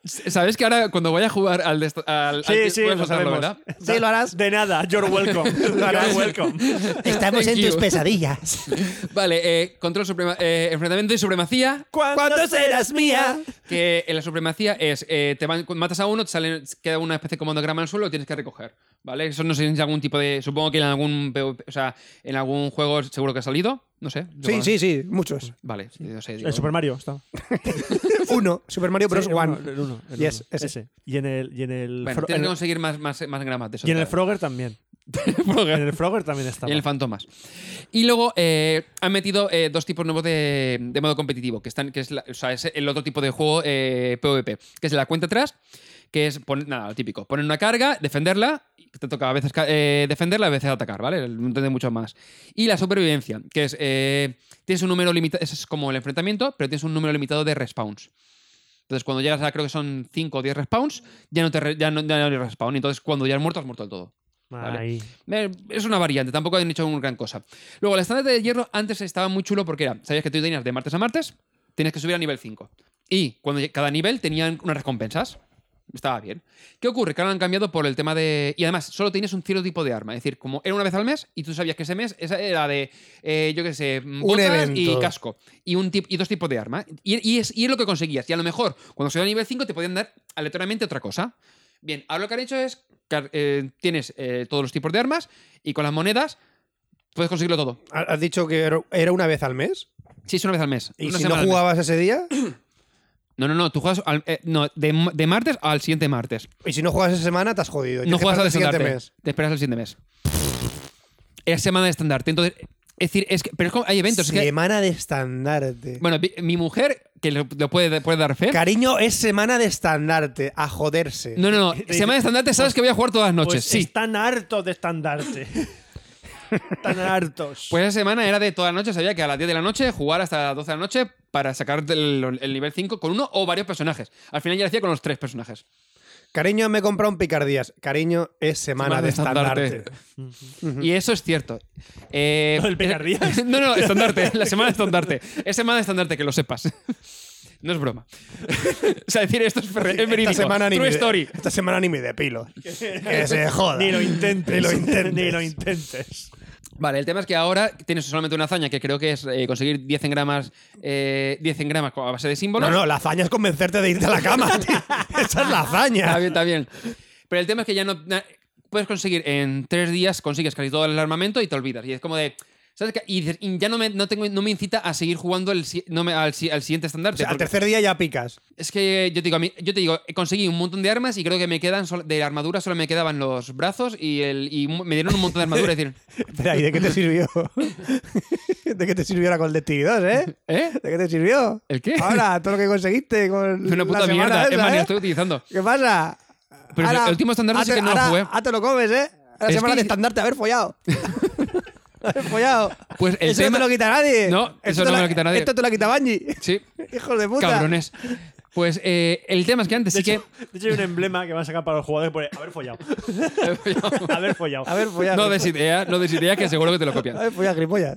Speaker 4: s- sabes que ahora cuando voy a jugar al. dest- al-
Speaker 2: Sí,
Speaker 4: al-
Speaker 2: sí,
Speaker 4: puedes
Speaker 2: lo
Speaker 4: usarlo,
Speaker 2: sabemos.
Speaker 4: ¿verdad?
Speaker 5: Sí, lo harás.
Speaker 2: De nada, you're welcome. (laughs) You're welcome.
Speaker 4: (laughs)
Speaker 5: Estamos
Speaker 4: Thank
Speaker 5: en tus
Speaker 4: you. (laughs)
Speaker 5: pesadillas.
Speaker 4: Vale, eh, control suprema- eh, enfrentamiento y supremacía.
Speaker 2: ¿Cuándo serás mía?
Speaker 4: Que en la supremacía es, eh, te van- matas a uno, te salen, queda una especie como de grama en el suelo, lo tienes que recoger, ¿vale? Eso no sé en algún tipo de... Supongo que en algún, PvP o sea, en algún juego seguro que ha salido, no sé.
Speaker 3: Sí, sí, sí, muchos.
Speaker 4: (laughs) Vale, sí, no sé. digo-
Speaker 2: En Super Mario está.
Speaker 3: Uno, Super Mario Bros.
Speaker 2: Sí,
Speaker 3: One.
Speaker 2: uno, el uno, el
Speaker 3: Yes,
Speaker 2: uno,
Speaker 3: ese.
Speaker 2: Y en el. Y en el,
Speaker 4: Bueno,
Speaker 2: Fro-
Speaker 4: tienes
Speaker 2: en
Speaker 4: que
Speaker 2: el-
Speaker 4: conseguir más, más, más gramas de eso.
Speaker 2: y en el Frogger también.
Speaker 4: (laughs)
Speaker 2: en el Frogger también está.
Speaker 4: Y en el Fantomas. Y luego eh, han metido eh, dos tipos nuevos de, de modo competitivo, que, están, que es, la- o sea, es el otro tipo de juego eh, PvP, que es la cuenta atrás, que es, pon- nada, lo típico, poner una carga, defenderla, y te toca a veces ca- eh, defenderla, a veces atacar, ¿vale? No tiene mucho más. Y la supervivencia, que es, eh, tienes un número limitado, es como el enfrentamiento, pero tienes un número limitado de respawns. Entonces, cuando llegas a, creo que son 5 o 10 respawns, ya no, te re- ya, no, ya no hay respawn. Entonces, cuando ya has muerto, has muerto del todo. Vale.
Speaker 2: Ahí.
Speaker 4: Eh, Es una variante, tampoco han hecho una gran cosa. Luego, el estándar de hierro antes estaba muy chulo porque era, sabías que tú tenías de martes a martes, tenías que subir a nivel 5. Y cuando lleg- cada nivel tenían unas recompensas. Estaba bien. ¿Qué ocurre? Que ahora lo han cambiado por el tema de... Y además, solo tienes un cierto tipo de arma. Es decir, como era una vez al mes y tú sabías que ese mes esa era de, eh, yo qué sé, botas y
Speaker 3: evento.
Speaker 4: casco. Y, un tip- y dos tipos de arma. Y, y es, y es lo que conseguías. Y a lo mejor, cuando subías a nivel 5, te podían dar aleatoriamente otra cosa. Bien, ahora lo que han hecho es que eh, tienes eh, todos los tipos de armas y con las monedas puedes conseguirlo todo.
Speaker 3: ¿Has dicho que era- era una vez al mes?
Speaker 4: Sí, es una vez al mes.
Speaker 3: ¿Y
Speaker 4: una
Speaker 3: si no
Speaker 4: semana al mes.
Speaker 3: jugabas ese día?
Speaker 4: No, no, no, tú juegas al- eh, no, de, de martes al siguiente martes.
Speaker 3: ¿Y si no juegas esa semana, te has jodido?
Speaker 4: No
Speaker 3: Tienes que
Speaker 4: juegas al
Speaker 3: esperar el
Speaker 4: estandarte.
Speaker 3: siguiente mes.
Speaker 4: Te esperas al siguiente mes. Es semana de estandarte. Entonces, es decir, es que, pero es como, hay eventos. es que-
Speaker 3: semana de estandarte.
Speaker 4: bueno, vi- mi mujer, que lo, lo puede, puede dar fe.
Speaker 3: Cariño, es semana de estandarte. A joderse.
Speaker 4: ¿Eh?
Speaker 3: (laughs)
Speaker 4: No, no, no. Semana de estandarte, sabes que voy a jugar todas las noches.
Speaker 2: Pues
Speaker 4: sí.
Speaker 2: están hartos de (laughs) estandarte. están hartos.
Speaker 4: Pues esa semana era de toda la noche, sabía que a las 10 de la noche jugar hasta las 12 de la noche para sacar el, el nivel 5 con uno o varios personajes. Al final ya lo hacía con los tres personajes.
Speaker 3: Cariño, me he comprado un picardías. Cariño, es semana, de estandarte.
Speaker 4: Y eso es cierto.
Speaker 3: (laughs)
Speaker 4: Eh,
Speaker 2: ¿Lo del Picardías?
Speaker 4: No, no, estandarte. La semana de estandarte. Es semana de estandarte, que lo sepas. (laughs) No es broma. (laughs) o sea, decir esto es, ver- es verídico.
Speaker 3: Esta semana, ni
Speaker 4: True
Speaker 3: me de-
Speaker 4: story.
Speaker 3: esta semana ni me depilo. que se joda.
Speaker 2: Ni lo intentes.
Speaker 3: Ni lo intentes.
Speaker 2: Ni lo intentes.
Speaker 4: Vale, el tema es que ahora tienes solamente una hazaña que creo que es eh, conseguir 10 engramas, eh, 10 engramas a base de símbolos.
Speaker 3: No, no, la hazaña es convencerte de irte a la
Speaker 4: (laughs)
Speaker 3: cama, tío. Esa es la
Speaker 4: Está
Speaker 3: hazaña.
Speaker 4: bien, está bien. Pero el tema es que ya no. na- puedes conseguir en tres días, consigues casi todo el armamento y te olvidas. Y es como de. ¿Sabes qué? Y dices, y ya no me, no, tengo, no me incita a seguir jugando el, si- no me- al, si- al
Speaker 3: O
Speaker 4: siguiente estandarte.
Speaker 3: sea, al
Speaker 4: porque-
Speaker 3: tercer día ya picas.
Speaker 4: es que yo te, digo, a mí- yo te digo, conseguí un montón de armas y creo que me quedan. sol- de armadura solo me quedaban los brazos y, el, y mu- me dieron un montón de armadura.
Speaker 3: (laughs)
Speaker 4: es decir,
Speaker 3: Espera, ¿y de qué te sirvió? (laughs) ¿De qué te sirvió la Cold Duty 2,
Speaker 4: (laughs)
Speaker 3: eh?
Speaker 4: ¿eh?
Speaker 3: ¿De qué te sirvió?
Speaker 4: ¿El qué?
Speaker 3: Ahora, todo lo que conseguiste
Speaker 4: (laughs)
Speaker 3: con.
Speaker 4: Es una puta
Speaker 3: la semana
Speaker 4: mierda.
Speaker 3: esa,
Speaker 4: es más, ni
Speaker 3: ¿eh?
Speaker 4: la estoy utilizando.
Speaker 3: ¿Qué pasa?
Speaker 4: Pero el último estandarte
Speaker 3: ah,
Speaker 4: sí
Speaker 3: te-
Speaker 4: que no lo
Speaker 3: ahora-
Speaker 4: jugué.
Speaker 3: Ah, te lo comes, ¿eh? La
Speaker 4: Es
Speaker 3: semana de
Speaker 4: que-
Speaker 3: estandarte, haber
Speaker 4: (laughs)
Speaker 3: follado. (laughs) haber follado.
Speaker 4: Pues el
Speaker 3: eso
Speaker 4: tema-
Speaker 3: no te lo quita nadie.
Speaker 4: No, eso
Speaker 3: te
Speaker 4: no me
Speaker 3: la-
Speaker 4: lo quita nadie.
Speaker 3: Esto te lo quita (laughs) Bungie.
Speaker 4: Sí,
Speaker 3: Hijos de puta.
Speaker 4: cabrones. Pues eh, el tema es que antes
Speaker 2: De
Speaker 4: sí que.
Speaker 2: hecho, de hecho hay un emblema que van a sacar para los jugadores por haber follado. haber follado.
Speaker 3: Haber follado.
Speaker 4: (laughs) No desidea, no desideas, que seguro que te lo copian.
Speaker 3: Haber follado, gilipollas.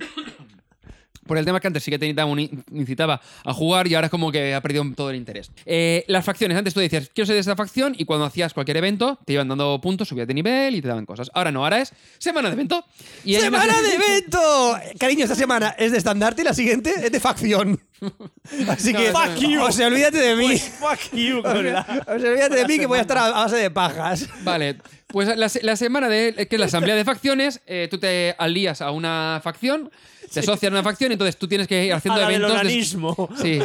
Speaker 4: Por el tema que antes sí que te incitaba, un- incitaba a jugar y ahora es como que ha perdido todo el interés. Eh, las facciones, antes tú decías, quiero ser de esta facción y cuando hacías cualquier evento te iban dando puntos, subías de nivel y te daban cosas. Ahora no, ahora es semana de evento. Y hay una-
Speaker 3: ¡Semana de evento! Cariño, esta semana es de estandarte y la siguiente es de
Speaker 4: (laughs)
Speaker 3: facción. Así que.
Speaker 4: No, no,
Speaker 2: no.
Speaker 3: O sea, olvídate de mí.
Speaker 2: Pues, Fuck
Speaker 4: (laughs)
Speaker 2: you con la.
Speaker 3: O sea, olvídate de mí que voy a estar a a base de pajas.
Speaker 4: Vale, pues la, se- la semana de que es la asamblea de facciones, eh, tú te alías a una facción, se asocian a una facción, entonces tú tienes que ir haciendo
Speaker 2: A la del
Speaker 4: eventos. de-
Speaker 2: organismo.
Speaker 4: Sí.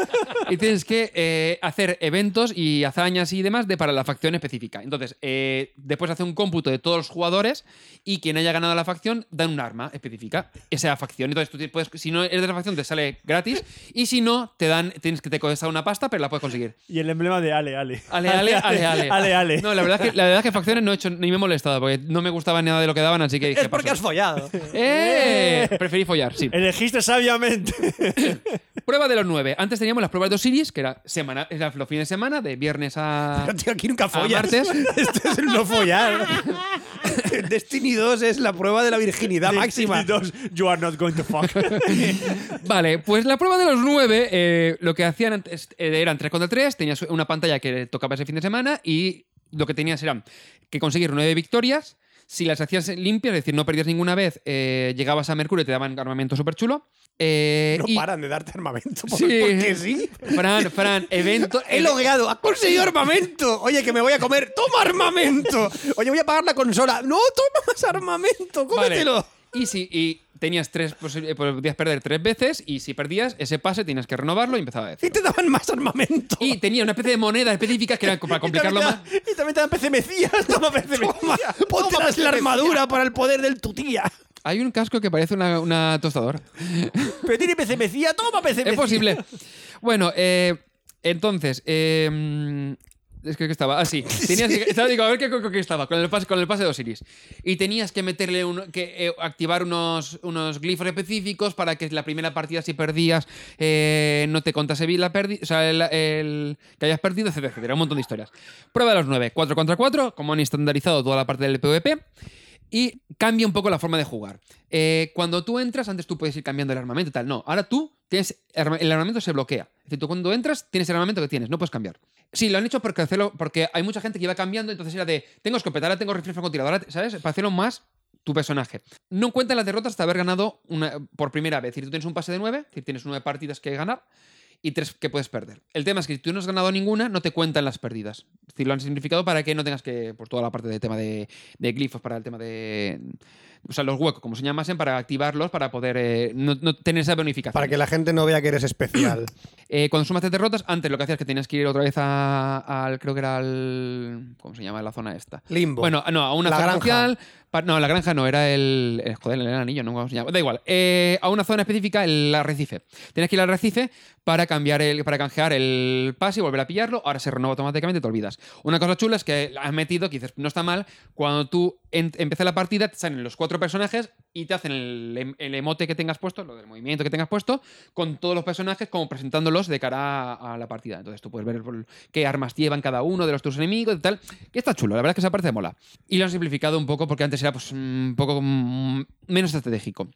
Speaker 4: Y tienes que eh, hacer eventos y hazañas y demás de para la facción específica. Entonces, eh, después hace un cómputo de todos los jugadores y quien haya ganado la facción dan un arma específica. Esa facción. Entonces, tú te puedes, si no eres de la facción, te sale gratis. Y si no, te dan, tienes que te cuesta una pasta, pero la puedes conseguir.
Speaker 2: Y el emblema de Ale, (laughs) Ale.
Speaker 4: Ale, ale, ale, ale.
Speaker 2: Ale, ale.
Speaker 4: No, la verdad es que, la verdad es que facciones no he hecho ni me he molestado porque no me gustaba nada de lo que daban, así que dije.
Speaker 5: Es porque has
Speaker 4: paso.
Speaker 5: follado.
Speaker 4: ¡Eh! Preferí follar, sí.
Speaker 2: Elegiste sabiamente. (laughs)
Speaker 4: Prueba de los nueve. Antes teníamos las pruebas de Osiris, que era semana, era los fines de semana, de viernes
Speaker 3: (laughs)
Speaker 4: a.
Speaker 3: Tío, aquí nunca
Speaker 4: a martes.
Speaker 3: (laughs) Esto es el no
Speaker 2: (laughs)
Speaker 3: follar. Destiny 2 es la prueba de la virginidad máxima.
Speaker 2: Y dos, you are not going to fuck. (laughs)
Speaker 4: Vale, pues la prueba de los nueve, eh, lo que hacían antes eh, eran tres contra tres, tenías una pantalla que tocaba ese fin de semana y lo que tenías eran que conseguir nueve victorias. Si las hacías limpias, es decir, no perdías ninguna vez, eh, llegabas a Mercurio y te daban armamento súper chulo.
Speaker 3: No
Speaker 4: y,
Speaker 3: paran de darte armamento. (laughs) por-
Speaker 4: Sí.
Speaker 3: Porque sí.
Speaker 4: Fran, Fran,
Speaker 3: (laughs)
Speaker 4: evento.
Speaker 3: He logrado, has conseguido armamento. Oye, que me voy a comer. ¡Toma armamento! Oye, voy a pagar la consola. No, toma más armamento,
Speaker 4: Vale.
Speaker 3: cómetelo.
Speaker 4: Y si y tenías tres, posi- eh, podías perder tres veces y si perdías ese pase tenías que renovarlo y empezaba de
Speaker 3: Y (laughs)
Speaker 4: cero.
Speaker 3: te daban más armamento.
Speaker 4: Y tenía una especie de monedas específicas que eran para
Speaker 3: (laughs)
Speaker 4: complicarlo
Speaker 3: y
Speaker 4: más.
Speaker 3: también, te dan- y también te dan PCMecías. Toma PCMecías. (laughs) Ponte las- la armadura para el poder del tu tía.
Speaker 4: Hay un casco que parece una, una tostadora.
Speaker 3: Pero tiene PCMecía, toma PCMecía.
Speaker 4: Es posible. Bueno, eh, entonces. eh, es que que estaba así. Tenías que, estaba, digo, a ver qué, qué- qué estaba con el, pase, con el pase de Osiris. Y tenías que meterle un, que eh, activar unos, unos glifos específicos para que la primera partida, si perdías, eh, no te contase bien la pérdida. O sea, el, el- que hayas perdido, etcétera, etcétera. Un montón de historias. Prueba de los 9. 4 contra 4, como han estandarizado toda la parte del PvP. Y cambia un poco la forma de jugar. Eh, cuando tú entras, antes tú puedes ir cambiando el armamento y tal. No, ahora tú tienes. arma- El armamento se bloquea. Es decir, tú cuando entras, tienes el armamento que tienes, no puedes cambiar. Sí, lo han hecho porque, hacerlo- porque hay mucha gente que iba cambiando, entonces era de. Tengo escopeta, ahora tengo rifle con tiradora, ¿sabes? Para hacerlo más tu personaje. No cuentan las derrotas hasta haber ganado una, por primera vez. Es decir, tú tienes un pase de nueve, es decir, tienes nueve partidas que ganar y tres que puedes perder. El tema es que si tú no has ganado ninguna, no te cuentan las pérdidas. Es decir, lo han significado para que no tengas que, por toda la parte del tema de, de glifos, para el tema de... O sea, los huecos, como se llamasen, para activarlos, para poder eh, no, no tener esa bonificación.
Speaker 3: Para que la gente no vea que eres especial.
Speaker 4: Eh, cuando sumas tres derrotas, antes lo que hacías es que tenías que ir otra vez a- al... Creo que era al... ¿Cómo se llama la zona esta?
Speaker 3: (clears throat) Limbo.
Speaker 4: Bueno, no, a una
Speaker 3: La
Speaker 4: zona
Speaker 3: granja.
Speaker 4: social. pa- no, la granja no, era el. eh, Joder, el anillo, no cómo se llama. Da igual. Eh, a una zona específica, el arrecife. Tienes que ir al arrecife para cambiar el, para canjear el pase y volver a pillarlo. Ahora se renueva automáticamente y te olvidas. Una cosa chula es que has metido, que dices, no está mal, cuando tú en- empiezas la partida, te salen los cuatro personajes y te hacen el, em- el emote que tengas puesto, lo del movimiento que tengas puesto, con todos los personajes como presentándolos de cara a, a la partida. Entonces tú puedes ver por- qué armas llevan cada uno de los tus enemigos y tal. Que está chulo, la verdad es que esa parte mola. Y lo han simplificado un poco porque antes era pues, un poco mm, menos estratégico.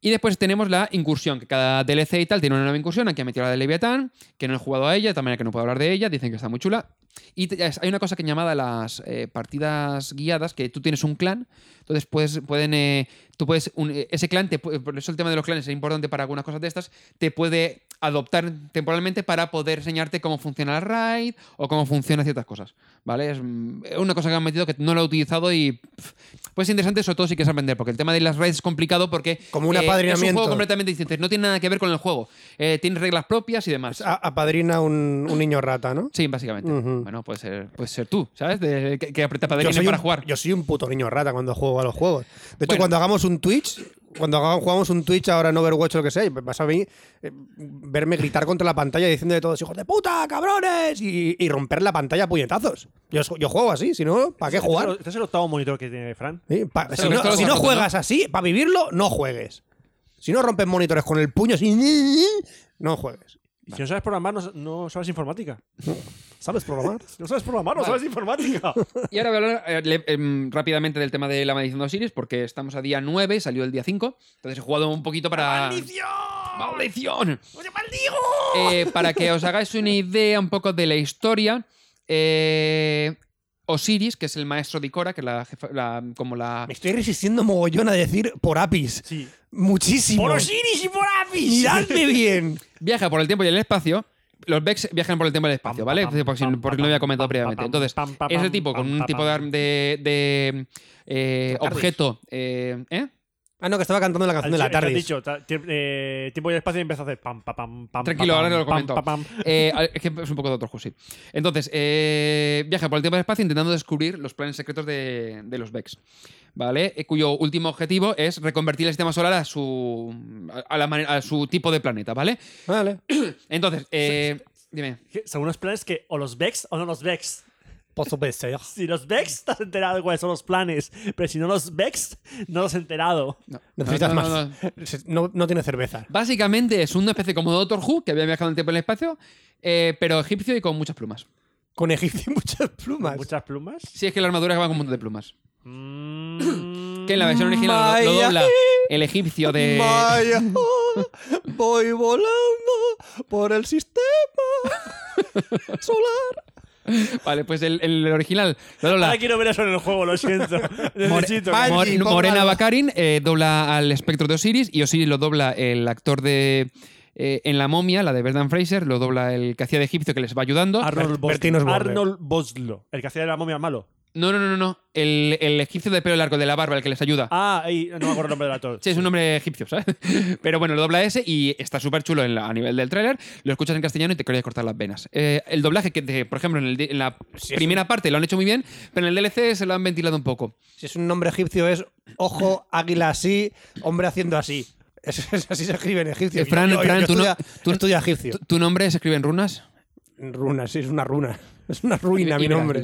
Speaker 4: Y después tenemos la incursión, que cada DLC y tal tiene una nueva incursión. Aquí han metido la de Leviatán, que no he jugado a ella, de tal manera que no puedo hablar de ella. Dicen que está muy chula. Y te- es- hay una cosa que llamada las eh, partidas guiadas, que tú tienes un clan, entonces puedes, pueden, eh, tú puedes, un- eh, ese clan, te, pu- por eso el tema de los clanes es importante para algunas cosas de estas, te puede adoptar temporalmente para poder enseñarte cómo funciona el raid o cómo funcionan ciertas cosas, ¿vale? Es mm, una cosa que han metido que no lo he utilizado y pff, pues es interesante sobre todo si quieres aprender, porque el tema de las raids es complicado porque
Speaker 3: Como un
Speaker 4: Eh, es un
Speaker 3: apadrinamiento.
Speaker 4: juego completamente distinto, no tiene nada que ver con el juego, Eh, tiene reglas propias y demás.
Speaker 3: A- apadrina un, un niño rata, ¿no?
Speaker 4: Sí, básicamente.
Speaker 3: Ah. Ujú.
Speaker 4: Bueno, puede ser, puede ser tú, ¿sabes? De- que, que aprieta para,
Speaker 3: soy
Speaker 4: para
Speaker 3: un,
Speaker 4: jugar.
Speaker 3: yo soy un puto niño rata cuando juego a los juegos. De hecho,
Speaker 4: Bueno.
Speaker 3: cuando hagamos un Twitch, cuando haga- jugamos un Twitch ahora en Overwatch o lo que sea, vas a venir, eh, verme gritar contra la pantalla diciendo de todos hijos de puta, cabrones, y, y romper la pantalla a puñetazos. Yo, so- yo juego así, si no, ¿para qué jugar?
Speaker 2: Este es el octavo monitor que tiene Fran.
Speaker 3: Sí, pa-
Speaker 4: Pero
Speaker 3: si
Speaker 4: esto
Speaker 3: no,
Speaker 4: lo
Speaker 3: si no
Speaker 4: saco,
Speaker 3: juegas así, para vivirlo, no juegues. Si no rompes monitores con el puño así, (laughs) no juegues.
Speaker 2: Y si no sabes programar, no, no sabes informática.
Speaker 3: ¿Sabes
Speaker 4: (laughs)
Speaker 3: programar?
Speaker 2: Si no sabes programar, no
Speaker 4: Vale.
Speaker 2: sabes
Speaker 4: (laughs)
Speaker 2: informática.
Speaker 4: Y ahora voy a hablar eh, le- em, rápidamente del tema de la maldición de Osiris, porque estamos a día 9 y salió el día 5. Entonces he jugado un poquito para. ¡Maldición! ¡Maldición! Eh, para que os hagáis una idea un poco de la historia. eh, Osiris, que es el maestro de Ikora, que es la jefa- la- como la.
Speaker 3: Me estoy resistiendo mogollón a decir por Apis.
Speaker 2: Sí.
Speaker 3: Muchísimo.
Speaker 2: Por Osiris y por Apis.
Speaker 3: Miradme bien.
Speaker 4: viaja por el tiempo y el espacio. Los Vex viajan por el tiempo y el espacio, ¿vale?
Speaker 2: pam,
Speaker 4: Porque, si-
Speaker 2: pam,
Speaker 4: porque
Speaker 2: pam,
Speaker 4: no lo había comentado
Speaker 2: pam,
Speaker 4: previamente.
Speaker 2: pam,
Speaker 4: Entonces,
Speaker 2: pam, pam,
Speaker 4: ese tipo con
Speaker 2: pam,
Speaker 4: un
Speaker 2: pam,
Speaker 4: tipo de,
Speaker 2: pam.
Speaker 4: arm- de- de, eh, objeto. eh, ¿eh?
Speaker 3: Ah, no, que estaba cantando la canción de la
Speaker 2: Al- te han
Speaker 3: tarde.
Speaker 2: dicho, ta- tie- eh, tiempo y espacio y empieza a hacer pam, pam, pam, pam.
Speaker 4: Tranquilo,
Speaker 2: pam,
Speaker 4: ahora lo
Speaker 2: pam,
Speaker 4: comento.
Speaker 2: pam, pam.
Speaker 4: Eh, a- es que es un poco de otro juego, sí. Entonces, eh, viaja por el tiempo y el espacio intentando descubrir los planes secretos de, de los Vex. ¿Vale? Eh, Cuyo último objetivo es reconvertir el sistema solar a su. a, a la mane- a su tipo de planeta, ¿vale?
Speaker 3: Vale.
Speaker 4: Entonces, eh, dime.
Speaker 2: Que Son unos planes que o los Vex o no los Vex.
Speaker 3: Por supuesto.
Speaker 2: (laughs) Si los Vex, estás enterado de cuáles son los planes. Pero si no los Vex, no los he enterado.
Speaker 4: No,
Speaker 3: Necesitas
Speaker 4: no, no, no,
Speaker 3: más.
Speaker 4: no.
Speaker 3: Se- No, no tiene cerveza.
Speaker 4: Básicamente es una especie como Doctor Who, que había viajado en el tiempo y en el espacio, eh, pero egipcio y con muchas plumas.
Speaker 3: Con Egipcio y muchas plumas.
Speaker 2: Muchas plumas.
Speaker 4: Sí, es que la armadura va con un montón de plumas. (clears throat)
Speaker 2: Mm.
Speaker 4: Que en la versión original lo- lo,
Speaker 3: Vaya.
Speaker 4: dobla el egipcio
Speaker 3: Eh, (laughs)
Speaker 4: de.
Speaker 3: Vaya, voy volando por el sistema solar.
Speaker 4: (laughs) Vale, pues el, el original lo dobla.
Speaker 2: Ahora quiero ver eso en el juego, lo siento.
Speaker 4: (laughs)
Speaker 2: Necesito.
Speaker 3: Vale.
Speaker 4: Mor-
Speaker 3: Angie,
Speaker 4: Morena
Speaker 3: póngalo.
Speaker 4: Bakarin eh, dobla al espectro de Osiris y Osiris lo dobla el actor de. eh, en La momia, la de Verdan Fraser, lo dobla el que hacía de egipcio que les va ayudando.
Speaker 2: Arnold
Speaker 3: Bertín
Speaker 2: Boslo.
Speaker 3: Osborne.
Speaker 2: Arnold Boslo. El que hacía de la momia malo.
Speaker 4: No, no, no, no, no. El, el egipcio de pelo largo, de la barba, el que les ayuda.
Speaker 2: Ah, y no me acuerdo el nombre del actor.
Speaker 4: Sí, es un nombre egipcio, ¿sabes? (laughs) Pero bueno, lo dobla ese y está súper chulo en la- a nivel del tráiler. Lo escuchas en castellano y te querías cortar las venas. Eh, el doblaje, que de- por ejemplo, en, el di- en la primera parte lo han hecho muy bien, pero en el DLC se lo han ventilado un poco.
Speaker 3: Si es un nombre egipcio es ojo, águila así, hombre haciendo así. Es- es- así se escribe en egipcio.
Speaker 4: Eh, Fran,
Speaker 3: Yo- yo- yo
Speaker 4: Fran, tú no-
Speaker 3: estudia-
Speaker 4: tú-
Speaker 3: yo estudio egipcio.
Speaker 4: ¿Tu- ¿Tu nombre se escribe en runas?
Speaker 3: Runa, sí, es una runa. Es una ruina mi
Speaker 4: Ibérico.
Speaker 3: nombre.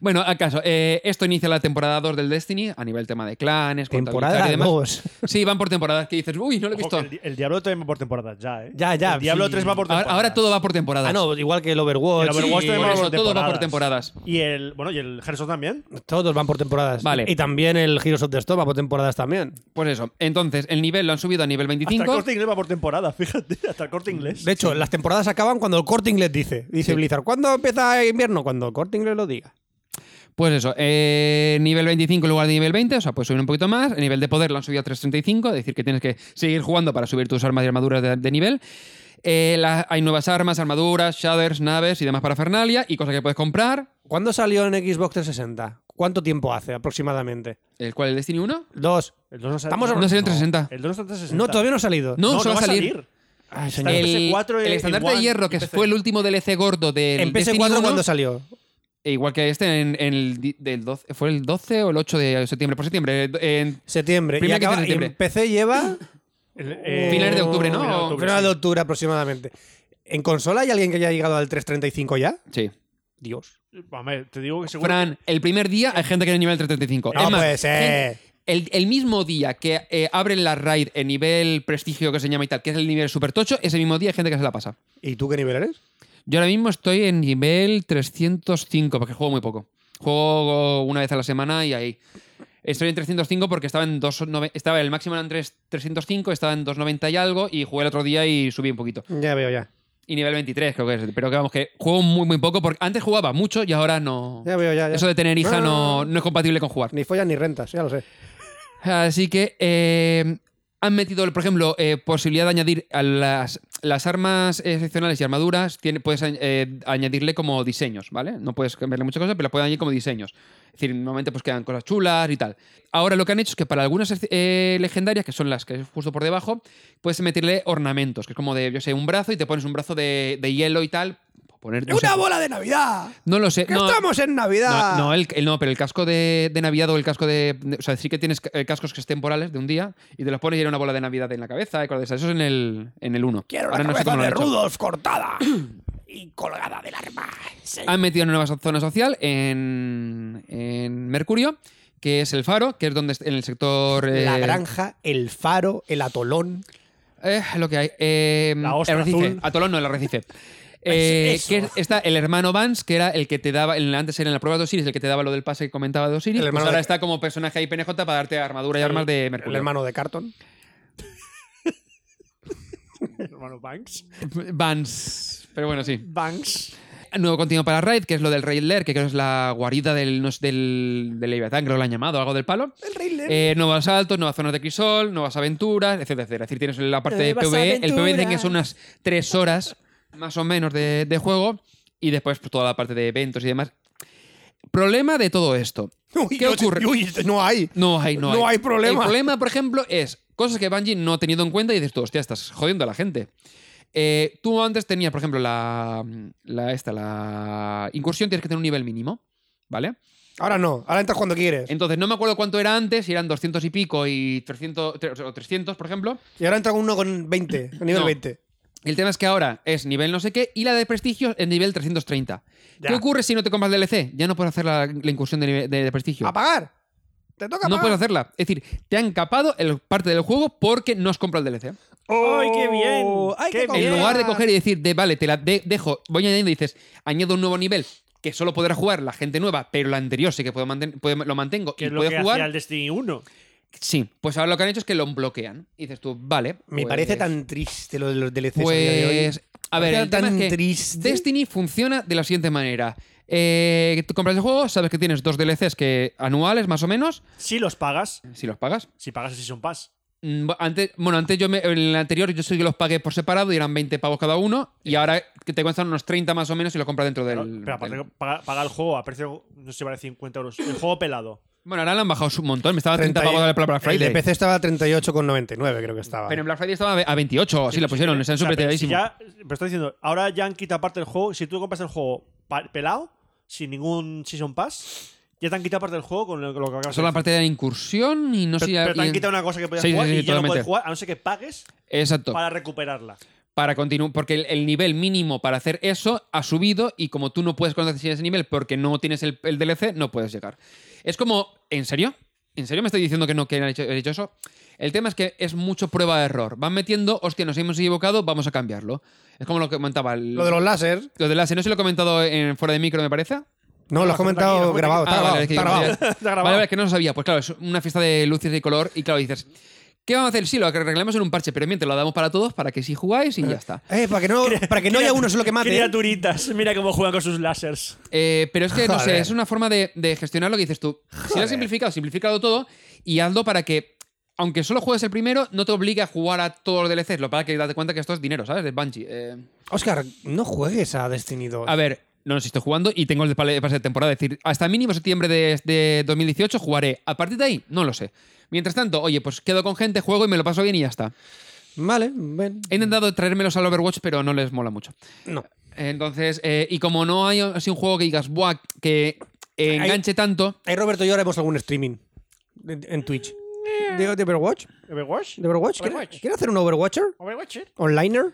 Speaker 4: Bueno, acaso, eh, esto inicia la temporada 2 del Destiny a nivel tema de clanes, contabilizar y
Speaker 3: Temporada
Speaker 4: demás.
Speaker 3: 2.
Speaker 4: Sí, van por temporadas que dices, uy, no lo he
Speaker 2: Ojo,
Speaker 4: visto.
Speaker 2: que el, di- el Diablo también va por temporadas ya, ¿eh?
Speaker 3: Ya, ya,
Speaker 2: El Diablo
Speaker 3: sí.
Speaker 2: 3 va por
Speaker 4: ahora,
Speaker 2: temporadas.
Speaker 4: ahora todo va por temporadas.
Speaker 3: Ah, no, igual que el
Speaker 2: El
Speaker 3: Overwatch.
Speaker 2: Overwatch
Speaker 4: sí,
Speaker 2: también
Speaker 4: por
Speaker 2: va
Speaker 4: eso,
Speaker 2: por
Speaker 4: todo va
Speaker 2: temporadas.
Speaker 4: por temporadas.
Speaker 2: Y el, bueno, y el Hearthstone también.
Speaker 3: Todos van por temporadas.
Speaker 4: Vale.
Speaker 3: Y también el Heroes of the Storm va por temporadas también.
Speaker 4: Pues eso. Entonces, el nivel lo han subido a nivel
Speaker 2: Hasta el
Speaker 4: 25.
Speaker 2: corte inglés va por temporada, (laughs) fíjate. Hasta el corte inglés.
Speaker 3: De hecho, las temporadas acaban cuando el corte inglés dice. Dice Blizzard, ¿cuándo empieza invierno? Cuando el corte inglés lo diga.
Speaker 4: Pues eso. eh, nivel 25 en lugar de nivel 20. O sea, puedes subir un poquito más. El nivel de poder lo han subido a 335. Es decir, que tienes que seguir jugando para subir tus armas y armaduras de, de nivel. Eh, la- hay nuevas armas, armaduras, shaders, naves y demás para Fernalia. Y cosas que puedes comprar.
Speaker 3: ¿Cuándo salió en Xbox 360? ¿Cuánto tiempo hace aproximadamente?
Speaker 4: ¿El cual? ¿El Destiny 1?
Speaker 3: Dos.
Speaker 2: El 2 no sale.
Speaker 3: Estamos-
Speaker 4: No salió en 360.
Speaker 2: El 2 no está en 360.
Speaker 3: No, todavía no ha salido.
Speaker 4: No,
Speaker 2: no,
Speaker 4: se
Speaker 2: no
Speaker 4: va a salir.
Speaker 3: Ay,
Speaker 2: Está
Speaker 3: señor.
Speaker 2: en
Speaker 4: el,
Speaker 2: PS4,
Speaker 4: el
Speaker 2: en
Speaker 4: estandarte
Speaker 2: One
Speaker 4: de hierro, que
Speaker 2: y PC.
Speaker 4: fue el último DLC gordo del
Speaker 3: en
Speaker 4: Destiny
Speaker 3: PS4
Speaker 4: 1,
Speaker 3: cuándo salió.
Speaker 4: e Igual que este, en, en el, di- del 12, fue el 12 o el 8 de septiembre, por septiembre. en-
Speaker 3: Septiembre. Y,
Speaker 4: Primera quincena
Speaker 3: acaba,
Speaker 4: de
Speaker 3: y
Speaker 4: septiembre.
Speaker 3: en PC (laughs) lleva
Speaker 2: El- eh,
Speaker 4: Finales de octubre, ¿no?
Speaker 2: finales de octubre,
Speaker 3: final
Speaker 2: sí.
Speaker 3: de octubre aproximadamente. ¿En consola hay alguien que haya llegado al 335 ya?
Speaker 4: sí.
Speaker 3: Dios.
Speaker 2: Hombre, te digo que seguro.
Speaker 4: Fran, el primer día hay gente que era nivel 335.
Speaker 3: No
Speaker 4: Es más,
Speaker 3: puede ser.
Speaker 4: gente- El, el mismo día que eh, abren la raid en nivel prestigio que se llama y tal, que es el nivel super tocho, ese mismo día hay gente que se la pasa.
Speaker 3: ¿Y tú qué nivel eres?
Speaker 4: Yo ahora mismo estoy en nivel 305, porque juego muy poco. Juego una vez a la semana y ahí. Estoy en 305 porque estaba en dos nove- estaba el máximo en 305, estaba en 290 y algo, y jugué el otro día y subí un poquito.
Speaker 3: Ya veo, ya.
Speaker 4: Y nivel 23 creo que es. Pero que vamos, que juego muy, muy poco, porque antes jugaba mucho y ahora no...
Speaker 3: Ya veo, ya. ya.
Speaker 4: Eso de tener hija
Speaker 3: No, no,
Speaker 4: no,
Speaker 3: no.
Speaker 4: no es compatible con jugar.
Speaker 3: Ni follas ni rentas, ya lo sé.
Speaker 4: Así que eh, han metido, por ejemplo, eh, posibilidad de añadir a las, las armas excepcionales y armaduras, tiene, puedes añ- eh, añadirle como diseños, ¿vale? No puedes cambiarle muchas cosas, pero las puedes añadir como diseños. Es decir, normalmente pues quedan cosas chulas y tal. Ahora lo que han hecho es que para algunas eh, legendarias, que son las que es justo por debajo, puedes meterle ornamentos, que es como de, yo sé, un brazo y te pones un brazo de, de hielo y tal. Poner, no, sé,
Speaker 3: ¡Una bola de Navidad!
Speaker 4: no lo sé.
Speaker 3: ¡Que
Speaker 4: no.
Speaker 3: estamos en Navidad!
Speaker 4: No, no, el, el- no, pero el casco de, de Navidad o el casco de, de- O sea, sí que tienes ca- eh, cascos que es temporales de un día y te los pones y era una bola de Navidad en la cabeza y cosas de esas. Eso es en el, en el 1.
Speaker 3: Quiero
Speaker 4: Ahora
Speaker 3: la
Speaker 4: no
Speaker 3: cabeza
Speaker 4: sé cómo lo
Speaker 3: de
Speaker 4: han hecho.
Speaker 3: Rudolf cortada (clears throat) y colgada del arma. Sí.
Speaker 4: Han metido una nueva zona social en, en Mercurio, que es el faro, que es donde es- en el sector.
Speaker 3: La
Speaker 4: eh,
Speaker 3: granja, el faro, el atolón.
Speaker 4: eh, lo que hay. eh,
Speaker 2: La ostra
Speaker 4: el arrecife.
Speaker 2: azul.
Speaker 4: Atolón no,
Speaker 3: (laughs)
Speaker 4: el arrecife. Eh,
Speaker 3: Eso.
Speaker 4: que es- está el hermano Vance, que era el que te daba, en la- antes era en la prueba de Osiris, el que te daba lo del pase que comentaba de Osiris.
Speaker 3: El
Speaker 4: Pues
Speaker 3: hermano
Speaker 4: ahora
Speaker 3: de-
Speaker 4: está como personaje ahí PNJ para darte armadura y armas de Mercurio.
Speaker 3: El hermano de Carton.
Speaker 2: Hermano Banks.
Speaker 4: Vans. Pero bueno, sí.
Speaker 2: Banks.
Speaker 4: Nuevo contenido para Raid, que es lo del Raid Lair, que creo es la guarida del, no sé, del, del Leviatán, creo que lo han llamado, algo del palo. El nuevos asaltos, nuevas zonas de crisol, nuevas aventuras, etcétera, etcétera. Es decir, tienes la parte
Speaker 3: Eh,
Speaker 4: de
Speaker 5: Nuevas
Speaker 4: PvE. El PvE dicen que
Speaker 5: aventuras.
Speaker 4: son unas tres horas, más o menos, de, de juego. Y después pues, toda la parte de eventos y demás. Problema de todo esto.
Speaker 3: (laughs) Uy,
Speaker 4: ¿Qué
Speaker 3: yo-
Speaker 4: ocurre?
Speaker 3: uy, no hay.
Speaker 4: No hay, no hay.
Speaker 3: No hay problema.
Speaker 4: El problema, por ejemplo, es cosas que Bungie no ha tenido en cuenta y dices tú, hostia, estás jodiendo a la gente. Eh, tú antes tenías, por ejemplo, la, la, esta, la incursión, tienes que tener un nivel mínimo, ¿vale?
Speaker 3: Ahora no, ahora entras cuando quieres.
Speaker 4: Entonces, no me acuerdo cuánto era antes, si eran 200 y pico y 300, tre- o 300 por ejemplo.
Speaker 3: Y ahora entra uno con 20, con nivel
Speaker 4: (laughs) No.
Speaker 3: 20.
Speaker 4: El tema es que ahora es nivel no sé qué y la de prestigio es nivel 330. ¿Qué ocurre si no te compras DLC? Ya no puedes hacer la, la incursión de, nive- de- de prestigio.
Speaker 3: ¡A pagar! ¡Te toca
Speaker 4: No
Speaker 3: pagar!
Speaker 4: puedes hacerla. Es decir, te han capado el, parte del juego porque no has comprado el DLC.
Speaker 2: ¡Ay, qué bien!
Speaker 3: Oh, ¡Ay,
Speaker 2: ¡Qué
Speaker 3: qué
Speaker 2: bien!
Speaker 4: En lugar de coger y decir, de, vale, te la de- dejo, voy añadiendo y dices, añado un nuevo nivel que solo podrá jugar la gente nueva, pero la anterior sí que puedo manten- puede- lo mantengo
Speaker 2: que
Speaker 4: y
Speaker 2: es lo
Speaker 4: puede
Speaker 2: que
Speaker 4: jugar.
Speaker 2: hacía el Destiny 1.
Speaker 4: Sí, pues ahora lo que han hecho es que lo bloquean. Y dices tú, vale.
Speaker 3: Me
Speaker 4: pues-
Speaker 3: parece tan triste lo de los DLCs a día de hoy.
Speaker 4: Pues, a ver,
Speaker 3: Era
Speaker 4: el tema
Speaker 3: tan
Speaker 4: es que este
Speaker 3: triste.
Speaker 4: Destiny funciona de la siguiente manera. Eh, tú compras el juego, sabes que tienes dos DLCs que anuales más o menos,
Speaker 2: Si los pagas,
Speaker 4: si los pagas.
Speaker 2: si pagas el Season Pass.
Speaker 4: Mm, bu- Antes, bueno, antes yo me- en el anterior yo sí que los pagué por separado y eran 20 pavos cada uno y ahora que te cuestan unos 30 más o menos y lo compras dentro del...
Speaker 2: Pero, pero aparte,
Speaker 4: del-
Speaker 2: paga, paga el juego a precio, no sé, vale 50 euros. El juego pelado.
Speaker 4: Bueno, ahora lo han bajado un montón, me estaba a
Speaker 3: 30
Speaker 4: 30
Speaker 3: y-
Speaker 4: pavos de Black
Speaker 3: El de
Speaker 4: Friday.
Speaker 3: PC estaba a 38,99, creo que estaba.
Speaker 4: Pero en Black Friday estaba a 28 o así lo pusieron, están
Speaker 2: O sea, pero si
Speaker 4: supertiradísimos.
Speaker 2: ya, pero estoy diciendo, ahora ya han quitado parte del juego. Si tú compras el juego pa- pelado, sin ningún Season Pass, ya te han quitado parte del juego con lo, con lo que acabas
Speaker 4: Solo
Speaker 2: de
Speaker 4: la
Speaker 2: decir.
Speaker 4: parte de la incursión y no sé...
Speaker 2: Pero,
Speaker 4: ya-
Speaker 2: pero te
Speaker 4: y-
Speaker 2: han quitado una cosa que podías
Speaker 4: Sí, sí,
Speaker 2: jugar
Speaker 4: sí,
Speaker 2: y ya no
Speaker 4: totalmente.
Speaker 2: puedes jugar, a no ser que pagues
Speaker 4: Exacto.
Speaker 2: para recuperarla.
Speaker 4: para continuar, porque el, el nivel mínimo para hacer eso ha subido y como tú no puedes conseguir ese nivel porque no tienes el, el DLC, no puedes llegar. Es como, ¿en serio? ¿En serio me estoy diciendo que no que han hecho, han hecho eso? El tema es que es mucho prueba de error. Van metiendo, hostia, nos hemos equivocado, vamos a cambiarlo. Es como lo que comentaba el,
Speaker 3: Lo de los láser.
Speaker 4: lo del enlace. No sé si lo he comentado en fuera de micro, me parece.
Speaker 3: No, lo has comentado
Speaker 2: tranquilo,
Speaker 3: grabado.
Speaker 4: Ah,
Speaker 3: Está grabado.
Speaker 4: vale, es que
Speaker 3: está
Speaker 4: yo no
Speaker 3: grabado.
Speaker 4: sabía.
Speaker 2: grabado.
Speaker 4: Vale, vale, es que no lo sabía. Pues claro, es una fiesta de luces de color y claro, dices, ¿qué vamos a hacer? Sí, lo arreglamos en un parche, pero mientras lo damos para todos para que sí jugáis y ya está.
Speaker 3: Eh, para que no, para que no haya uno solo que
Speaker 2: ¿eh?
Speaker 3: mate.
Speaker 2: Criaturitas, mira cómo juegan con sus lásers.
Speaker 4: Eh, pero es que, no
Speaker 3: Joder.
Speaker 4: sé, es una forma de, de gestionar lo que dices tú. Si lo has simplificado, simplificado todo y hazlo para que, aunque solo juegues el primero, no te obligue a jugar a todos los DLCs. Lo para que date cuenta que esto es dinero, ¿sabes? De Bungie. Eh,
Speaker 3: Oscar, no juegues a Destiny 2.
Speaker 4: a ver, no sé si estoy jugando y tengo el pale- pase de temporada. Es decir, hasta mínimo septiembre de, de 2018 jugaré. A partir de ahí, no lo sé. Mientras tanto, oye, pues quedo con gente, juego y me lo paso bien y ya está.
Speaker 3: Vale, ven.
Speaker 4: He intentado traérmelos al Overwatch, pero no les mola mucho.
Speaker 3: No.
Speaker 4: Entonces, eh, y como no hay así un juego que digas, buah, que eh, enganche tanto.
Speaker 3: Ahí Eh, Roberto y yo haremos algún streaming en, en Twitch. ¿De, de Overwatch?
Speaker 2: ¿Overwatch?
Speaker 3: ¿De Overwatch?
Speaker 2: Eh. Overwatch.
Speaker 3: ¿Quieres, quieres hacer un Overwatcher?
Speaker 2: ¿Overwatch? eh?
Speaker 3: ¿Onliner?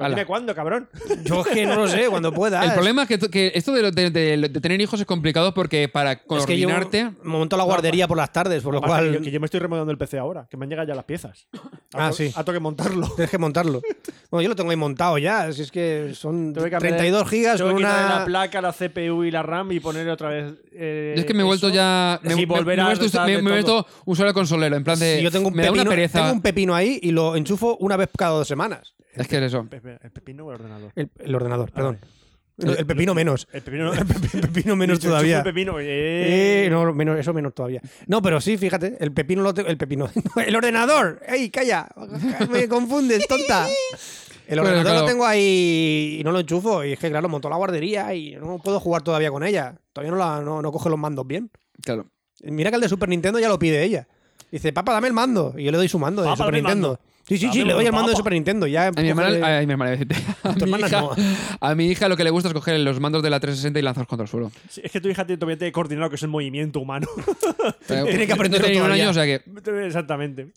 Speaker 4: Ala.
Speaker 2: Dime cuándo, cabrón.
Speaker 3: Yo es que no lo sé, cuando pueda.
Speaker 4: El problema es que, tú- que esto de, lo- de- de lo- de tener hijos es complicado porque para
Speaker 3: es que yo
Speaker 4: coordinarte.
Speaker 3: me monto a la guardería por las tardes, por lo
Speaker 2: Aparte,
Speaker 3: cual
Speaker 2: que yo, que yo me estoy remodelando el PC ahora, que me han llegado ya las piezas.
Speaker 3: Ah,
Speaker 2: to-
Speaker 3: sí.
Speaker 2: A toque montarlo.
Speaker 3: tienes que montarlo. Bueno, yo lo tengo ahí montado ya, si es que son
Speaker 2: Tengo que cambiar-
Speaker 3: 32 gigas
Speaker 2: tengo
Speaker 3: con
Speaker 2: que quitarle
Speaker 3: una...
Speaker 2: la placa, la CPU y la RAM y poner otra vez. eh,
Speaker 4: yo es que me he vuelto
Speaker 2: eso.
Speaker 4: ya. Me,
Speaker 2: Sí,
Speaker 4: me-
Speaker 2: volver
Speaker 4: me
Speaker 2: a
Speaker 4: he vuelto-
Speaker 2: restarle
Speaker 4: me- me he
Speaker 2: todo.
Speaker 4: vuelto usuario consolero. En plan de.
Speaker 3: Sí, yo tengo un,
Speaker 4: me da
Speaker 3: pepino,
Speaker 4: una pereza.
Speaker 3: tengo un pepino ahí y lo enchufo una vez cada dos semanas.
Speaker 4: Es que es eso.
Speaker 2: Pe- pe- El pepino o el ordenador.
Speaker 3: El, el ordenador, perdón. El, el pepino menos. (laughs)
Speaker 2: El pepino, (laughs)
Speaker 3: El pe- pe-
Speaker 4: (laughs)
Speaker 3: pepino menos
Speaker 2: Yo chupo
Speaker 3: todavía.
Speaker 2: El pepino, eh.
Speaker 3: Eh, no, menos, eso menos todavía. No, pero sí, fíjate, el pepino lo te- el pepino. (laughs) El ordenador. ¡Ey, calla! (laughs) Me confundes, tonta.
Speaker 4: (laughs)
Speaker 3: El
Speaker 4: Bueno,
Speaker 3: ordenador
Speaker 4: claro.
Speaker 3: lo tengo ahí y no lo enchufo. Y es que, claro, montó la guardería y no puedo jugar todavía con ella. Todavía no, la, no, no coge los mandos bien.
Speaker 4: Claro.
Speaker 3: Mira que el de Super Nintendo ya lo pide ella. Dice, papá, dame el mando. Y yo le doy su mando de
Speaker 2: Papá,
Speaker 3: Super
Speaker 2: dame el
Speaker 3: Nintendo.
Speaker 2: mando.
Speaker 3: Sí, sí,
Speaker 2: Dame
Speaker 3: sí, le doy el
Speaker 2: el
Speaker 3: mando de
Speaker 2: papá.
Speaker 3: Super Nintendo. Ya pues,
Speaker 4: A mi hermana,
Speaker 3: coge-
Speaker 4: a mi hermana, a
Speaker 3: (laughs) tu
Speaker 4: mi
Speaker 3: hermana
Speaker 4: hija,
Speaker 3: no.
Speaker 4: a mi hija lo que le gusta es coger los mandos de la 360 y lanzarlos contra el
Speaker 3: (laughs)
Speaker 4: suelo.
Speaker 2: Sí, es que tu hija tiene todavía tiene coordinado que es el movimiento humano. (laughs)
Speaker 4: Tiene
Speaker 3: que aprenderlo
Speaker 4: un
Speaker 3: todavía.
Speaker 4: año, o sea que
Speaker 2: Exactamente.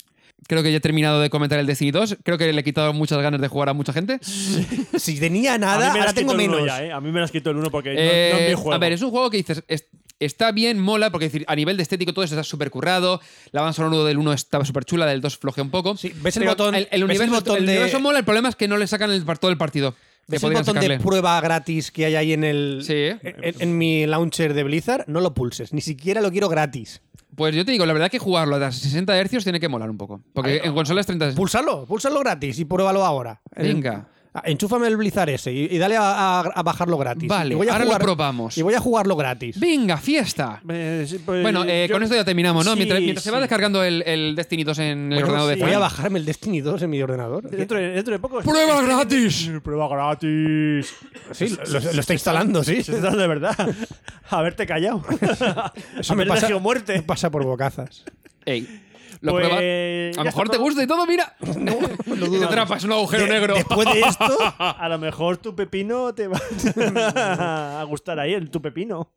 Speaker 4: creo que ya he terminado de comentar el Destiny 2. Creo que le he quitado muchas ganas de jugar a mucha gente.
Speaker 3: eh, Si tenía
Speaker 2: a
Speaker 3: nada,
Speaker 2: mí me
Speaker 3: ahora
Speaker 2: las
Speaker 3: tengo
Speaker 2: quitó el uno
Speaker 3: menos.
Speaker 2: ya, ¿eh? A mí me las quitó el uno porque no- no, es
Speaker 4: Eh,
Speaker 2: mi juego.
Speaker 4: a ver, es un juego que dices, es- está bien, mola, porque es decir, a nivel de estético todo eso está súper currado, la banda sonora del 1 está súper chula, del 2 floje un poco.
Speaker 3: Sí, ves el
Speaker 4: Pero
Speaker 3: botón-
Speaker 4: el,
Speaker 3: ves el
Speaker 4: universo,
Speaker 3: botón
Speaker 4: el
Speaker 3: de-
Speaker 4: universo mola, el problema es que no le sacan el, par- todo el partido. que
Speaker 3: ¿Ves el
Speaker 4: podrían
Speaker 3: botón de
Speaker 4: sacarle.
Speaker 3: prueba gratis que hay ahí en el
Speaker 4: Sí.
Speaker 3: en, en mi launcher de Blizzard? No lo pulses, ni siquiera lo quiero gratis.
Speaker 4: Pues yo te digo, la verdad que jugarlo a las 60 hercios tiene que molar un poco. Porque en consolas 30
Speaker 3: Púlsalo, púlsalo gratis y pruébalo ahora. El-
Speaker 4: Venga.
Speaker 3: Ah, Enchúfame el Blizzard ese y, y dale a, a- a bajarlo gratis.
Speaker 4: Vale,
Speaker 3: Y voy a
Speaker 4: ahora lo
Speaker 3: jugar-
Speaker 4: probamos.
Speaker 3: Y voy a jugarlo gratis.
Speaker 4: ¡Venga, fiesta!
Speaker 2: Eh, sí, pues,
Speaker 4: Bueno, eh,
Speaker 2: yo-
Speaker 4: con esto ya terminamos, ¿no?
Speaker 2: Sí,
Speaker 4: mientras mientras se va
Speaker 2: sí.
Speaker 4: descargando el, el Destiny 2 en el
Speaker 2: Bueno,
Speaker 4: ordenador
Speaker 2: sí.
Speaker 4: de
Speaker 3: Pues Voy a
Speaker 4: Fran.
Speaker 3: bajarme el Destiny 2 en mi ordenador.
Speaker 2: Dentro de, dentro de poco.
Speaker 4: ¡Prueba gratis!
Speaker 2: Prueba gratis.
Speaker 3: Sí, lo, lo está instalando, sí.
Speaker 2: Se trata de verdad. (laughs) Haberte
Speaker 4: (laughs)
Speaker 2: callado. (laughs)
Speaker 3: Eso
Speaker 2: Haber
Speaker 3: Ah, me pasa,
Speaker 2: elegido
Speaker 3: me
Speaker 2: muerte.
Speaker 3: pasa por bocazas.
Speaker 4: Ey, lo
Speaker 2: Pues,
Speaker 4: prueba.
Speaker 2: ya
Speaker 4: A lo mejor
Speaker 2: está
Speaker 4: te
Speaker 2: todo.
Speaker 4: gusta y todo, mira. No, (laughs) lo
Speaker 2: dudo.
Speaker 4: Te atrapas un agujero
Speaker 2: De-
Speaker 4: negro.
Speaker 2: Eh, Después de
Speaker 4: (laughs)
Speaker 2: esto, a lo mejor tu pepino te va (laughs) a gustar ahí, el tu pepino.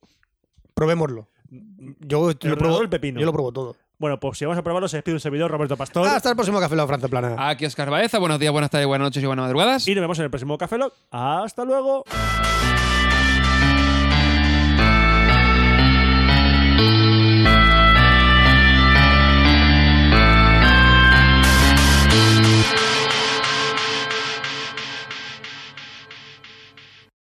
Speaker 3: Probémoslo. Yo lo
Speaker 2: ordenador
Speaker 3: pruebo
Speaker 2: el pepino.
Speaker 3: Yo lo pruebo todo. Ah,
Speaker 2: Bueno, pues si vamos a probarlo, se despide un servidor, Roberto Pastor.
Speaker 3: Hasta el próximo Café Lado Franza Plana.
Speaker 4: Aquí Oscar Baeza. Buenos días, buenas tardes, buenas noches y buenas madrugadas.
Speaker 2: y nos vemos en el próximo Café Lock. ¡Hasta luego!